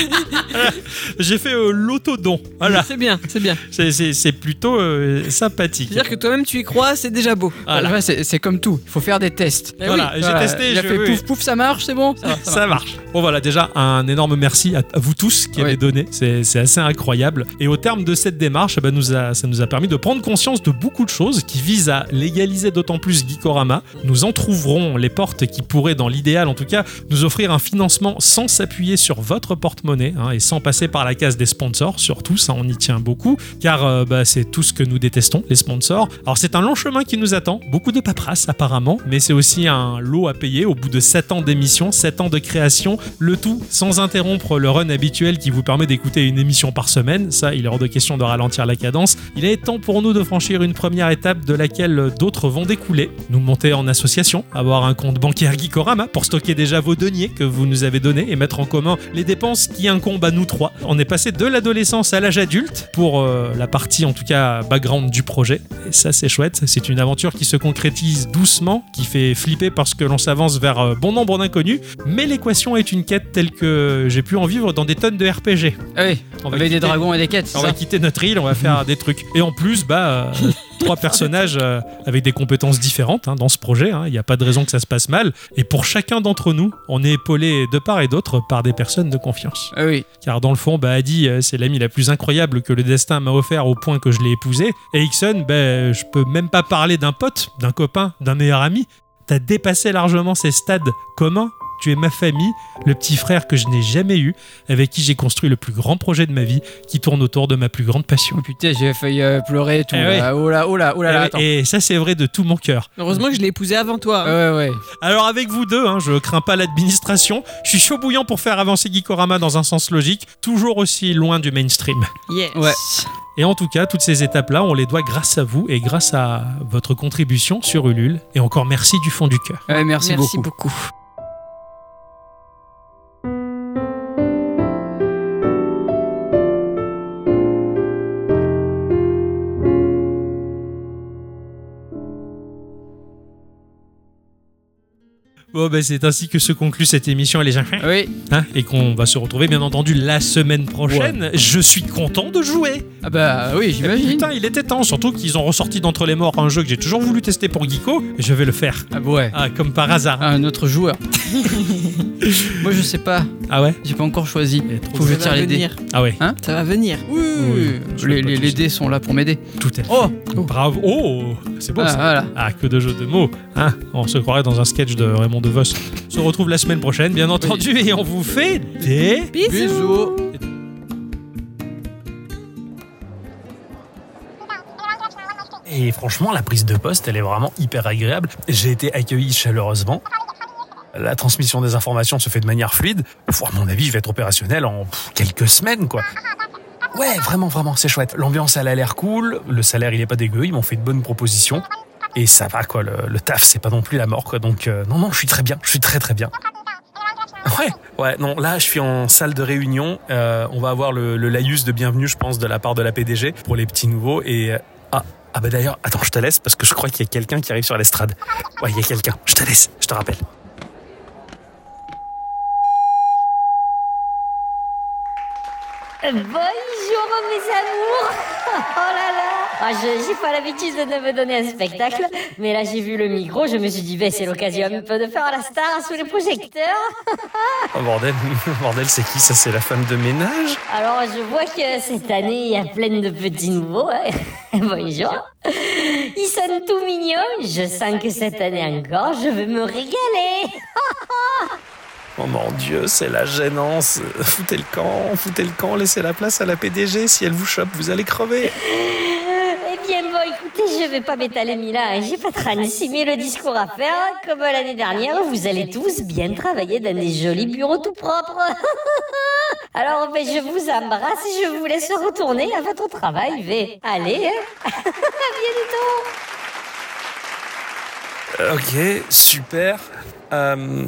[SPEAKER 1] Voilà. J'ai fait euh, l'autodon. Voilà,
[SPEAKER 3] C'est bien, c'est bien.
[SPEAKER 1] c'est, c'est- c'est plutôt euh, sympathique.
[SPEAKER 3] C'est-à-dire que toi-même, tu y crois, c'est déjà beau.
[SPEAKER 1] Voilà.
[SPEAKER 2] Ouais, c'est c'est comme tout. Il faut faire des tests.
[SPEAKER 3] Eh
[SPEAKER 1] Voilà,
[SPEAKER 3] oui.
[SPEAKER 1] j'ai testé,
[SPEAKER 2] Il a
[SPEAKER 1] je-
[SPEAKER 2] fait
[SPEAKER 1] oui.
[SPEAKER 2] pouf pouf, ça marche, c'est bon. Ça va, ça
[SPEAKER 1] [laughs]
[SPEAKER 2] va.
[SPEAKER 1] Ça marche. Bon voilà, déjà un énorme merci à, à vous tous qui
[SPEAKER 2] Oui.
[SPEAKER 1] avez donné. C'est c'est assez incroyable. Et au terme de cette démarche, eh ben, nous a- ça nous a permis de prendre conscience de beaucoup de choses qui visent à légaliser d'autant plus Geekorama. Nous entrouverons les portes qui pourraient, dans l'idéal en tout cas, nous offrir un financement sans s'appuyer sur votre porte-monnaie hein, et sans passer par la case des sponsors. Surtout, ça on y tient beaucoup, car euh, bah, c'est tout ce que nous détestons, les sponsors. Alors c'est un long chemin qui nous attend, beaucoup de paperasse apparemment, mais c'est aussi un lot à payer au bout de 7 ans d'émission, 7 ans de création, le tout sans interrompre le run habituel qui vous permet d'écouter une émission par semaine. Ça, il est hors de question de ralentir la cadence. Il est temps pour nous de franchir une première étape de laquelle d'autres vont découler. Nous monter en association, avoir un compte bancaire Geekorama pour stocker déjà vos deniers que vous nous avez donnés et mettre en commun les dépenses qui incombent à nous trois. On est passé de l'adolescence à l'âge adulte pour euh, la partie en tout cas background du projet. Et ça c'est chouette, c'est une aventure qui se concrétise doucement, qui fait flipper parce que l'on s'avance vers euh, bon nombre d'inconnus, mais l'équation est une quête telle que j'ai pu en vivre dans des tonnes de RPG.
[SPEAKER 2] Ah oui,
[SPEAKER 1] On va
[SPEAKER 2] avec des
[SPEAKER 1] quitter-
[SPEAKER 2] dragons et des quêtes. c'est
[SPEAKER 1] on
[SPEAKER 2] ça [laughs]
[SPEAKER 1] va quitter notre île, on va faire des trucs. Et en plus, bah, euh, trois personnages euh, avec des compétences différentes hein, dans ce projet. hein. Il n'y a pas de raison que ça se passe mal. Et pour chacun d'entre nous, on est épaulé de part et d'autre par des personnes de confiance.
[SPEAKER 2] Ah oui.
[SPEAKER 1] Car dans le fond, bah, Adi, euh, c'est l'ami la plus incroyable que le destin m'a offert au point que je l'ai épousé. Et Ixon, bah, je peux même pas parler d'un pote, d'un copain, d'un meilleur ami. T'as dépassé largement ces stades communs. Tu es ma famille, le petit frère que je n'ai jamais eu, avec qui j'ai construit le plus grand projet de ma vie, qui tourne autour de ma plus grande passion.
[SPEAKER 2] Oh putain, j'ai failli euh, pleurer et tout.
[SPEAKER 1] Eh
[SPEAKER 2] là. Oh là, oh là, oh là, là, attends.
[SPEAKER 1] et, et ça, c'est vrai de tout mon cœur.
[SPEAKER 3] Heureusement que je l'ai épousé avant toi. hein.
[SPEAKER 2] Ah ouais, ouais.
[SPEAKER 1] Alors avec vous deux, hein, je crains pas l'administration. Je suis chaud bouillant pour faire avancer Gikorama dans un sens logique, toujours aussi loin du mainstream.
[SPEAKER 3] Yes.
[SPEAKER 2] Ouais.
[SPEAKER 1] Et en tout cas, toutes ces étapes-là, on les doit grâce à vous et grâce à votre contribution sur Ulule. Et encore merci du fond du cœur.
[SPEAKER 2] Ouais, merci,
[SPEAKER 3] Merci
[SPEAKER 2] beaucoup.
[SPEAKER 3] beaucoup.
[SPEAKER 1] Bon, ben, c'est ainsi que se conclut cette émission, les gens.
[SPEAKER 2] Oui.
[SPEAKER 1] Hein, et qu'on va se retrouver, bien entendu, la semaine prochaine. Je suis content de jouer.
[SPEAKER 2] Ah bah oui, j'imagine.
[SPEAKER 1] Putain, il était temps. Surtout qu'ils ont ressorti d'entre les morts un jeu que j'ai toujours voulu tester pour Geeko. Et je vais le faire.
[SPEAKER 2] Ah bah ouais.
[SPEAKER 1] Ah, comme par hasard.
[SPEAKER 2] Un
[SPEAKER 1] [laughs]
[SPEAKER 2] autre joueur. Moi je sais pas,
[SPEAKER 1] Ah ouais
[SPEAKER 2] j'ai pas encore choisi. Faut que je
[SPEAKER 3] Ça
[SPEAKER 2] tire
[SPEAKER 3] va
[SPEAKER 2] les dés.
[SPEAKER 3] venir.
[SPEAKER 1] Ah ouais,
[SPEAKER 3] Ça va venir.
[SPEAKER 1] Eh
[SPEAKER 2] Oui,
[SPEAKER 1] je l'ai
[SPEAKER 2] les,
[SPEAKER 1] pas
[SPEAKER 2] les-
[SPEAKER 1] tous.
[SPEAKER 2] les dés sont là pour m'aider.
[SPEAKER 1] tout est.
[SPEAKER 2] Oh,
[SPEAKER 1] Bravo. Oh, c'est beau
[SPEAKER 2] Ah,
[SPEAKER 1] ça.
[SPEAKER 2] voilà.
[SPEAKER 1] Ah, que de jeux de mots. Hein on se croirait dans un sketch de Raymond DeVos. On se retrouve la semaine prochaine, bien entendu, et on vous fait des...
[SPEAKER 2] Bisous.
[SPEAKER 9] Et franchement, la prise de poste, elle est vraiment hyper agréable. J'ai été accueilli chaleureusement. La transmission des informations se fait de manière fluide. Pff, à mon avis, je vais être opérationnel en pff, quelques semaines, quoi. Ouais, vraiment, vraiment, c'est chouette. L'ambiance, elle a l'air cool. Le salaire, il est pas dégueu. Ils m'ont fait de bonnes propositions. Et ça va, quoi. Le, le taf, c'est pas non plus la mort, quoi. Donc, euh, non, non, je suis très bien. Je suis très, très bien. Ouais, ouais, non, là je suis en salle de réunion. Euh, on va avoir le, le laïus de bienvenue, je pense, de la part de la PDG pour les petits nouveaux. Et euh, ah, ah bah d'ailleurs, attends, je te laisse parce que je crois qu'il y a quelqu'un qui arrive sur l'estrade. Ouais, il y a quelqu'un. Je te laisse, je te rappelle.
[SPEAKER 10] Bonjour mes amours [laughs] Oh là là ah, je- J'ai pas l'habitude de me donner un spectacle, mais là j'ai vu le micro, je me suis dit, ben, c'est l'occasion un peu de faire la star sous les projecteurs.
[SPEAKER 9] Oh bordel, [laughs] bordel, c'est qui ça C'est la femme de ménage
[SPEAKER 10] Alors je vois que cette année, il y a plein de petits nouveaux. hein. [laughs] Bonjour Ils sont tout mignons, je sens que cette année encore, je vais me régaler
[SPEAKER 9] Oh mon dieu, c'est la gênance. Foutez le camp, foutez le camp, laissez la place à la PDG. Si elle vous chope, vous allez crever.
[SPEAKER 10] Eh bien bon, écoutez, je vais pas m'étaler Mila, hein. j'ai pas 36 000 discours à faire. hein, Comme l'année dernière, vous allez tous bien travailler dans des jolis bureaux tout propres. [laughs] Alors, ben, je vous embrasse et je vous laisse retourner à votre travail, V. Allez, hein. à bientôt
[SPEAKER 9] Ok, super. Euh,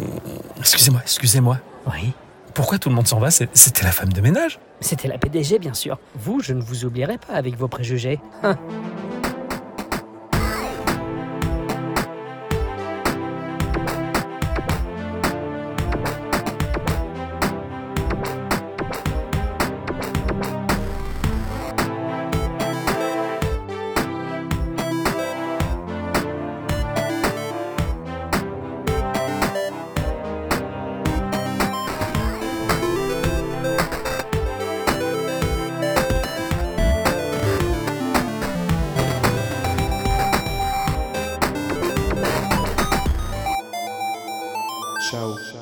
[SPEAKER 9] excusez-moi, excusez-moi.
[SPEAKER 11] Oui,
[SPEAKER 9] Pourquoi tout le monde s'en va C'est- C'était la femme de ménage
[SPEAKER 11] c'était la PDG, bien sûr. Vous, je ne vous oublierai pas avec vos préjugés.
[SPEAKER 8] Ciao.